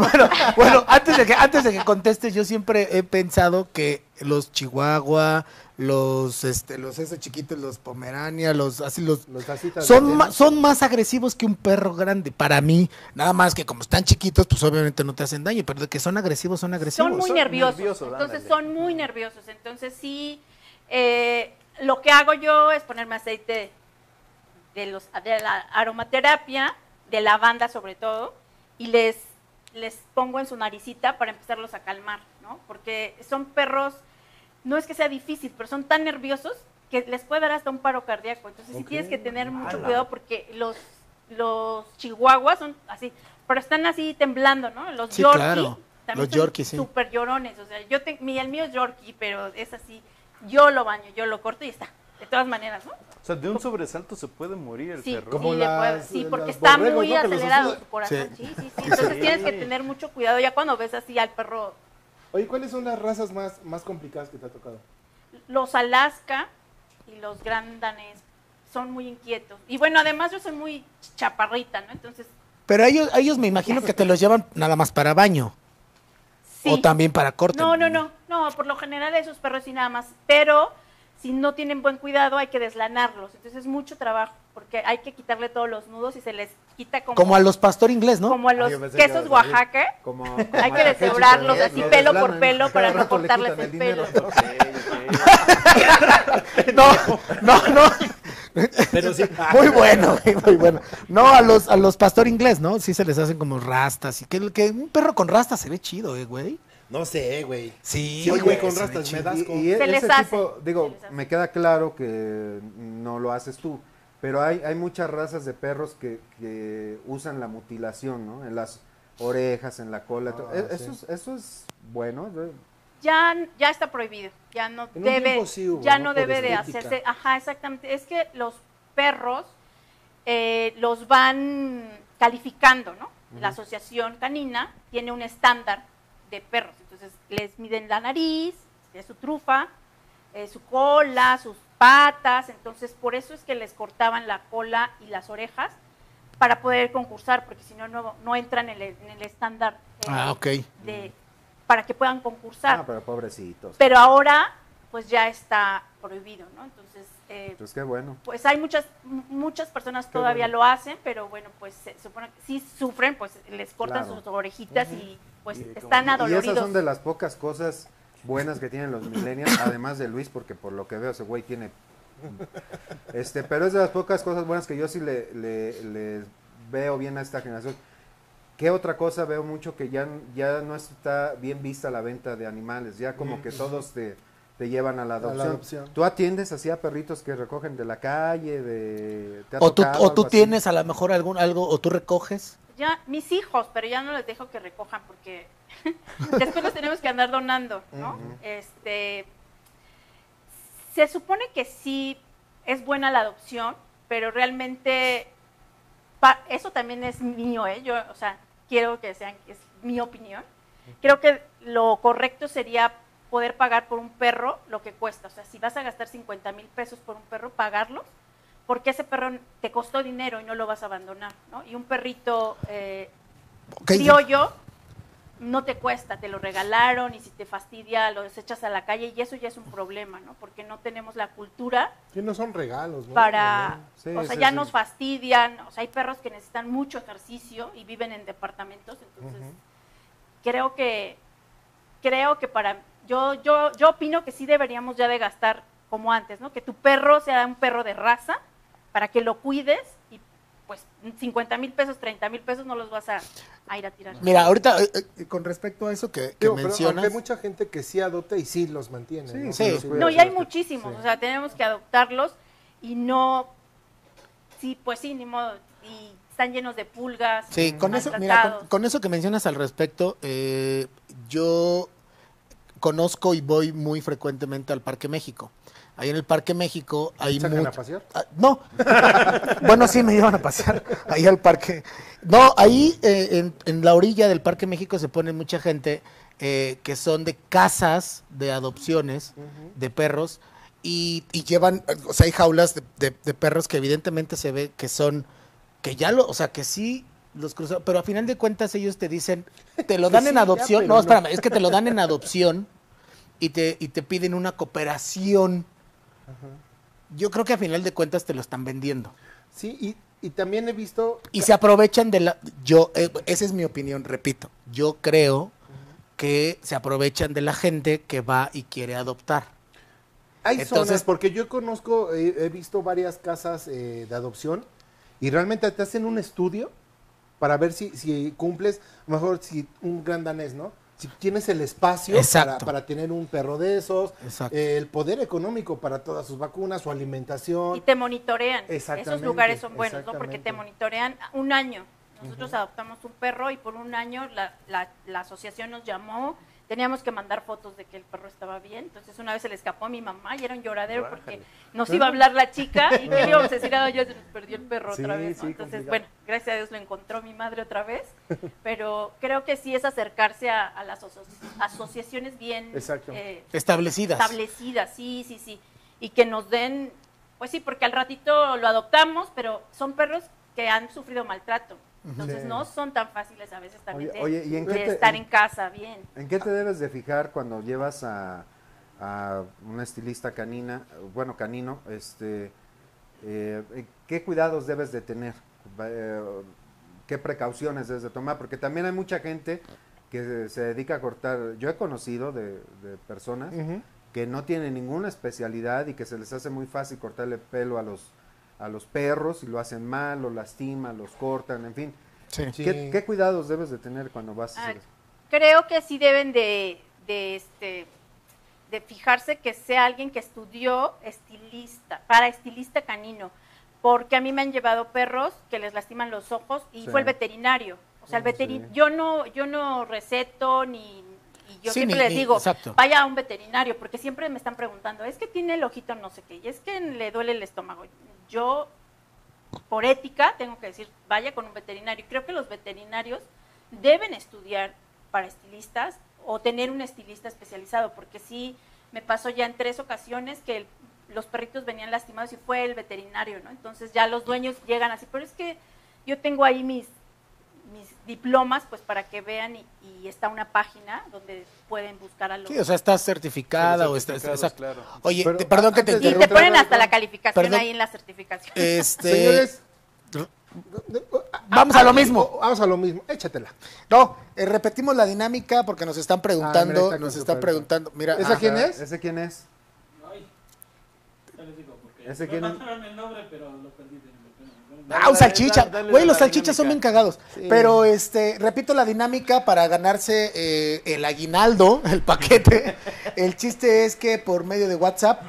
Bueno, antes de que antes de que contestes, yo siempre he pensado que los chihuahua, los este, los esos chiquitos, los pomerania, los así los
Los tacitas de
son
té,
más, son más agresivos que un perro grande para mí. Nada más que como están chiquitos, pues obviamente no te hacen daño, pero de que son agresivos son agresivos.
Son muy
son
nerviosos.
nerviosos,
entonces
ándale.
son muy nerviosos. Entonces sí, eh, lo que hago yo es ponerme aceite de los de la aromaterapia, de lavanda sobre todo, y les les pongo en su naricita para empezarlos a calmar, ¿no? Porque son perros, no es que sea difícil, pero son tan nerviosos que les puede dar hasta un paro cardíaco. Entonces sí tienes que tener mucho cuidado porque los los chihuahuas son así, pero están así temblando, ¿no? Los
Sí,
yorkie
claro.
también
Los
son
yorkies, sí.
Súper llorones, o sea, yo te- mi- el mío es yorkie, pero es así, yo lo baño, yo lo corto y está, de todas maneras, ¿no?
O sea, de un sobresalto se puede morir el
Sí,
perro.
Como
sí, le
las-
puede- sí,
las
porque está
borregos,
muy
¿no? Que los
acelerado
asustan.
su corazón.
Sí.
Sí, sí, sí. Entonces tienes que tener mucho cuidado ya cuando ves así al perro.
Oye, ¿cuáles son las razas más, más complicadas que te ha tocado?
Los Alaska y los Gran Danés son muy inquietos. Y bueno, además yo soy muy chaparrita, ¿no? Entonces,
Pero a ellos, a ellos me imagino que te los llevan nada más para baño.
Sí.
O también para corte.
No, no, no, no, por lo general esos perros y nada más, pero si no tienen buen cuidado hay que deslanarlos, entonces es mucho trabajo, porque hay que quitarle todos los nudos y se les quita como,
Como a los pastor inglés, ¿no?
como a los
Ah, yo pensé que
quesos
ibas a decir
Oaxaca,
Como, ¿eh?
hay que deshebrarlos así pelo por pelo para no cortarles el pelo.
No, no, no.
Pero sí.
Muy bueno, güey, muy bueno. No, a los, a los pastor inglés, ¿no? Sí se les hacen como rastas. Y que, que un perro con rastas se ve chido, eh, güey.
No sé, güey.
Sí,
Sí, güey, con
se ve
rastas me
chido.
da asco.
Y, y
Se
ese
les hace,
tipo,
se
digo,
les hace.
me queda claro que no lo haces tú, pero hay, hay muchas razas de perros que, que usan la mutilación, ¿no? En las orejas, en la cola. todo. E- eso, es, eso es bueno. yo-
Ya, ya está prohibido, ya no
En un
debe,
tiempo sí hubo,
ya
¿no?
no,
Por
debe de
estética.
hacerse, ajá, exactamente, es que los perros eh, los van calificando, ¿no? La asociación canina tiene un estándar de perros, entonces les miden la nariz, de su trufa, eh, su cola, sus patas, entonces por eso es que les cortaban la cola y las orejas para poder concursar, porque si no, no, no entran en el, en el estándar eh,
Ah, ok.
de, para que puedan concursar.
Ah, pero pobrecitos.
Pero ahora, pues ya está prohibido, ¿no? Entonces, eh,
Pues qué bueno.
pues hay muchas mu- muchas personas todavía lo hacen, pero bueno, pues se supone que si sufren, pues les cortan
Claro.
sus orejitas y pues están
Y esas
adoloridos.
son de las pocas cosas buenas que tienen los millennials, además de Luis, porque por lo que veo ese güey tiene... Este, pero es de las pocas cosas buenas que yo sí le, le- le veo bien a esta generación. ¿Qué otra cosa veo mucho que ya, ya no está bien vista la venta de animales? Ya como que todos te, te llevan Mm, a la
la
adopción.
adopción.
Tú atiendes así a perritos que recogen de la calle, de... ¿te ha
O tú,
tocado
o tú
algo así?
tienes a lo mejor algún, algo, o tú recoges.
Ya, mis hijos, pero ya no les dejo que recojan porque (laughs) después los tenemos que andar donando, ¿no? Este se supone que sí es buena la adopción, pero realmente pa- eso también es mío, ¿eh? Yo, o sea, quiero que sean, es mi opinión. Creo que lo correcto sería poder pagar por un perro lo que cuesta. O sea, si vas a gastar 50 mil pesos por un perro, pagarlo, porque ese perro te costó dinero y no lo vas a abandonar, ¿no? Y un perrito eh,
Ok,
criollo no te cuesta, te lo regalaron y si te fastidia lo desechas a la calle y eso ya es un problema, ¿no? Porque no tenemos la cultura
Que no son regalos, ¿no?
para,
Sí,
o sea,
sí,
ya
sí.
nos fastidian, o sea, hay perros que necesitan mucho ejercicio y viven en departamentos, entonces creo que creo que para yo yo yo opino que sí deberíamos ya de gastar como antes, ¿no? Que tu perro sea un perro de raza para que lo cuides y pues 50 mil pesos, 30 mil pesos no los vas a, a ir a tirar.
Mira, ahorita, eh, eh, con respecto a eso que, que
Digo, pero aunque
mencionas.
hay mucha gente que sí adopta y sí los mantiene.
Sí,
¿no?
sí.
Que los cuida,
No,
sí
y hay
los-
muchísimos,
sí.
o sea, tenemos que adoptarlos y no, sí, pues sí, ni modo, y están llenos de pulgas.
Sí, con eso, mira, con, con eso que mencionas al respecto, eh, yo conozco y voy muy frecuentemente al Parque México. Ahí en el Parque México hay
¿Sacan
mucho-
a pasear?
Ah, no. (laughs) bueno, sí, me llevan a pasear ahí al parque. No, ahí eh, en, en la orilla del Parque México se pone mucha gente eh, que son de casas de adopciones de perros y, y llevan, eh, o sea, hay jaulas de, de- de perros que evidentemente se ve que son, que ya lo, o sea, que sí los cruzaron, pero a final de cuentas ellos te dicen, te lo dan en adopción, no, espérame, es que te lo dan en adopción y te, y te piden una cooperación. Yo creo que a final de cuentas te lo están vendiendo.
Sí, y, y también he visto
Y se aprovechan de la... Yo, eh, esa es mi opinión, repito. Yo creo que se aprovechan de la gente que va y quiere adoptar.
Hay
Entonces-
zonas, porque yo conozco, eh, he visto varias casas eh, de adopción y realmente te hacen un estudio para ver si, si cumples, a lo mejor si un gran danés, ¿no? Si tienes el espacio para,
Exacto.
para tener un perro de esos,
Exacto.
eh, el poder económico para todas sus vacunas, su alimentación.
Y te monitorean. Esos
Exactamente,
lugares son buenos, ¿no? Porque
exactamente.
te monitorean un año. Nosotros adoptamos un perro y por un año la, la- la asociación nos llamó. Teníamos que mandar fotos de que el perro estaba bien. Entonces una vez se le escapó a mi mamá y era un lloradero porque nos iba a hablar la chica y que le íbamos a decir, "Ay, ya se nos perdió el perro otra
Sí,
vez. ¿no?
sí,
Entonces,
complicado.
bueno, gracias a Dios lo encontró mi madre otra vez. Pero creo que sí es acercarse a, a las aso- asociaciones bien
Exacto.
eh,
Establecidas.
establecidas, sí, sí, sí. Y que nos den, pues sí, porque al ratito lo adoptamos, pero son perros que han sufrido maltrato. Entonces
Sí.
no son tan fáciles a veces también
Oye,
de,
oye, ¿y en qué
de
te-
estar
en-
en casa bien.
¿En qué te debes de fijar cuando llevas a, a una estilista canina, bueno, canino, este, eh, eh, qué cuidados debes de tener? Va- eh, ¿Qué precauciones debes de tomar? Porque también hay mucha gente que se dedica a cortar, yo he conocido de, de personas
Ujú.
que no tienen ninguna especialidad y que se les hace muy fácil cortarle pelo a los, a los perros y lo hacen mal, lo lastiman, los cortan, en fin. ¿Qué, qué cuidados debes de tener cuando vas a
Ah,
hacer eso?
Creo que sí deben de, de, este, de fijarse que sea alguien que estudió estilista, para estilista canino, porque a mí me han llevado perros que les lastiman los ojos y
Sí.
fue el veterinario. O sea, el
Sí.
veterin- yo no yo no receto ni y yo
Sí,
siempre
ni-
les
ni-
digo,
exacto.
vaya a un veterinario, porque siempre me están preguntando, es que tiene el ojito no sé qué, y es que le duele el estómago. Yo por ética tengo que decir, vaya con un veterinario. Y Creo que los veterinarios deben estudiar para estilistas o tener un estilista especializado, porque sí me pasó ya en tres ocasiones que el- los perritos venían lastimados y fue el veterinario, ¿no? Entonces ya los dueños llegan así, pero es que yo tengo ahí mis, mis diplomas, pues para que vean y, y está una página donde pueden buscar a los...
Sí, o sea, estás certificada
Sí,
o estás...
certificados,
exacto.
claro.
Oye,
Pero
te- perdón que te
y
(laughs)
te
interrumpa.
ponen hasta la calificación
Perdón.
ahí en la certificación. (laughs)
Este...
Señores,
Vamos a lo mismo.
ah, Vamos a lo mismo. Échatela.
No, eh, repetimos la dinámica porque nos están
Ah, mira,
preguntando,
está con
nos
su
están
perro.
preguntando. Mira,
¿Esa
ah,
quién es?
¿Ese quién es? ¿Ese quién es?
Ah, un
Dale,
salchicha.
dale, dale
Güey, los
la
salchichas son bien
dinámica.
cagados. Pero este, repito la dinámica para ganarse eh, el aguinaldo, (laughs) el paquete. el chiste es que por medio de WhatsApp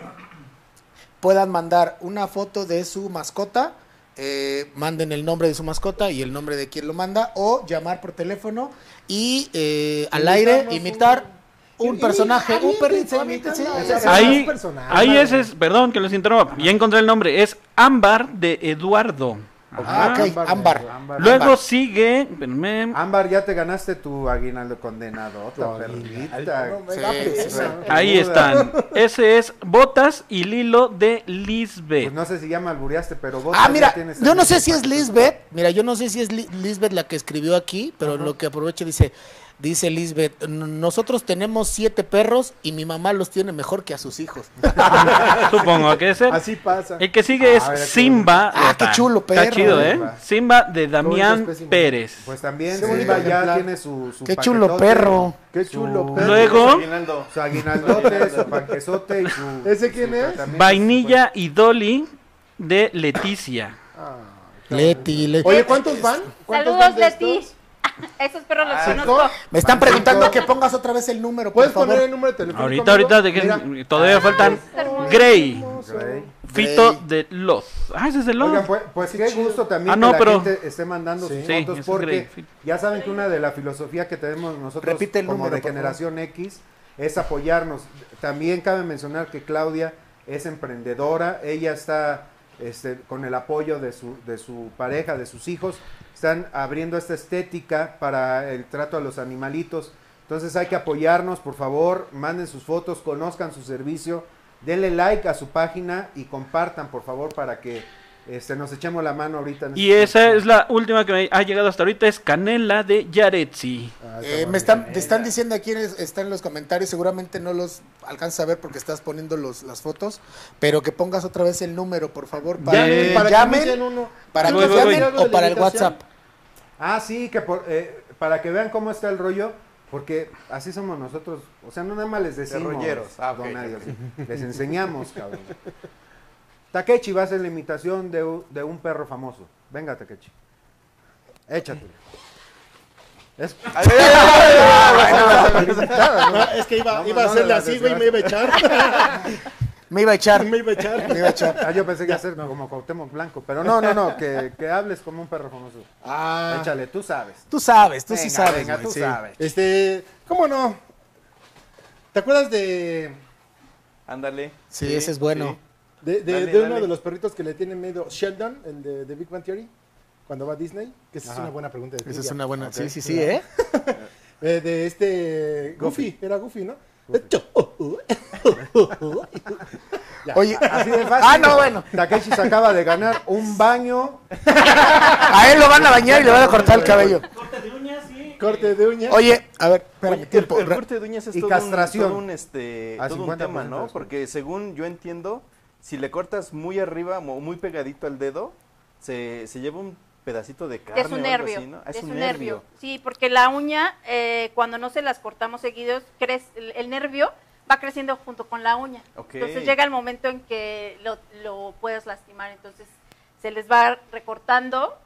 puedan mandar una foto de su mascota. eh, manden el nombre de su mascota y el nombre de quien lo manda o llamar por teléfono y eh, al aire
Imitarnos
imitar un,
Y-
personaje, un
aviéntense,
perrito.
aviéntense.
aviéntense.
Ese-
Ahí,
más personal.
ahí ese es, perdón que los interrumpa, ya encontré el nombre, es Ámbar de Eduardo.
Ah,
Ajá.
ok, ámbar.
Ámbar.
Luego
Ámbar.
sigue, espérenme,
Ámbar, ya te ganaste tu aguinaldo condenado. Otra perrita.
pues,
ahí están, ese es Botas y Lilo de Lisbeth.
Pues no sé si ya me albureaste, pero vos.
Ah,
ya
mira,
tienes
yo no
también
sé
tu
si es
paquete.
Lisbeth. Mira, yo no sé si es Li- Lisbeth la que escribió aquí, pero lo que aprovecho dice, dice Lisbeth, "N- nosotros tenemos siete perros y mi mamá los tiene mejor que a sus hijos.
Supongo que ese.
Así pasa.
El que sigue es
Ah, mira qué
Simba.
Ah, qué
Está-
chulo perro.
Está chido, ¿eh? Simba de Damián
espécimen.
Pérez.
Pues también,
Qué
Silva
bonito
ya
ejemplar.
tiene su. su
Qué chulo
paquetote,
perro.
Qué chulo, perro.
Luego,
Aguinaldo.
Su aguinaldote, su panquezote y su.
¿Ese quién
su
es?
tratamiento, pues.
Vainilla y Dolly de Leticia.
Leti, Leti.
Oye, ¿cuántos van? ¿Cuántos
Saludos,
de
Leti.
estos?
Esos perros
Ah,
los
Cinco.
conozco.
Me están
Van
preguntando
cinco.
que pongas otra vez el número, por
¿Puedes
favor.
poner el número de teléfono?
Ahorita, ahorita, dejen- todavía
Ah,
(laughs)
faltan Grey,
pues, güey.
Fito de Los. Ah, ese es de Los.
Oigan, pues, pues qué gusto también
Ah, no,
que la
pero-
gente esté mandando sus fotos
Sí, eso es
porque
great.
ya saben que una de la filosofía que tenemos nosotros
Repite el
como
número,
de
por favor.
generación X es apoyarnos. También cabe mencionar que Claudia es emprendedora, ella está este, con el apoyo de su, de su pareja, de sus hijos, están abriendo esta estética para el trato a los animalitos. Entonces hay que apoyarnos, por favor, manden sus fotos, conozcan su servicio, denle like a su página y compartan, por favor, para que este, nos echemos la mano ahorita. en
Y
este-
esa es la última que me ha llegado hasta ahorita, es Canela de Yaretsi.
Eh, me están, te están diciendo aquí, en es- están en los comentarios, seguramente no los alcanzas a ver porque estás poniendo los, las fotos, pero que pongas otra vez el número, por favor, para
Llamen,
que
para
que
llamen,
inviten uno.
para
Voy,
que
voy, voy.
llamen o para el WhatsApp.
Ah, sí, que por- eh, para que vean cómo está el rollo, porque así somos nosotros. O sea, no nada más les decimos.
rolleros, ah, ok,
don nadie,
ok.
sí. Les enseñamos, cabrón. Takechi va a ser la imitación de, u- de un perro famoso. Venga, Takechi. Échate.
(laughs)
Es-
es que iba,
No,
iba a
no, no,
hacerle
no,
así,
no,
güey,
no.
me iba a echar.
Me iba a echar,
me iba a echar.
me iba a echar.
Ah, yo pensé que iba a ser como Cuauhtémoc Blanco, pero no, no, no, que, que hables como un perro famoso.
Ah,
Échale, tú sabes.
Tú sabes, tú sí
Venga,
sabes.
venga,
güey,
tú
sí.
sabes.
este, ¿cómo no? ¿Te acuerdas de,
Ándale.
Sí, ese es bueno.
de, de-
Dale,
de uno
dale.
de los perritos que le tienen miedo? Sheldon, el de, de Big Bang Theory, cuando va a Disney. Que esa es una buena pregunta. de
Esa es
trivia.
una buena.
Ok.
Sí, sí, sí, ¿eh?
eh, de este Goofy, era Goofy, ¿no?
Ya.
Oye, (laughs)
así de fácil.
Ah, no, bueno.
Takeshi se acaba de ganar un baño.
A él lo van a bañar y le van a cortar el cabello.
Corte de uñas.
Oye, a ver, espérame,
(laughs) Oye,
tiempo.
El, el corte de uñas es
Y
todo,
castración.
Un, todo un, este,
A
todo un
50%
tema, ¿no?
después.
Porque según yo entiendo, si le cortas muy arriba o muy pegadito al dedo, se, se lleva un pedacito de carne
de su
o algo
nervio.
así, ¿no? Ah,
de su nervio. Sí, porque la uña, eh, cuando no se las cortamos seguidos, crece, el, el nervio va creciendo junto con la uña.
Ok.
Entonces llega el momento en que lo, lo puedes lastimar. Entonces se les va recortando.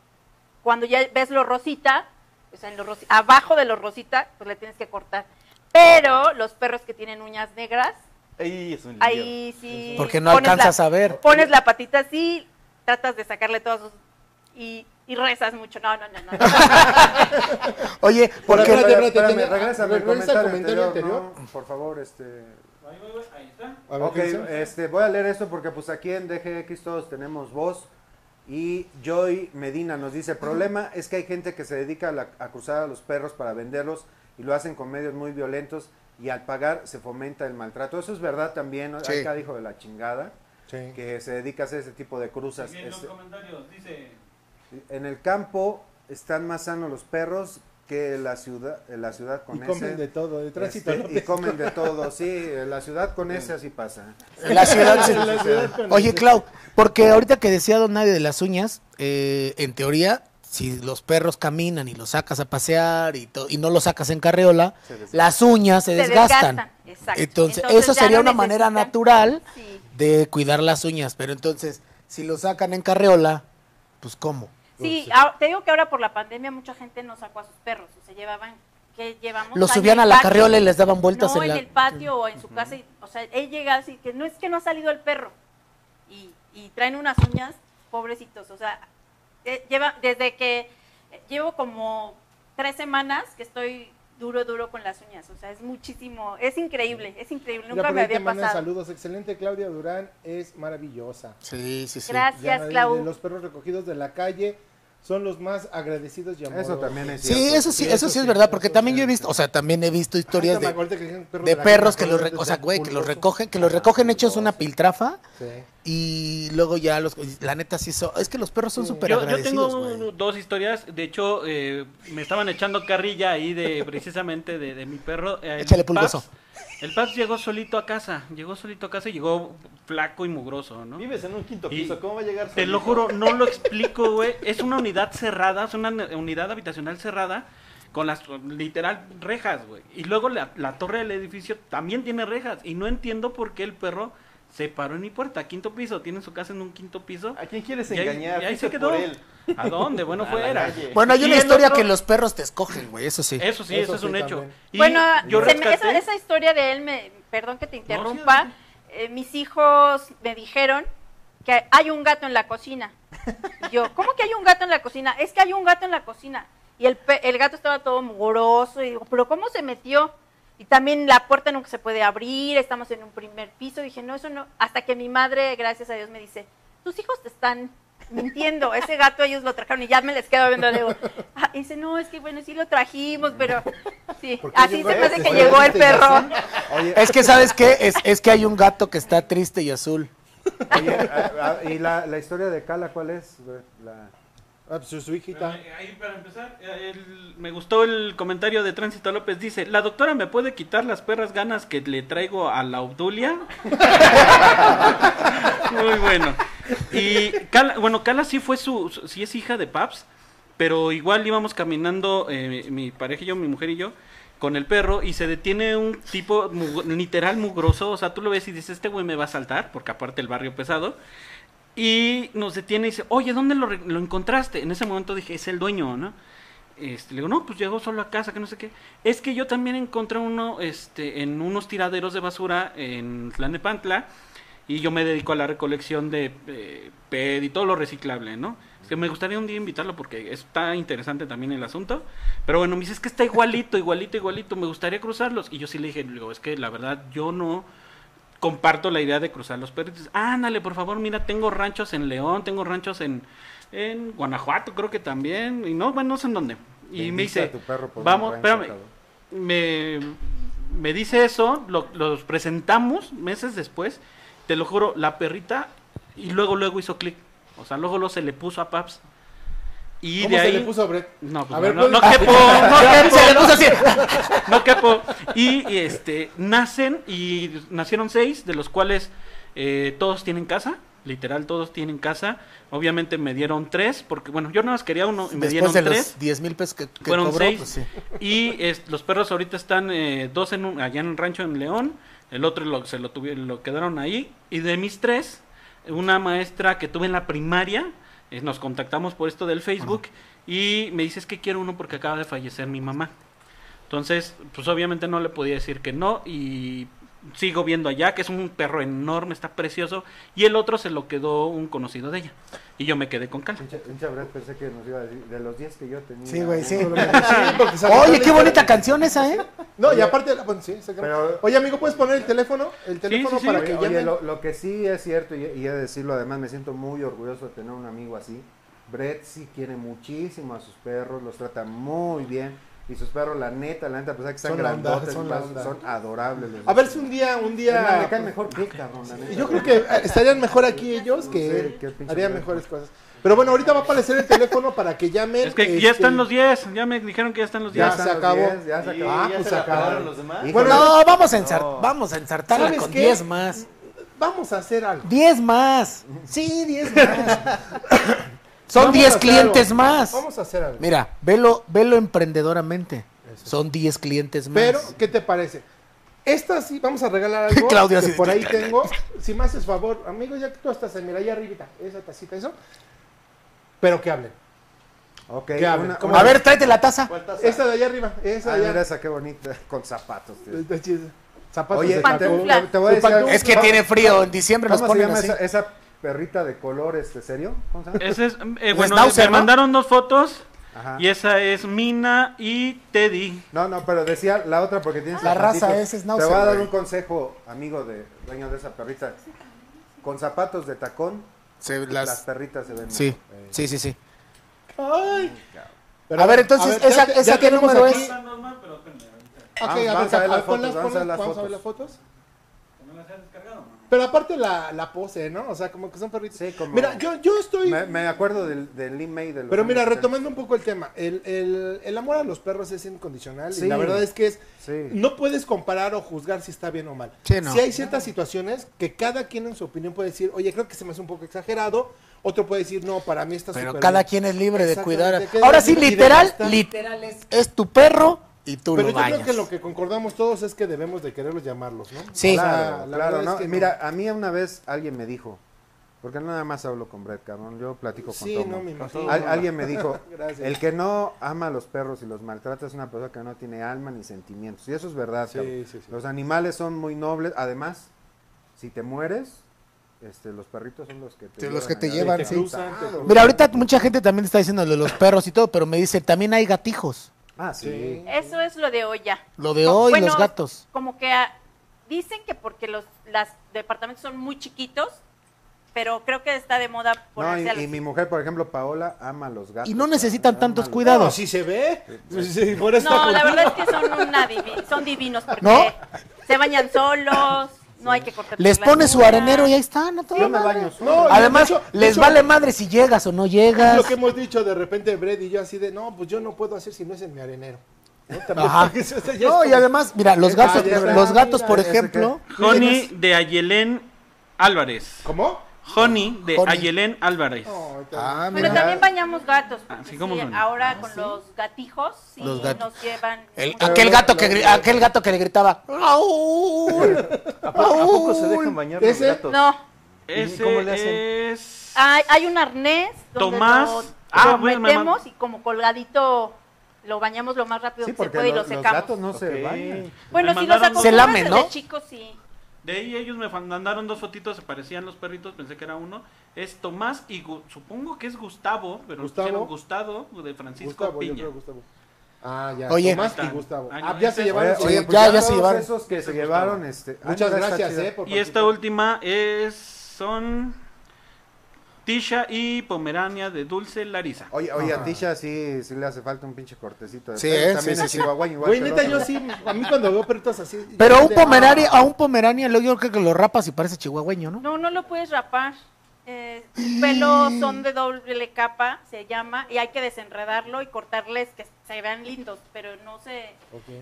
Cuando ya ves lo rosita, o sea, en lo rosi- abajo de lo rosita, pues le tienes que cortar. Pero los perros que tienen uñas negras,
Ahí es un lío.
ahí sí.
Porque no
pones la-
alcanzas a ver.
Pones la patita así, tratas de sacarle todas sus. Y, y rezas mucho. No, no, no, no.
(laughs) Oye,
Por
porque
atrás.
Espérame,
espérate,
espérame,
tenía-
regrésame al
regresa al
comentario,
comentario
anterior,
anterior.
¿no? por favor, este...
Ahí está.
A ver,
Ok,
¿qué dice?
este, voy a leer esto porque pues aquí en DGX todos tenemos voz. Y Joy Medina nos dice, problema es que hay gente que se dedica a, la- a cruzar a los perros para venderlos y lo hacen con medios muy violentos y al pagar se fomenta el maltrato. Eso es verdad también, ¿no?
Sí.
hay cada hijo de la chingada
Sí.
que se dedica a hacer ese tipo de cruzas.
Siguiendo
Este,
comentarios, dice...
en el campo están más sanos los perros que la ciudad, eh, la ciudad con
Y comen
ese-
de todo, de tránsito.
este,
¿no?
y comen de todo, sí, eh, la ciudad con ese
(laughs)
así pasa.
en la ciudad se-
La ciudad con-
Oye, Clau, porque ahorita que decía Don Nadie de las uñas, eh, en teoría, si los perros caminan y los sacas a pasear y, to- y no los sacas en carreola, las uñas se,
Se
desgastan.
desgastan, exacto.
Entonces,
Entonces,
eso
ya
sería
no
una manera
necesitan-
natural
Sí.
de cuidar las uñas, pero entonces, si los sacan en carreola, pues ¿cómo?
Sí, ah, te digo que ahora por la pandemia mucha gente no sacó a sus perros, o sea, llevaban, ¿qué llevamos?
Los
Ahí
subían
en
a
el
la
patio.
carriola y les daban vueltas
no,
en
en,
la-
el patio o en su casa, y- o sea, él llega así, que no es que no ha salido el perro, y, y traen unas uñas, pobrecitos, o sea, eh, lleva, desde que eh, llevo como tres semanas que estoy duro, duro con las uñas, o sea, es muchísimo, es increíble, es increíble,
Mira,
nunca
por
me
ahí te
había
mandan
pasado.
saludos. Excelente, Claudia Durán es maravillosa.
Sí, sí, sí.
Ya
Gracias,
nadie-
Clau.
de Los perros recogidos de la calle son los más agradecidos y amorosos.
Eso también es
Sí,
cierto.
eso sí, eso sí es verdad, porque también yo he visto, o sea, también he visto historias de, de perros que los, re- o sea, güey, que los recogen, que los recogen hechos una piltrafa y luego ya los, la neta sí son, es que los perros son súper
Yo, yo tengo
agradecidos, güey.
un- dos historias. De hecho, eh, me estaban echando carrilla ahí de (laughs) precisamente de, de mi perro. Eh, el
Échale pulgoso.
Paps- el Paps llegó solito a casa. Llegó solito a casa y llegó flaco y mugroso, ¿no?
Vives en un quinto
Y-
piso, ¿cómo va a llegar
Te lo
solito?
juro, no lo explico, güey. Es una unidad cerrada, es una ne- unidad habitacional cerrada con las literal rejas, güey. Y luego la, la torre del edificio también tiene rejas. Y no entiendo por qué el perro se paró en mi puerta. Quinto piso, tiene su casa en un quinto piso.
¿A quién quieres
Y ahí-
engañar?
y ahí se
Fuiste
quedó.
por él.
¿A dónde?
(laughs)
Bueno,
A la
fuera.
calle.
Bueno, hay
Y
una
el
historia
otro-
que los perros te escogen, güey, eso sí.
Eso sí,
Eso
eso, es
sí,
un hecho.
también.
Y
bueno,
yo
se me- esa-
rescaté.
esa, historia de él, me, perdón que te
sí,
interrumpa,
adelante.
eh, mis hijos me dijeron que hay un gato en la cocina. Y yo, ¿cómo que hay un gato en la cocina? Es que hay un gato en la cocina. Y el, pe- el gato estaba todo mugroso y digo, ¿pero cómo se metió? Y también la puerta nunca se puede abrir, estamos en un primer piso. Dije, no, eso no. Hasta que mi madre, gracias a Dios, me dice, tus hijos te están mintiendo. Ese gato ellos lo trajeron y ya me les quedo viendo. le Digo, ah, y dice, no, es que bueno, sí lo trajimos, pero sí.
¿Por qué
Así
llegó
se me hace
este?
que llegó el perro.
Oye,
Es que, ¿sabes qué? Es, es que hay un gato que está triste y azul.
oye, a- a- ¿y la, la historia de Cala cuál es? La-
Ah, pues, su, su hijita.
Eh, Ahí para empezar, eh, el- me gustó el comentario de Tránsito López. Dice, la doctora me puede quitar las perras ganas que le traigo a la Obdulia. (laughs) Muy bueno. Y Cala, bueno, Cala sí fue su, su- sí es hija de Paps, pero igual íbamos caminando eh, mi, mi pareja y yo, mi mujer y yo, con el perro y se detiene un tipo mug- literal mugroso, o sea, tú lo ves y dices, este güey me va a saltar, porque aparte el barrio pesado. Y nos detiene y dice, oye, ¿dónde lo, re- lo encontraste? En ese momento dije, es el dueño, ¿no? Este, le digo, no, pues llegó solo a casa, que no sé qué. Es que yo también encontré uno este, en unos tiraderos de basura en Tlanepantla y yo me dedico a la recolección de eh, PED y todo lo reciclable, ¿no? Es que me gustaría un día invitarlo porque está interesante también el asunto. Pero bueno, me dice, es que está igualito, igualito, igualito, me gustaría cruzarlos. Y yo sí le dije, le digo, es que la verdad yo no comparto la idea de cruzar los perros. Dice, Ándale, por favor, mira, tengo ranchos en León, tengo ranchos en, en Guanajuato, creo que también. Y no, bueno, no sé en dónde. Y me
Bendice
dice,
a tu perro por un
vamos,
rancho,
espérame.
cabrón.
me, me dice eso, lo- los presentamos meses después, te lo juro, la perrita, y luego, luego hizo clic. O sea, luego, luego se le puso a Paps. Y
¿Cómo
de
se
ahí,
le puso a Brett?
No, pues
A ver,
no, no, no
¿puedes- (laughs)
quepo,
(laughs)
no
Ya,
quepo,
se le
no-
puso así.
No quepo. Y, y, este, nacen, y nacieron seis, de los cuales eh, todos tienen casa. Literal, todos tienen casa. Obviamente me dieron tres, porque bueno, yo no más quería uno y me
Después de
dieron
los
tres.
10 mil pesos que, que
Fueron
cobró,
seis.
pues, sí.
Y es- los perros ahorita están eh, dos en un- allá en el rancho en León. El otro lo, se lo, tuvieron, lo quedaron ahí. Y de mis tres, una maestra que tuve en la primaria, eh, nos contactamos por esto del Facebook. Y me dice: Es que quiero uno porque acaba de fallecer mi mamá. Entonces, pues obviamente no le podía decir que no. Y sigo viendo allá, que es un perro enorme, está precioso. Y el otro se lo quedó un conocido de ella. Y yo me quedé con Cal.
Pinche- pinche Brad, pensé que nos iba a decir, de los 10 que yo tenía.
Sí, güey,
(laughs)
sí. (laughs)
uno-
porque sale
Oye,
todo
qué
el-
bonita canción esa, ¿eh?
No, y aparte, bueno, sí, se graba. Oye, amigo, ¿puedes poner el teléfono? El teléfono para que
Oye,
llamen.
lo, lo que sí es cierto, y, y he de decirlo además, me siento muy orgulloso de tener un amigo así. Brett sí quiere muchísimo a sus perros, los trata muy bien. Y sus perros, la neta, la neta, a pesar que están
Son la onda,
grandotes,
son
son,
la onda.
son adorables. los
A ver
dos.
si un día, un
Además, me
día. pues
caen mejor que el cabrón, la neta.
Yo creo que eh, estarían mejor aquí ellos
No
que
sé, qué pinche
harían
mierda.
mejores cosas. Pero bueno, ahorita va a aparecer el teléfono para que llamen.
Es que
este,
ya están los 10, ya me dijeron que ya están los
Ya
10.
se
están los
acabó.
10, ya se
Y
acabó.
ya se la acabaron los demás.
Híjole,
Bueno,
No, vamos a, ensar-
No.
vamos a ensartarla
¿Sabes
con
qué?
10 más.
Vamos a hacer algo.
10 más. Sí, 10 más. (laughs) Son
Vamos
10
a hacer
clientes
algo.
más.
Vamos a hacer algo.
Mira, velo, velo emprendedoramente. Son 10 clientes más.
Pero, ¿qué te parece? Esta sí, vamos a regalar
(laughs)
algo
Claudio
que
así de-
por ahí tengo. Si me haces favor, amigo, ya que tú estás ahí, mira, ahí arribita, esa tacita, eso. Pero que hablen.
Ok,
¿Qué hablan?
una-
¿Cómo
una-
a ver, tráete la taza.
Esa de allá arriba, esa
Ah,
de
mira
allá.
esa, qué bonita, con zapatos. tío.
Está chida. Zapatos
Oye,
de
te,
tacón.
Pantuflas.
te- te voy a
Su
decir algo.
pantuflas.
Es que tiene frío, en diciembre
¿Cómo
los
se
ponen
llama
así.
esa, esa perrita de color, este, serio? ¿Cómo se llama?
Ese es, eh,
Es
bueno,
Nauser,
me
¿no?
mandaron dos fotos
Ajá.
y esa es Mina y Teddy.
No, no, pero decía la otra porque tienes
Ah, La
zapatitos.
raza esa es náusea,
Te voy a dar
güey.
un consejo, amigo de dueño de esa perrita. Con zapatos de tacón,
Se-
las,
las-
perritas se ven.
Sí,
mejor. Eh,
sí, sí, sí.
Pero
a ver, entonces,
ya
¿esa-
te-
esa
ya
qué
tenemos
número
aquí-
es?
Ah, Ok,
Ah, Vamos-
a ver,
vamos a
saca-
ver las
ah, ponlas,
fotos, vamos a ver
ponlas,
las
vamos a ver las
fotos.
fotos. Pero aparte la, la pose, ¿no? O sea, como que son perritos.
Sí, como-
Mira, yo, yo estoy...
Me, me acuerdo del, del email de los
Pero mira,
años
retomando un poco el tema, el, el- el amor a los perros es incondicional y
Sí.
la verdad es que es,
70. Sí.
no puedes comparar o juzgar si está bien o mal.
Sí, no.
Si hay ciertas situaciones que cada quien en su opinión puede decir, oye, creo que se me hace un poco exagerado, otro puede decir, no, para mí está
Pero
súper
cada
bien".
quien es libre de
Exactamente,
cuidar.
cada
Ahora
quien
sí,
es libre de
literal,
gastar.
literal es, es tu perro y tú
Pero
lo
yo creo
bañas.
que lo que concordamos todos es que debemos de quererlos llamarlos, ¿no?
Sí.
O sea,
Claro,
la
claro,
verdad es
¿no?
que
Mira, a mí una vez alguien me dijo, porque nada más hablo con Brett, cabrón, yo platico con
Sí,
todo
no
mundo.
me imagino.
Al- alguien me dijo,
(laughs) Gracias.
el que no ama a los perros y los maltrata es una persona que no tiene alma ni sentimientos. Y eso es verdad.
Sí,
cabrón.
sí, sí.
Los animales son muy nobles. Además, si te mueres, este, los perritos son los que te
Sí, los que te
allá.
llevan,
Te
sí.
cruzan, te cruzan.
Mira, ahorita mucha gente también está diciendo lo de los perros y todo, pero me dice, también hay gatijos.
Ah, sí.
Sí.
Eso es lo de hoy ya.
Lo de
No,
hoy,
bueno,
los gatos.
Como que ah, dicen que porque los las departamentos son muy chiquitos, pero creo que está de moda
No,
ponerse
y,
algo
y mi mujer, por ejemplo, Paola, ama a los gatos.
Y no necesitan
cabrón, ama
tantos
a los-
cuidados.
No, sí se ve. Sí, por eso
No, la verdad es que son, una divi- son divinos porque
¿No?
se bañan solos, no hay que cortar
Les
por la
pone su
altura.
arenero y ahí están. a toda
Yo me
madre.
baño solo.
No, y
Además,
de hecho- de
les
hecho-
vale madre si llegas o no
Es
llegas.
lo que hemos dicho de repente Brett y yo así de, no, pues yo no puedo hacer si no es en mi arenero. ¿no? También-
Ajá.
porque (laughs) eso- o sea, ya es
No, y
como-
además, mira, los
Ah,
gatos,
ya está,
los gatos,
mira,
por
ese
ejemplo,
Honey de Ayelén Álvarez.
¿Cómo?
Honey de
Honey.
Ayelén Álvarez.
No, ahí está.
ah,
Pero
mira,
también bañamos gatos.
Ah,
porque
sí, ¿cómo
sí,
son?
ahora con los gatijos sí,
Los gatos.
nos llevan.
el-
mucho.
aquel gato que gri- aquel gato que le gritaba, "Raúl".
¿A poco, a poco se dejan bañar los
Ese-
gatos?
No,
Ese
¿Cómo le hacen?
es...
hay, hay un arnés donde
Tomás.
lo,
Ah,
lo
bueno, me
metemos y como colgadito lo bañamos lo más rápido
Sí,
que se
porque
puede
lo-
y lo
los
secamos.
gatos no se
Ok.
bañan.
Bueno,
Me
si los
mandaron-
Se
acostumbras
lamen,
desde
¿no?
chicos, sí.
De ahí ellos me mandaron dos fotitos, se parecían los perritos, pensé que era uno. Es Tomás y Gu- supongo que es Gustavo, pero
Gustavo.
pusieron Gustavo de Francisco
Gustavo, yo
Piña.
creo Gustavo. Ah, ya.
Oye.
Tomás y
Ahí está.
Gustavo.
Ah,
Ah,
no,
ya
ese
se
es-
llevaron.
Oye,
sí,
pues ya- ya
todos
se llevaron.
esos que se
Gustavo.
llevaron, este. ah,
Muchas eh,
no, está
gracias,
chida.
eh, por
Y esta
participar.
última es son Tisha y Pomerania de Dulce Larisa.
Oye, oye, a Tisha sí, sí le hace falta un pinche cortecito. de
Sí,
pelo.
¿eh? Sí,
También
sí,
es
sí.
chihuahueño igual
Güey,
que el
neta,
otro.
yo sí, a mí cuando veo perritos así.
Pero a un
de-
pomerania, a un pomerania, luego yo creo que lo rapas y parece chihuahueño, ¿no?
No, no lo puedes rapar. Eh, sus pelos son de doble capa, se llama, y hay que desenredarlo y cortarles que se vean lindos, pero no se...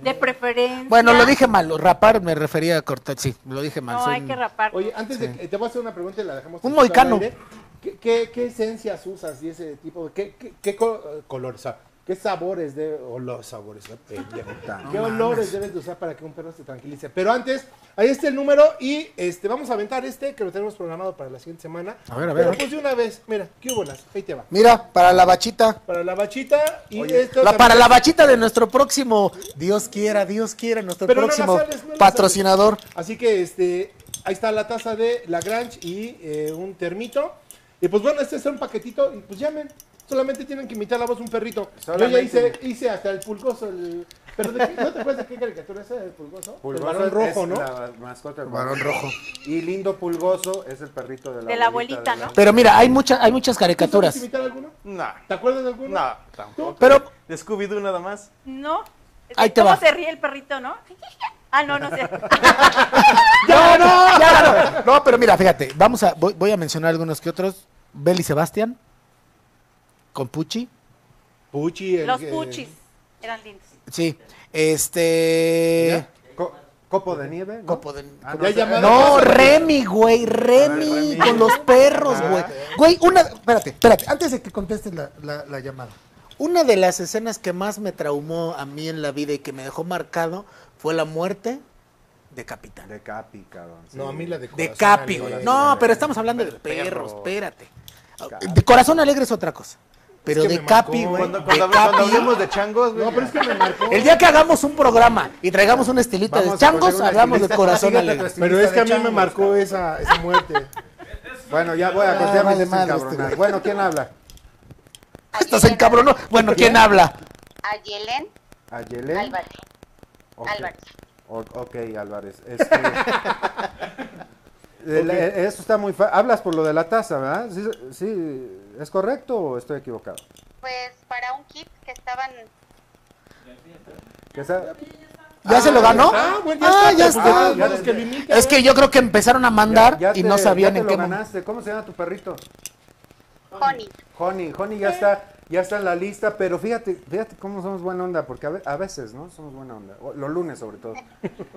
De preferencia...
Bueno, lo dije mal, rapar me refería a cortar, sí, lo dije mal.
No,
soy
hay
un-
que rapar.
Oye, antes de
Sí.
que te voy a hacer una pregunta y la dejamos.
Un
tantito al
moicano.
aire. ¿Qué, qué, qué esencias usas y ese tipo? de- ¿Qué, qué, qué co- color? o sea, ¿Qué sabores de olor, sabores? eh,
(laughs)
pendejo. ¿Qué olores debes de usar para que un perro se tranquilice? Pero antes, ahí está el número y este vamos a aventar este que lo tenemos programado para la siguiente semana.
A ver, a ver, a
Pero
ver.
pues de una vez, mira, qué bolas, ahí te va.
Mira, para la bachita.
Para la bachita y esto
La,
también-
para la bachita de nuestro próximo, Dios quiera, Dios quiera, nuestro
Pero no la
próximo
sales, no la
patrocinador.
Así que este, ahí está la taza de Lagrange y eh, un termito. Y pues bueno, este es un paquetito y pues llamen. Solamente tienen que imitar la voz de un perrito. Yo ya hice,
Solamente.
hice hasta el pulgoso. El... ¿Pero de qué? ¿No te acuerdas de qué caricatura es el pulgoso?
Pulgoso
el varón rojo,
es
¿no?
La mascota del
Varón rojo.
Y lindo pulgoso es el perrito de la,
De la abuelita,
de la-
¿no?
Pero mira, hay, muchas hay muchas
¿Tú sabes
caricaturas.
imitar alguno?
Nah,
¿Te acuerdas de alguno?
nah, tampoco.
Pero
De Scooby-Doo nada más.
No.
Ahí te
¿Cómo
va.
se ríe el perrito, no? (laughs) ah, no,
(laughs)
no sé.
No, no, ya, no. No, pero mira, fíjate, vamos a, voy, voy a mencionar algunos que otros. Beli Sebastián, con Pucci,
Puchi. el
Los
que-
puchis eran lindos.
sí. Este.
Co- copo de nieve. ¿no?
Copo de-
Ah,
Ya
ese-
llamado-
No,
Ah,
Remy, güey, Remy,
Remy.
con los perros, güey. Güey, una, espérate, espérate, antes de que contestes la, la- la llamada. Una de las escenas que más me traumó a mí en la vida y que me dejó marcado fue la muerte de Capitán.
De Capi, cabrón. sí.
No, a mí la
De
de corazón
Capi,
alegre.
güey.
Corazón
No,
alegre.
pero estamos hablando de
Pero
perros,
perro.
espérate.
Capi.
De corazón alegre es otra cosa. Pero
que
de
me
Capi,
marcó.
güey.
Cuando,
de
cuando,
Capi.
cuando hablemos de changos, güey.
No, pero es que me marcó.
El día que hagamos un programa y traigamos un estilita
Vamos
de
a
changos,
poner una
hablamos de
estilista.
corazón
Fíjate,
alegre.
pues,
Pero es que a mí me
Changos,
marcó
cabrón.
esa, esa muerte.
Bueno, ya voy a costear
vale
mis
madre este
encabronadas.
güey.
Bueno, ¿quién habla?
Estás en cabrón. ¿no? Bueno, ¿quién habla?
A Yelén
¿A Yelén?
Álvarez.
Ok.
Álvarez.
O- ok, Álvarez.
(laughs)
Este, el- e- Eso está muy fácil. Hablas por lo de la taza, ¿verdad? Sí, sí, ¿es correcto o estoy equivocado?
Pues para un kit que estaban.
Que sea-
¿Ya se lo ganó?
Ah, bueno,
Ah,
ya
ya
está.
está.
Pues, bueno, es que lo imita,
Es que yo creo que empezaron a mandar
ya- ya
y
te-
no sabían
ya te
en
lo
qué momento.
ganaste. ¿Cómo se llama tu perrito?
Honey.
Honey, Honey ya está, ya está en la lista, pero fíjate, fíjate cómo somos buena onda, porque a, ve- a veces, ¿no? Somos buena onda, o- los lunes sobre todo.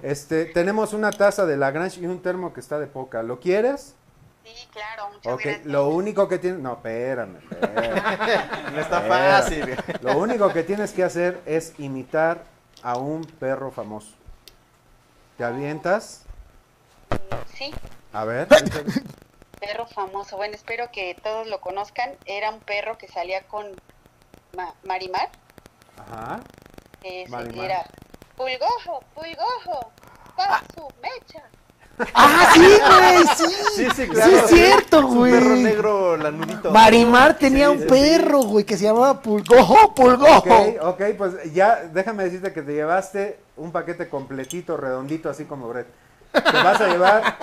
Este, tenemos una taza de Lagrange y un termo que está de poca. ¿Lo quieres?
Sí, claro, muchas
Ok,
gracias.
lo único que tienes, no, espérame, espérame.
No está
Espérame.
fácil. güey.
Lo único que tienes que hacer es imitar a un perro famoso. ¿Te avientas?
Sí,
(laughs)
A ver.
perro famoso. Bueno, espero que todos lo conozcan. Era un perro que salía con Ma- Marimar.
Ajá.
Que se-
Marimar.
era Pulgojo, Pulgojo, para su mecha.
Ah, sí, güey, sí.
Sí, sí,
Sí,
claro.
es cierto,
Es un perro
güey.
negro lanudito.
Marimar tenía un perro, güey, que se llamaba Pulgojo, Pulgojo.
Ok, ok, pues ya déjame decirte que te llevaste un paquete completito, redondito, así como Brett. Te vas a llevar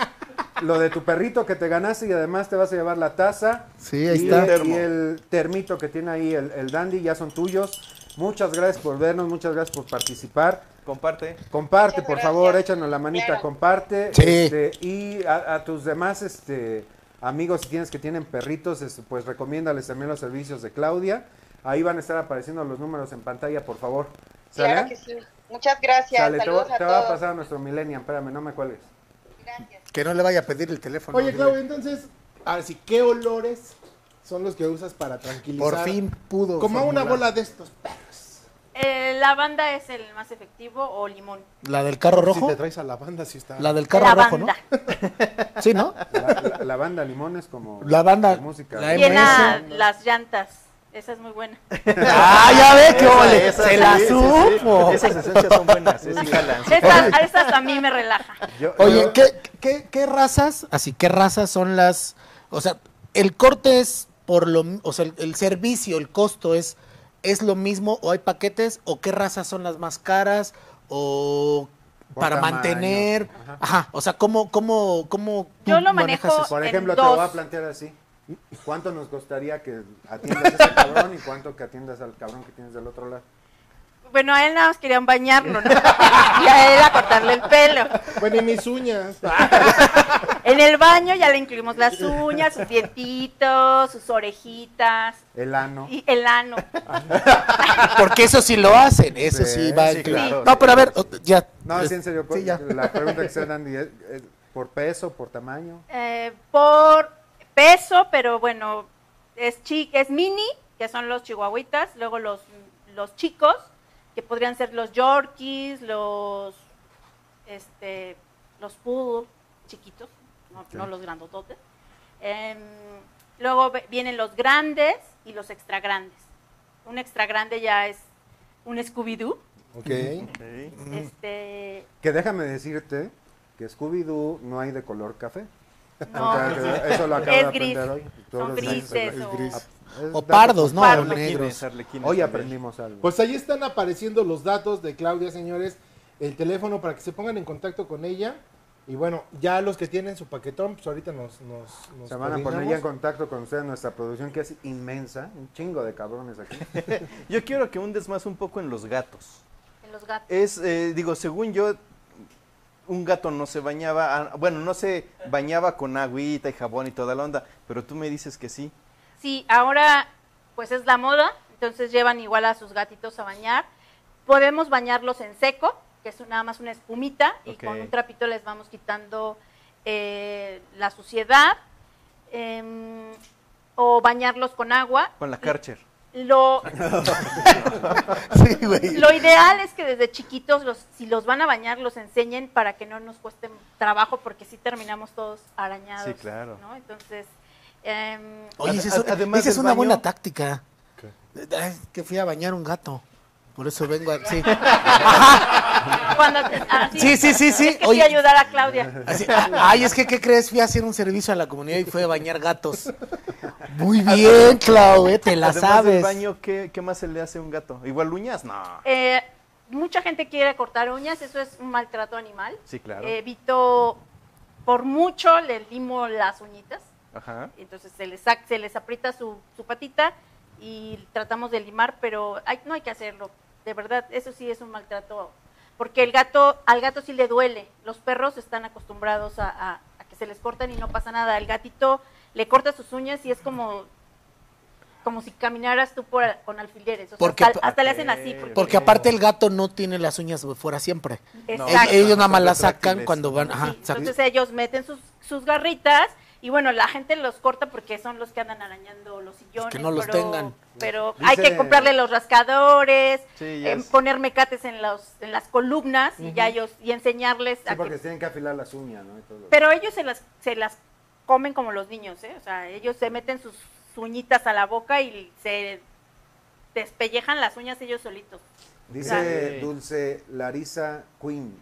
lo de tu perrito que te ganaste y además te vas a llevar la taza.
Sí, ahí
y,
está.
el- y el termito que tiene ahí el, el dandy, ya son tuyos. Muchas gracias por vernos, muchas gracias por participar.
Comparte.
Comparte,
Muchas
por
gracias.
favor, échanos la manita,
Claro.
comparte.
Sí.
este, y a, a tus demás este, amigos, si tienes que tienen perritos, este, pues recomiéndales también los servicios de Claudia. Ahí van a estar apareciendo los números en pantalla, por favor. ¿Sale?
Claro que sí. Muchas gracias.
Sale, te,
Saludos
va- te
a
va
todos.
a pasar a nuestro Millennium, espérame, no me cuelgues.
Gracias.
Que no le vaya a pedir el teléfono.
Oye, Claudio, entonces, así, ¿qué olores son los que usas para tranquilizar?
Por fin pudo.
Como una
formular.
bola de estos perros.
Eh, la banda es el más efectivo o limón.
La del carro rojo.
Si te traes a la banda, sí está.
La del carro
la
rojo,
banda.
¿no? Sí, ¿no?
La, la- la banda Limones como
La banda-
de música.
la M-
Llena
MS.
las llantas. Esa es muy
(laughs)
buena.
Ah, ya ve que
Esa,
ole.
esa,
Se
sí,
la
sí, sí,
supo.
sí. Esas esencias son buenas, eh, sí, sí jalan, sí.
Esas, esas a mí me relaja.
Yo-
Oye,
yo-
¿qué, qué, qué razas? Así, ¿qué razas son las? O sea, el corte es por lo, mi- o sea, el, el servicio, el costo es es lo mismo o hay paquetes o qué razas son las más caras o
Por
para
tamaño.
mantener,
Ajá.
ajá. o sea, cómo cómo cómo
Yo
tú
lo
manejas
manejo-
eso?
por
en
ejemplo, te lo
dos.
voy a plantear así. ¿Cuánto nos costaría que atiendas a ese cabrón y cuánto que atiendas al cabrón que tienes del otro lado?
Bueno, a él nada más querían bañarlo,
(laughs)
¿no? Y a él a cortarle el pelo.
Bueno, y mis uñas.
En el baño ya le incluimos las uñas, sus dientitos, sus orejitas
El ano.
y el ano.
Porque eso sí lo hacen, eso sí,
Sí,
va
sí,
incluido.
claro.
No, pero a ver, o- ya.
No,
es-
sí, en serio. por-
sí, ya.
(laughs) La pregunta que se hace, Andy es, es por peso, por tamaño.
Eh, por peso, pero bueno, es chi- es mini, que son los chihuahuitas, luego los, los chicos, que podrían ser los yorkies, los este los poodle chiquitos, no, no los grandototes. Em, luego ve- vienen los grandes y los extra grandes. Un extra grande ya es un Scooby-Doo.
Ok.
Este,
Que déjame decirte que Scooby-Doo no hay de color café.
No.
O sea, que eso lo acabo
Es
de
gris.
aprender hoy.
Son
Todos los
grises
años-
o- Es
Es
O
dato
pardos, ¿no?
cultural.
O negros.
Hoy aprendimos algo.
Pues ahí están apareciendo los datos de Claudia, señores. El teléfono para que se pongan en contacto con ella. Y bueno, ya los que tienen su paquetón, pues ahorita nos. nos, nos
Se van a poner
coordinamos.
ya en contacto con ustedes nuestra producción que es inmensa, un chingo de cabrones
(laughs)
aquí.
Yo quiero que hundes más un poco en los gatos.
en los gatos.
Es, eh, digo, según yo, un gato no se bañaba, ah, bueno, no se bañaba con agüita y jabón y toda la onda, pero tú me dices que sí.
Sí, ahora pues es la moda, entonces llevan igual a sus gatitos a bañar. Podemos bañarlos en seco, que es nada más una espumita, y
Ok.
con un trapito les vamos quitando eh, la suciedad, em, o bañarlos con agua.
Con la Karcher.
Lo,
(laughs) Sí, güey.
lo ideal es que desde chiquitos, los, si los van a bañar, los enseñen para que no nos cueste trabajo, porque si terminamos todos arañados.
Sí, claro.
¿no? Entonces, em,
Oye, esa es,
Ad- además
esa es
del
una
baño-
buena táctica. Ay, Es que fui a bañar un gato. Por eso vengo a. Sí.
Cuando te- ah,
Sí, sí, sí, sí.
Es que fui
Oye.
a ayudar a Claudia.
Así- "Ah, ay, es que, ¿qué crees? Fui a hacer un servicio a la comunidad y fui a bañar gatos. Muy bien, Clau, eh, te la
Además del
sabes.
baño, ¿qué, qué más se le hace a un gato? ¿Igual uñas? No.
Eh, mucha gente quiere cortar uñas, eso es un maltrato animal.
Sí, claro.
Eh, Vito, por mucho, le limo las uñitas.
Ajá.
Entonces se les, sac- se les aprieta su, su patita y tratamos de limar, pero hay- no hay que hacerlo. De verdad, eso sí es un maltrato. Porque el gato, al gato sí le duele. Los perros están acostumbrados a, a- a que se les cortan y no pasa nada. El gatito le corta sus uñas y es como, como si caminaras tú por, con alfileres. O sea,
Porque-
hasta, hasta le hacen así. Porque,
Porque aparte el gato no tiene las uñas fuera siempre.
Exacto.
Ellos nada más
son
las sacan
retráctiles.
cuando van. Ajá, exacto.
Entonces ellos meten sus, sus garritas y bueno, la gente los corta porque son los que andan arañando los sillones.
no los
pero,
tengan.
Pero
Dice-
hay que comprarle los rascadores,
Sí, ya
em,
es.
poner mecates en, los, en las columnas y ya ellos, y enseñarles
Sí,
a
porque
que,
tienen que afilar las uñas, ¿no? Y
(laughs)
todo.
Pero ellos se las, se las comen como los niños, ¿eh? O sea, ellos se meten sus uñitas a la boca y se despellejan las uñas ellos solitos.
Dice
Sí.
Dulce Larisa Queen.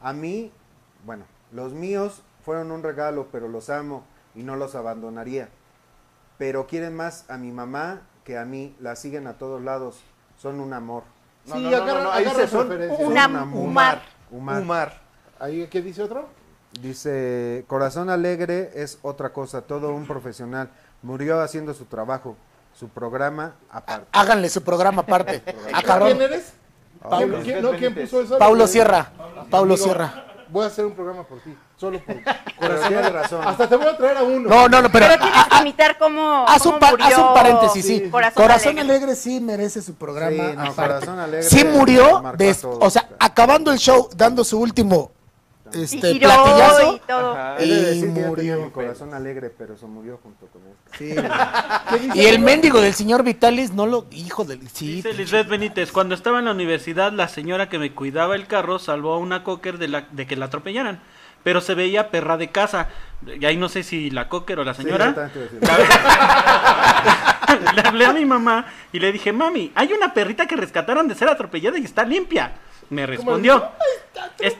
A mí, bueno, los míos fueron un regalo, pero los amo y no los abandonaría. Pero quieren más a mi mamá que a mí. La siguen a todos lados. Son un amor.
Sí, agarra-
ahí
agarra
se son
referencias.
Una-
Son amor.
humar.
Humar.
humar.
Ahí, ¿qué dice otro?
Dice, corazón alegre es otra cosa, todo un profesional. Murió haciendo su trabajo, su programa aparte.
Háganle su programa aparte. Ah,
¿Quién
cabrón.
eres?
Pablo.
Ah, ¿Quién, quién- no, ¿quién puso eso?
Paulo Sierra. Paulo
Amigo,
Sierra.
Voy a hacer un programa por ti, solo por
(laughs) Pero tienes razón.
Hasta te voy a traer a uno.
No, no, no, pero. ah,
Pero tienes que imitar cómo.
Haz un,
cómo
par- haz un
murió
paréntesis, sí.
Corazón, Alegre.
sí merece su programa.
Sí, no,
aparte.
corazón alegre.
Sí murió,
marcó a
des-
todos.
o sea, acabando el show, dando su último
Y
este,
giró
platillazo.
y todo.
He de
y
decir que yo
murió.
tenía mi corazón alegre, pero se murió junto con este. él.
Sí, güey. y el mendigo del señor Vitalis no lo. Hijo del. Sí, pues,
Dice Lisbeth Benítez, cuando estaba en la universidad, la señora que me cuidaba el carro salvó a una cocker de, la, de que la atropellaran. Pero se veía perra de casa. Y ahí no sé si la cocker o la
Sí,
señora.
yo también te iba a decir.
(laughs) le hablé a mi mamá y le dije, mami, hay una perrita que rescataron de ser atropellada y está limpia. Me respondió. "Es-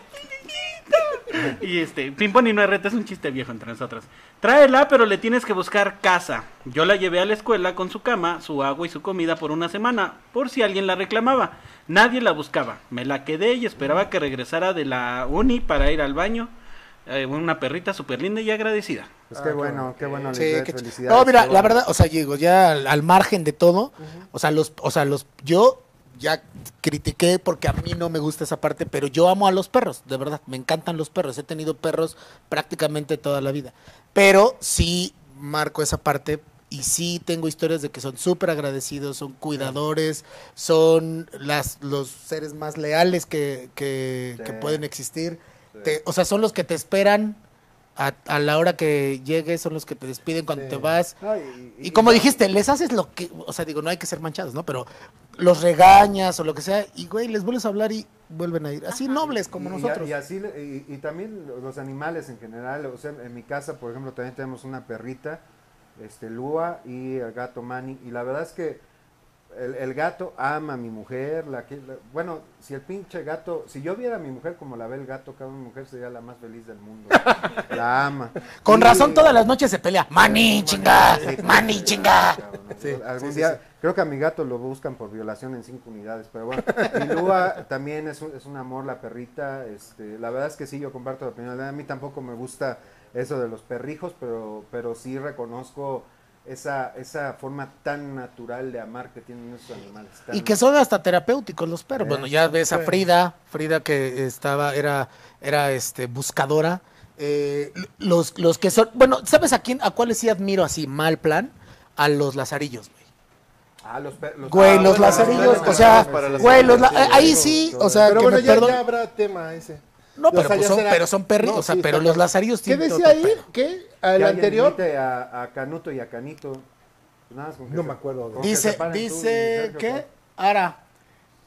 y este, Pimponi no RT es un chiste viejo entre nosotros. Tráela, pero le tienes que buscar casa. Yo la llevé a la escuela con su cama, su agua y su comida por una semana, por si alguien la reclamaba. Nadie la buscaba. Me la quedé y esperaba que regresara de la uni para ir al baño. Eh, una perrita súper linda y agradecida.
Pues qué bueno, qué bueno,
Ah, Sí,
Lisbeth,
qué ch-
felicidades.
No, mira,
qué
la
bueno.
verdad, o sea, digo, ya al, al margen de todo, o sea, los, o sea, los, yo ya critiqué porque a mí no me gusta esa parte, pero yo amo a los perros, de verdad, me encantan los perros, he tenido perros prácticamente toda la vida, pero sí marco esa parte y sí tengo historias de que son súper agradecidos, son cuidadores, son las, los seres más leales que, que, que pueden existir, Te- o sea, son los que te esperan. A, a la hora que llegues son los que te despiden cuando te vas.
No, y-
Y como dijiste, les haces lo que, o sea, digo, no hay que ser manchados, ¿no? Pero los regañas o lo que sea, y güey, les vuelves a hablar y vuelven a ir. Así nobles como
Y- y-
nosotros.
Y, así, le- y, y también lo- los animales en general, o sea, en mi casa, por ejemplo, también tenemos una perrita, este, Lua, y el gato Manny, y la verdad es que el, el gato ama a mi mujer, la, que- la- bueno, si el pinche gato, si yo viera a mi mujer como la ve el gato, cada mujer sería la más feliz
(laughs)
del mundo, la ama.
Con
Y-
razón todas las noches se pelea. Mani, chinga, mani, chinga.
Sí, algún
sí,
día,
sí.
creo que a mi gato lo buscan por violación en cinco unidades,
(laughs)
pero bueno. Y Lua también es un, es un amor, la perrita. Este, la verdad es que sí, yo comparto la opinión. A mí tampoco me gusta eso de los perrijos, pero, pero sí reconozco esa, esa forma tan natural de amar que tienen esos animales. tan-
Y que son hasta terapéuticos los perros.
Eh,
Bueno, ya ves a
sí.
Frida, Frida que estaba, era, era este, buscadora. Eh, l- los, los que son, bueno, ¿sabes a quién, a cuáles sí admiro así, mal plan? A los lazarillos, güey.
Ah, los, per- los-
Güey,
ah,
los
bueno,
lazarillos,
bueno,
o sea,
para los
güey, los la- eh,
animales,
ahí sí, o sea,
Pero
que
bueno,
me
ya,
perdone-
ya habrá tema ese.
No, pero,
O sea,
pues
ya
son,
será-
pero son perritos,
No,
o sea,
sí,
pero
está
los
claro.
lazarillos
¿Qué
tienen
decía
otro
ahí?
pedo.
¿Qué?
Que
¿Al
alguien
anterior?
invite A, a Canuto y a Canito. Nada más con que
No
se-
me acuerdo de
con que se
Dice,
paren tú y
dice,
Sergio,
¿qué? Ara.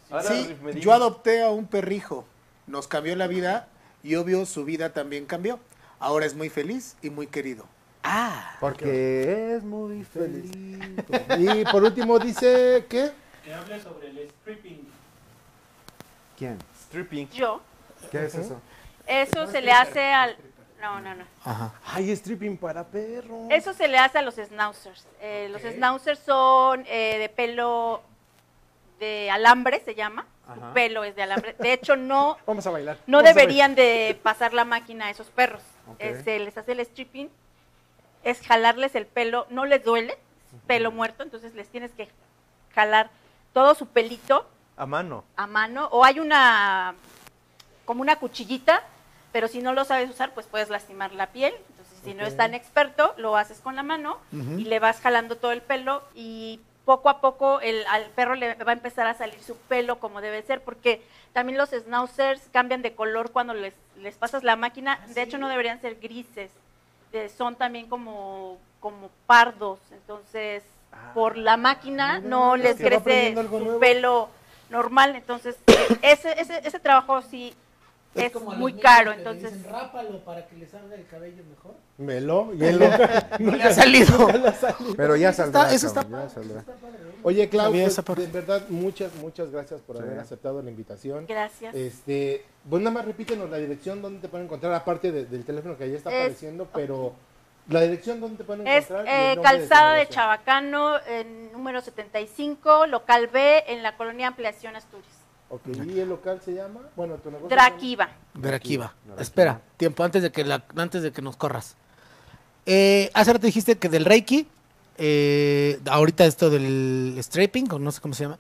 Ara
Sí,
Medina.
yo adopté a un perrijo. Nos cambió la vida y obvio su vida también cambió. Ahora es muy feliz y muy querido. Ah.
Porque es muy feliz.
Y por último dice, ¿qué?
Que hable sobre el stripping.
¿Quién?
Stripping.
Yo.
¿Qué es eso?
Eso se le hace al... No, no, no.
Ay, stripping para perros.
Eso se le hace a los schnauzers. Eh, Los schnauzers son eh, de pelo de alambre, se llama.
Ajá.
Su pelo es de alambre. De hecho, no,
(laughs) Vamos a bailar.
no
Vamos a
deberían de pasar la máquina a esos perros.
Ok.
Eh, se les hace el stripping, es jalarles el pelo, no les duele, es pelo muerto, entonces les tienes que jalar todo su pelito
A mano.
a mano. O hay una, como una cuchillita, pero si no lo sabes usar, pues puedes lastimar la piel. Entonces, si no
Ok.
es tan experto, lo haces con la mano
Ujú.
y le vas jalando todo el pelo y poco a poco el, al perro le va a empezar a salir su pelo como debe ser, porque también los schnauzers cambian de color cuando les, les pasas la máquina.
Ah,
de hecho, no deberían ser grises, de- son también como, como pardos. Entonces, por la máquina
Ah, mira,
no
es
les
que va
crece
aprendiendo algo
su
nuevo.
pelo normal. Entonces, (clears throat) eh, ese, ese, ese trabajo sí es, muy caro. Entonces,
rápalo para que le salga el cabello mejor.
Melo, hielo.
No le ha salido.
(laughs) (laughs) Nunca le ha salido.
Pero ya saldrá.
eso está
cabrón, ya saldrá.
(laughs) Oye,
Había
Claudio,
esa parte.
de verdad, muchas, muchas gracias por haber
Sí.
aceptado la invitación.
Gracias.
Este, pues nada más repítenos la dirección donde te pueden encontrar, aparte de- del teléfono que ahí está
Es-
apareciendo, pero la dirección donde te pueden
es
encontrar. y el
eh,
nombre de tu
calzada de
negocio.
Chabacano, en número 75, local B, en la colonia Ampliación Asturias.
Ok, y el local se llama, bueno, tu negocio. se llama-
Drakiva.
Drakiva. Espera, tiempo, antes de que la, antes de que nos corras. Eh, hace rato dijiste que del Reiki, eh, ahorita esto del stripping, o no sé cómo se llama.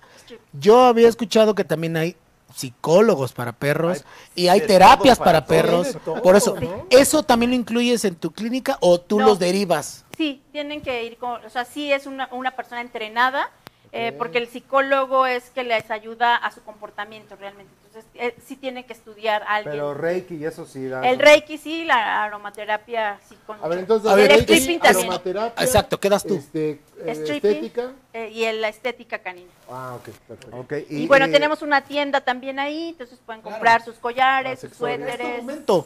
Yo había escuchado que también hay psicólogos para perros y hay
de
terapias
todo
para,
para todo.
perros.
Hay de todo,
Por eso,
¿no?
¿eso también lo incluyes en tu clínica o tú
No.
los derivas?
Sí, tienen que ir con, o sea, sí es una, una persona entrenada, eh, porque el psicólogo es que les ayuda a su comportamiento realmente. Entonces, eh, sí tienen que estudiar a alguien.
Pero Reiki, y eso sí da.
el Reiki sí, la aromaterapia sí. Con
A ver, entonces,
A ver,
el
Reiki,
stripping también.
aromaterapia,
Exacto, quedas tú.
Este, eh,
Stripping,
estética.
eh, y el- la estética canina.
Ah, ok, perfecto.
Y, eh, bueno, tenemos una tienda también ahí, entonces pueden comprar sus collares, sus
accesorios.
suéteres.
Momento.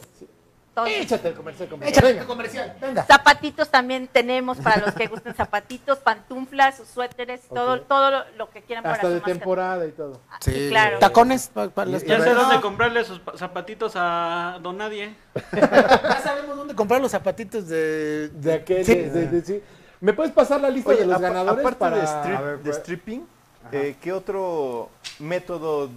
todo.
Échate el comercial, comercial.
Échate
Venga.
el comercial. Venga.
Zapatitos también tenemos para los que
(laughs)
gusten zapatitos, pantuflas, sus suéteres, todo,
Ok.
todo lo, lo que quieran
Hasta
para
de
su mascota. Ah.
temporada y todo.
Sí, claro.
Tacones pa- para las
Ya sé
perras.
dónde comprarle sus pa- zapatitos a don nadie.
Ya sabemos dónde comprar los zapatitos de,
De aquel,
Sí.
de- de- de- sí. ¿Me puedes pasar la lista
Oye,
de los
apa-
ganadores
aparte
para
de, strip-
A ver,
de
pues-
stripping, eh, ¿qué otro método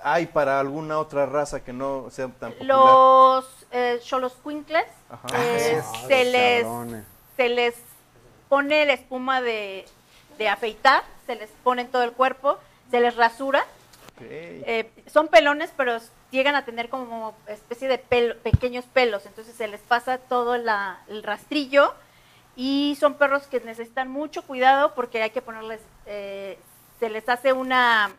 hay para alguna otra raza que no sea tan popular?
Los eh, xoloscuincles,
Ajá.
eh,
Ah,
se,
los
les,
cabrones.
se les pone la espuma de, de afeitar, se les pone en todo el cuerpo, se les rasura. Eh, son pelones, pero llegan a tener como especie de pelo, pequeños pelos, entonces se les pasa todo la- el rastrillo y son perros que necesitan mucho cuidado porque hay que ponerles, eh, se les hace una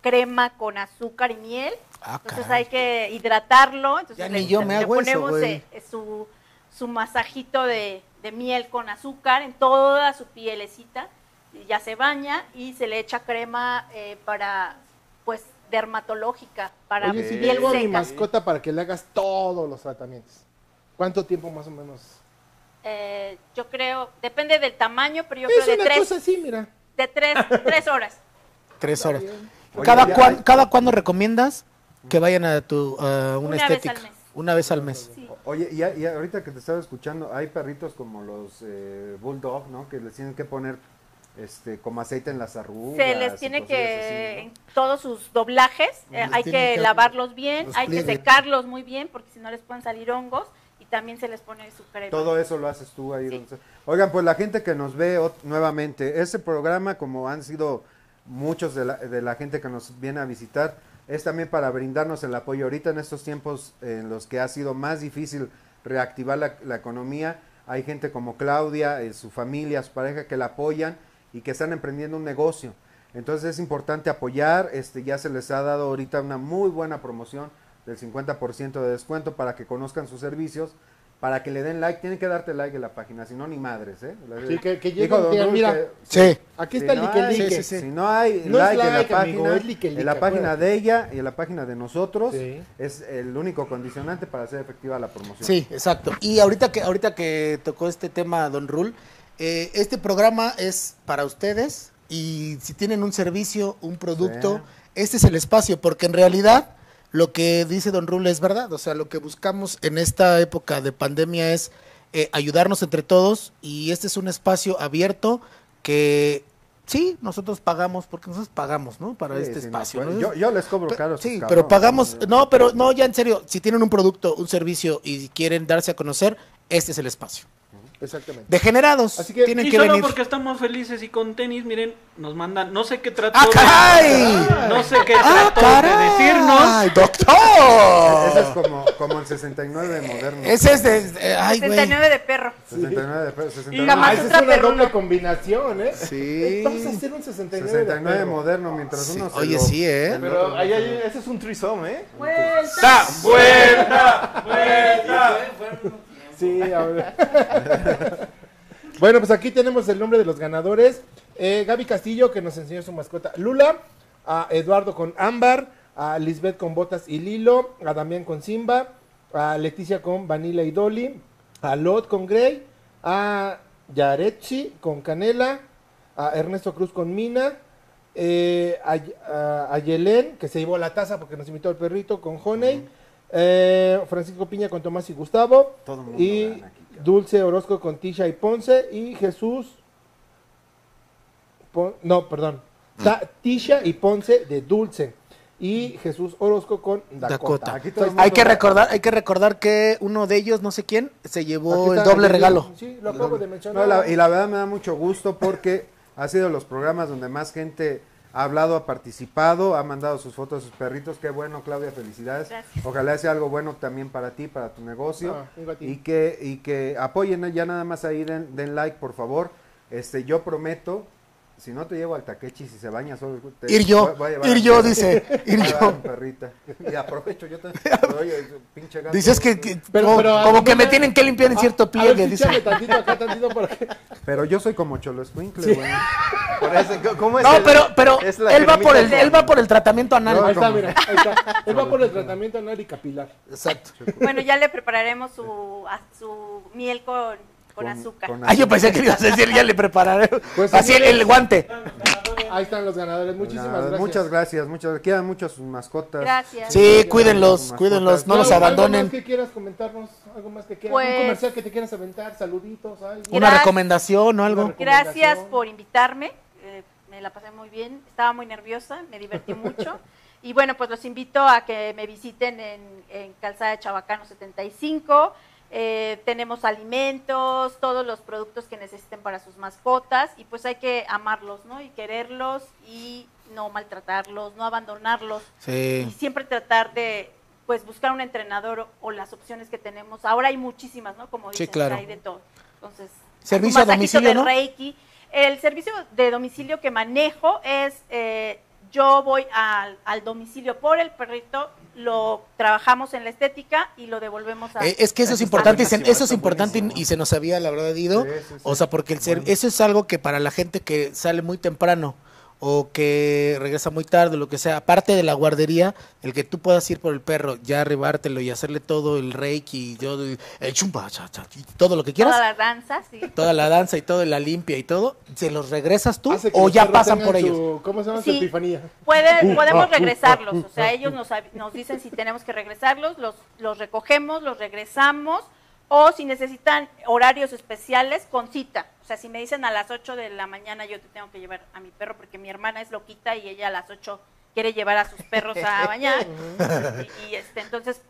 crema con azúcar y miel,
ah,
entonces hay que hidratarlo, entonces
Ya ni yo me hago eso,
ponemos
güey.
eh, su, su masajito de, de miel con azúcar en toda su pielecita, y ya se baña y se le echa crema eh, para, pues, dermatológica, para
Oye, si yo
piel
llevo a mi
seca.
mascota para que le hagas todos los tratamientos, ¿cuánto tiempo más o menos?
Eh, yo creo, depende del tamaño, pero yo
Es
creo de
una
tres,
cosa así, mira.
de tres, tres horas.
Tres horas.
Oye,
¿Cada,
ya
cuan-
hay-
cada cuándo recomiendas que vayan a tu a una,
Una vez
estética?
al mes.
Una vez al mes.
Oye, y, a- y ahorita que te estaba escuchando, hay perritos como los eh, bulldog, ¿no? Que les tienen que poner este como aceite en las arrugas.
Se les
y
tiene
cosillas
que, en todos sus doblajes, eh,
Les
hay
tienen
que
que-
lavarlos bien,
los
hay que
pliegues.
secarlos muy bien, porque si no les pueden salir hongos, y también se les pone su crema.
Todo eso lo haces tú ahí. donde sea. Oigan, pues la gente que nos ve ot- nuevamente, ese programa, como han sido muchos de la, de la gente que nos viene a visitar, es también para brindarnos el apoyo. Ahorita en estos tiempos en los que ha sido más difícil reactivar la, la economía, hay gente como Claudia, eh, su familia, su pareja que la apoyan y que están emprendiendo un negocio. Entonces es importante apoyar, este ya se les ha dado ahorita una muy buena promoción del 50% de descuento para que conozcan sus servicios, para que le den like, tienen que darte like a la página, si no ni madres, ¿eh?
Sí, que- que
Dijo
lleguen,
Don
que,
Dulce,
mira,
Sí.
aquí
si
está el
no
like,
hay-
like.
Si no hay
No es
like, en la
like,
página,
amigo, es like, like,
en la página
acuérdate.
de ella y en la página de nosotros,
Sí.
es el único condicionante para hacer efectiva la promoción.
Sí, exacto. Y ahorita que ahorita que tocó este tema, Don Rul, eh, este programa es para ustedes y si tienen un servicio, un producto,
Sí.
este es el espacio, porque en realidad lo que dice Don Rul es verdad. O sea, lo que buscamos en esta época de pandemia es eh, ayudarnos entre todos y este es un espacio abierto que sí, nosotros pagamos, porque nosotros pagamos, ¿no? Para
Sí,
este
sí, no,
espacio.
pues,
¿no?
Yo, yo les cobro caro. a sus
Sí,
cabrones,
pero pagamos,
¿no?
no, pero no, ya en serio, si tienen un producto, un servicio y quieren darse a conocer, este es el espacio.
Exactamente.
Degenerados, tienen
y
que
solo
venir.
porque estamos felices y con tenis, miren, nos mandan, no sé qué trató de-
¡Ah, caray! ¡Ah,
no sé qué trató de decirnos.
¡Ay, doctor!
Ese es como, como el 69 moderno.
Ese es de- eh, ay, güey.
69 de perro.
69 de pesos,
Y
69.
esa es una doble combinación, ¿eh?
Sí.
Vamos a hacer un 69.
69
de perro.
moderno mientras uno se
Oye,
lo-
sí, ¿eh?
el
Pero
otro-
ahí, ahí- ese es un trisome, ¿eh?
¡Ah!
¡Vuelta! ¡Vuelta!
Sí, a ver. bueno, pues aquí tenemos el nombre de los ganadores. Eh, Gaby Castillo, que nos enseñó su mascota Lula, a Eduardo con Ámbar, a Lisbeth con Botas y Lilo, a Damián con Simba, a Leticia con Vanilla y Dolly, a Lot con Grey, a Yaretsi con Canela, a Ernesto Cruz con Mina, eh, a, a- a Yelén, que se llevó la taza porque nos invitó el perrito, con Honey, eh, Francisco Piña con Tomás y Gustavo,
Todo mundo
y Dulce Orozco con Tisha y Ponce, y Jesús, Pon- no, perdón, Ta- Tisha y Ponce de Dulce, y Jesús Orozco con Dakota.
Dakota.
Aquí todo el
Hay
mundo-
que recordar, hay que recordar que uno de ellos, no sé quién, se
Aquí
llevó el
está,
doble
aquí-
regalo.
Sí, lo acabo de mencionar. Ah,
No, la- y la verdad me da mucho gusto porque ha sido los programas donde más gente ha hablado, ha participado, ha mandado sus fotos de sus perritos. Qué bueno, Claudia, felicidades.
Gracias.
Ojalá sea algo bueno también para ti, para tu negocio.
Ah, un gatito.
y, que, y que apoyen, ya nada más ahí den, den like, por favor. Este, yo prometo, si no te llevo al taquechi, si se baña solo. te-
Ir yo,
llevar
ir
a-
yo, dice, ir
voy a llevar a
yo.
mi perrita. Y aprovecho, yo
(laughs)
también. Oye, pinche gato.
Dices que, que-
Pero-
como,
pero-
como que me tienen que limpiar en cierto
Ah, A ver,
pliegue, dice.
fíjame tantito acá, tantito para que-
Pero yo soy como Cholo Escuincle,
(laughs)
güey.
Por eso, ¿Cómo Pues es
No,
el-
pero, pero
es la
él va por el,
cremita?
él va por el tratamiento anal.
Ahí está,
como-
mira, ahí está. Él va por el tratamiento anal y capilar.
Exacto.
Bueno, ya le prepararemos su, a- su miel con, con azúcar.
con
Ah, yo pensé que le ibas a decir, ya le prepararé.
Pues,
Así el, el guante.
Ahí están los ganadores. Muchísimas
Nada,
gracias.
Muchas gracias, muchas gracias. Quedan muchas sus mascotas.
Gracias.
Sí, cuídenlos, cuídenlos, no los
Claro, ¿Algo
abandonen.
más que quieras comentarnos? ¿Algo más que quieras?
Pues-
¿Un comercial que te quieras aventar? ¿Saluditos? algo.
Una recomendación o algo.
Gracias
recomendación.
por invitarme. eh, me la pasé muy bien. Estaba muy nerviosa, me divertí mucho. Y bueno, pues los invito a que me visiten en, en Calzada de Chabacano 75. Eh, tenemos alimentos, todos los productos que necesiten para sus mascotas y pues hay que amarlos, ¿no? Y quererlos y no maltratarlos, no abandonarlos y
Sí.
siempre tratar de pues buscar un entrenador o, o las opciones que tenemos. Ahora hay muchísimas, ¿no? Como
Sí,
dicen,
claro.
hay de todo. Entonces,
Servicio
un
a
masajito
domicilio,
de
¿no?
Reiki. El servicio de domicilio que manejo es eh, yo voy al, al domicilio por el perrito, lo trabajamos en la estética y lo devolvemos a
Eh, es que eso es
a-
importante, y se-
buenísimo,
eso es
está
importante y- y se nos había la verdad ido. O sea, porque el ser, eso es algo que para la gente que sale muy temprano o que regresa muy tarde, lo que sea, aparte de la guardería, el que tú puedas ir por el perro, ya arribártelo y hacerle todo el reiki, yo, el chumba, cha, cha, y todo lo que quieras,
Toda la danza, sí.
toda la danza y todo, la limpia y todo, se los regresas tú
Hace que
o
los
ya
perros
pasan
tengan
por
su-
ellos.
¿Cómo se llama su
Sí.
epifanía?
Puede-
Uh, ah,
podemos
uh,
regresarlos,
ah,
o sea, ellos nos, av- nos dicen si tenemos que regresarlos, los, los recogemos, los regresamos, o si necesitan horarios especiales, con cita. O sea, si me dicen a las 8 de la mañana yo te tengo que llevar a mi perro porque mi hermana es loquita y ella a las 8 quiere llevar a sus perros a bañar. y, y, este, entonces,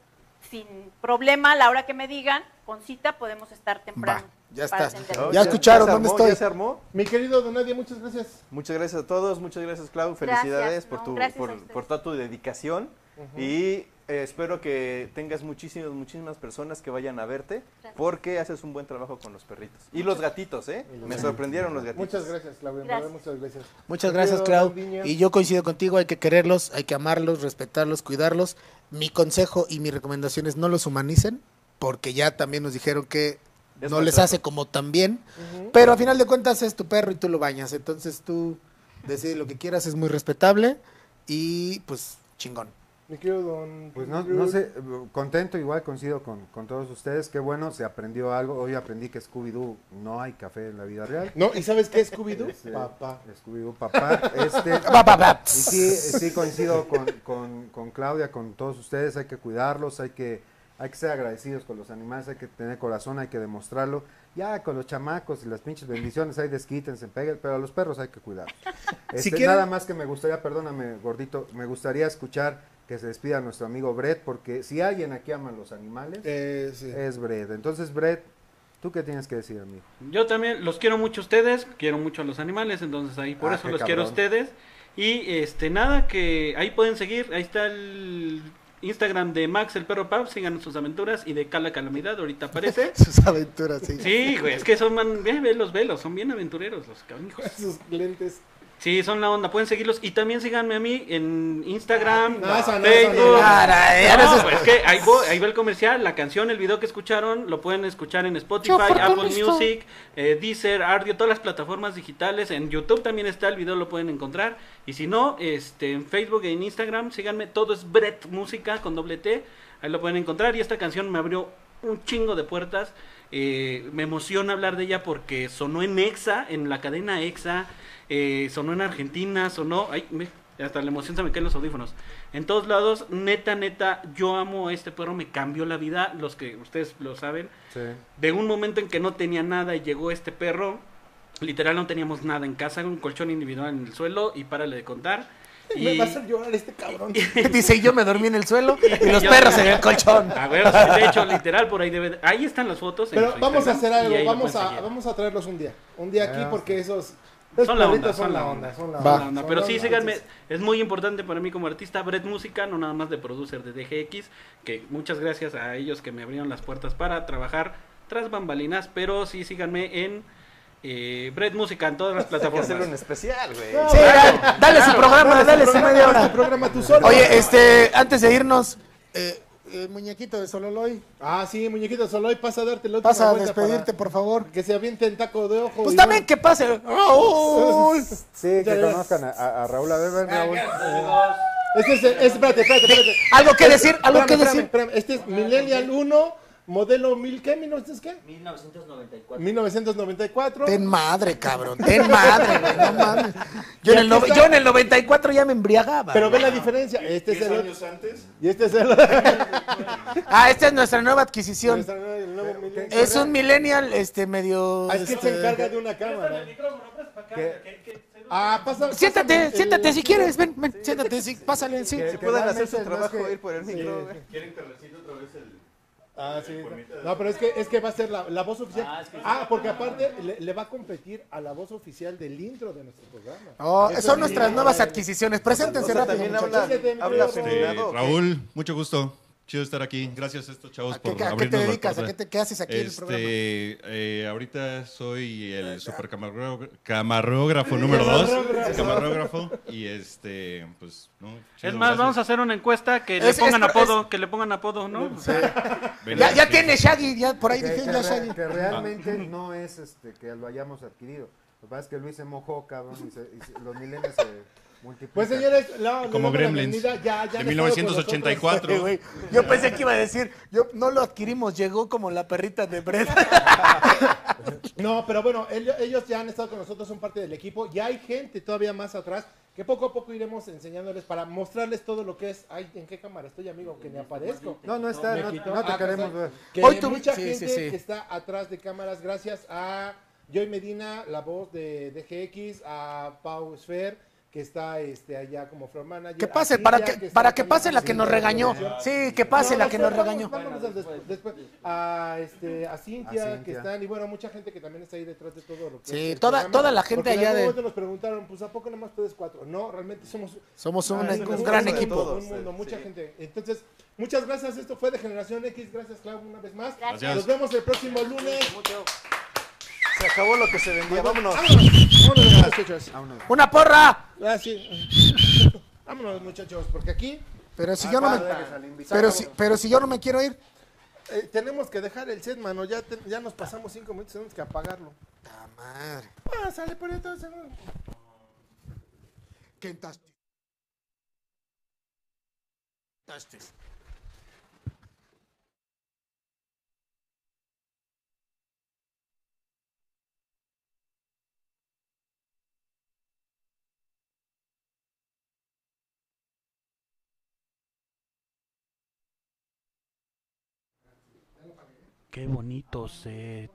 sin problema, a la hora que me digan, con cita podemos estar temprano.
ya
para
estás.
atenderlos.
Ya escucharon,
se
¿dónde
armó,
estoy?
¿Ya se armó?
Mi querido Donadia, muchas gracias.
Muchas gracias a todos, muchas gracias Clau,
Gracias,
felicidades
no,
por, tu,
gracias a
por,
ustedes.
por toda tu dedicación
Ujú.
y eh, espero que tengas muchísimas, muchísimas personas que vayan a verte porque haces un buen trabajo con los perritos. Y los gatitos, ¿eh?
los
Me
gatitos.
sorprendieron los gatitos.
Muchas gracias, Claudia. en verdad, Muchas gracias.
Muchas
Te
gracias,
quiero,
Clau.
Rondiña.
Y yo coincido contigo, hay que quererlos, hay que amarlos, respetarlos, cuidarlos. Mi consejo y mi recomendación es no los humanicen, porque ya también nos dijeron que
Es
no les
maltrato.
hace como tan bien. Pero a final de cuentas es tu perro y tú lo bañas. Entonces tú decides lo que quieras, es muy respetable y pues chingón.
Mi querido Don.
Pues no, no sé, contento igual, coincido con, con todos ustedes. Qué bueno, se aprendió algo. Hoy aprendí que Scooby-Doo no hay café en la vida real.
No, ¿y sabes qué es
(laughs)
Scooby-Doo?
Este,
Papá.
Scooby-Doo,
(laughs)
papá. Este,
Ah.
Pa, pa, pa.
y sí, sí coincido con, con- con Claudia, con todos ustedes. Hay que cuidarlos, hay que, hay que ser agradecidos con los animales, hay que tener corazón, hay que demostrarlo. Ya con los chamacos y las pinches bendiciones, hay desquítense, peguen, pero a los perros hay
(laughs)
que cuidarlos. Este,
quieren-
Nada más que me gustaría, perdóname, gordito, me gustaría escuchar que se despida nuestro amigo Brett, porque si alguien aquí ama los animales,
Eh, sí.
es Brett. Entonces, Brett, ¿tú qué tienes que decir, amigo?
Yo también los quiero mucho a ustedes, quiero mucho a los animales, entonces ahí por
Ah,
eso
qué
los quiero a
cabrón.
ustedes. Y este nada, que ahí pueden seguir, ahí está el Instagram de Max el perro Pab, sigan sus aventuras y de Cala Calamidad,
(laughs)
ahorita
(laughs)
aparece.
Sus aventuras, sí.
Sí, güey, es que son man, ve, velos, velos, son bien aventureros los cabijos.
Sus lentes.
Sí, son la onda, pueden seguirlos y también síganme a mí en Instagram,
Ah, No, eso no,
Facebook.
eso no.
Cara, eh, ahora
No,
eso es-
pues, es que ahí, vo- ahí va el comercial, la canción, el video que escucharon, lo pueden escuchar en Spotify,
Yo, ¿por qué
Apple
no estoy?
Music, eh, Deezer, Ardio, todas las plataformas digitales. En YouTube también está el video, lo pueden encontrar. Y si no, este, en Facebook e en Instagram, síganme, todo es Brett Música con doble T, ahí lo pueden encontrar. Y esta canción me abrió un chingo de puertas. eh, me emociona hablar de ella porque sonó en EXA, en la cadena EXA, eh, sonó en Argentina, sonó... Ay, me- hasta la emoción se me caen los audífonos. En todos lados, neta, neta, yo amo a este perro, me cambió la vida, los que ustedes lo saben.
Sí.
De un momento en que no tenía nada y llegó este perro, literal no teníamos nada en casa, un colchón individual en el suelo y párale de contar.
Me
Y-
va a
(laughs)
hacer llorar
(laughs)
este cabrón.
Dice, y yo me dormí en el suelo y los
yo- (laughs)
perros en el colchón.
A ver, de hecho, literal, por ahí debe... Ahí están las fotos. en
Pero
su
vamos a hacer
Instagram, y ahí
algo.
lo
Vamos
pueden
a,
seguir.
vamos a traerlos un día. Un día aquí
Ah,
porque esos.
Son la
perritos
onda,
son la onda, son la
son la
onda,
onda.
son
Pero
la
sí,
onda.
síganme,
Entonces,
es muy importante para mí como artista, Brett Música, no nada más de producer de DGX, que muchas gracias a ellos que me abrieron las puertas para trabajar tras bambalinas, pero sí síganme en eh, Brett Música en todas
Hay
las
que hacerlo en
plataformas.
especial, güey.
Sí, dale, dale su programa, dale su
programa,
media
haz
hora.
tu este programa tú solo.
Oye, este, antes de irnos, eh, el muñequito de Sololoy,
Ah, sí, muñequito Soloy, pasa a darte la última
pasa a
vuelta para
despedirte, por favor.
Que se avienten taco de ojo.
Pues
y
también
un- (laughs)
que (laughs) pase. Raúl.
Sí,
Ya
que
ves.
conozcan a, a- a Raúl. A ver, ven, Raúl.
Es que se- es- espérate, espérate, espérate.
Algo que decir, algo
Espérame,
que
espérame,
decir.
espérame. Este es Millennial 1, modelo 1000, ¿qué? ¿1900 qué?
1994.
1994.
Ten madre, cabrón, ten madre, güey, no (laughs) mames. Yo
Y
en, el
aquí
no-
está.
yo en el 94 ya me embriagaba.
Pero ve
güey.
la diferencia. Este es
¿Diez
el
años
otro.
antes?
Y este es el
Ah, esta es nuestra nueva
(laughs)
adquisición.
Este el nuevo Millennial.
Es un millennial, este, medio...
Ah, es que él se
este,
encarga de una cámara.
Que-
Ah, pasa-
Siéntate,
pásame el-
siéntate si quieres, ven, ven, siéntate, sí, pásale, sí.
Que- que realmente no es que- sí.
¿Quieren que recite otra vez el.?
Ah, sí. No, pero es que, es que va a ser la, la voz oficial. Ah, porque aparte le, le va a competir a la voz oficial del intro de nuestro programa.
Oh,
Eso
son
sí.
nuestras nuevas adquisiciones. Preséntense
O sea,
rápido.
también
muchachos.
habla-
Siéntate, mi
habla
querido.
afeminado.
¿o qué?
Raúl, mucho gusto. Chido estar aquí. Gracias a estos chavos
qué-
por
a qué te
abrirnos Pues, la
dedicas?
puerta.
¿A qué te- qué haces aquí en el
Este,
programa?
eh, ahorita soy el super camarógrafo número 2.
Camarógrafo.
Camarógrafo. Y este, pues, no.
Es más, vamos a hacer una encuesta que le
Es-
pongan
es-
apodo, que le pongan apodo, ¿no?
Ya, ya tiene Shaggy, ya por ahí
que,
dije
que
ya
re-
Shaggy.
que realmente no es este que lo hayamos adquirido. Lo que pasa es que Luis se mojó, cabrón, y, se- y se- los milenios se multiplican.
Pues señores, la, le
Como
damos la
Gremlins.
bienvenida. Ya, ya
de
han estado con nosotros.
1984.
Sí, (laughs) güey. Yo pensé que iba a decir, yo no lo adquirimos, llegó como la perrita de Brett.
No, pero bueno, ello- ellos ya han estado con nosotros, son parte del equipo. Ya hay gente todavía más atrás que poco a poco iremos enseñándoles para mostrarles todo lo que es. Ay, ¿en qué cámara estoy, amigo? Que ni aparezco.
No, no está,
Me
no-
quitó. Ah, pues,
no te queremos
perdón.
ver.
Que
Hoy
hay
tuvi-
mucha
sí,
gente
sí, sí.
que está atrás de cámaras, gracias a Joy Medina, la voz de DGX, a Pau Sfer, que está este, allá como floor
(laughs)
manager.
Que
a
pase, para
Silvia,
que,
está
para que
también
pase la que
haciendo
nos
la
regañó.
producción.
Sí, que pase
No,
la
no,
que nos
vamos,
regañó.
vámonos al despu- después, a, este, a Cintia,
A Cintia.
que están, y bueno, mucha gente que también está ahí detrás de todo lo que
Sí,
es el
toda-
programa.
toda la gente
Porque en
allá
algún
de-
momento nos preguntaron, pues, ¿a poco nomás ustedes cuatro? No, realmente somos...
Somos un-
Ah,
un gran
mundo,
equipo.
Un mundo,
Sí.
mucha gente. Entonces, muchas gracias, esto fue de Generación X, gracias Clau, una vez más.
Gracias.
Nos vemos el próximo lunes.
Se acabó lo que se vendía, vámonos.
Vámonos, muchachos.
¡Una porra!
Ah, sí. Vámonos, muchachos, porque aquí...
Pero si yo no me,
Aguanta. Se
pero
acabó.
si, pero si yo no me quiero ir.
Eh, tenemos que dejar el set, mano. Ya, te- ya nos pasamos cinco minutos, tenemos que apagarlo.
Madre.
Ah, sale por ahí todo el celular.
¿Qué tas- tastes?
Qué bonito set.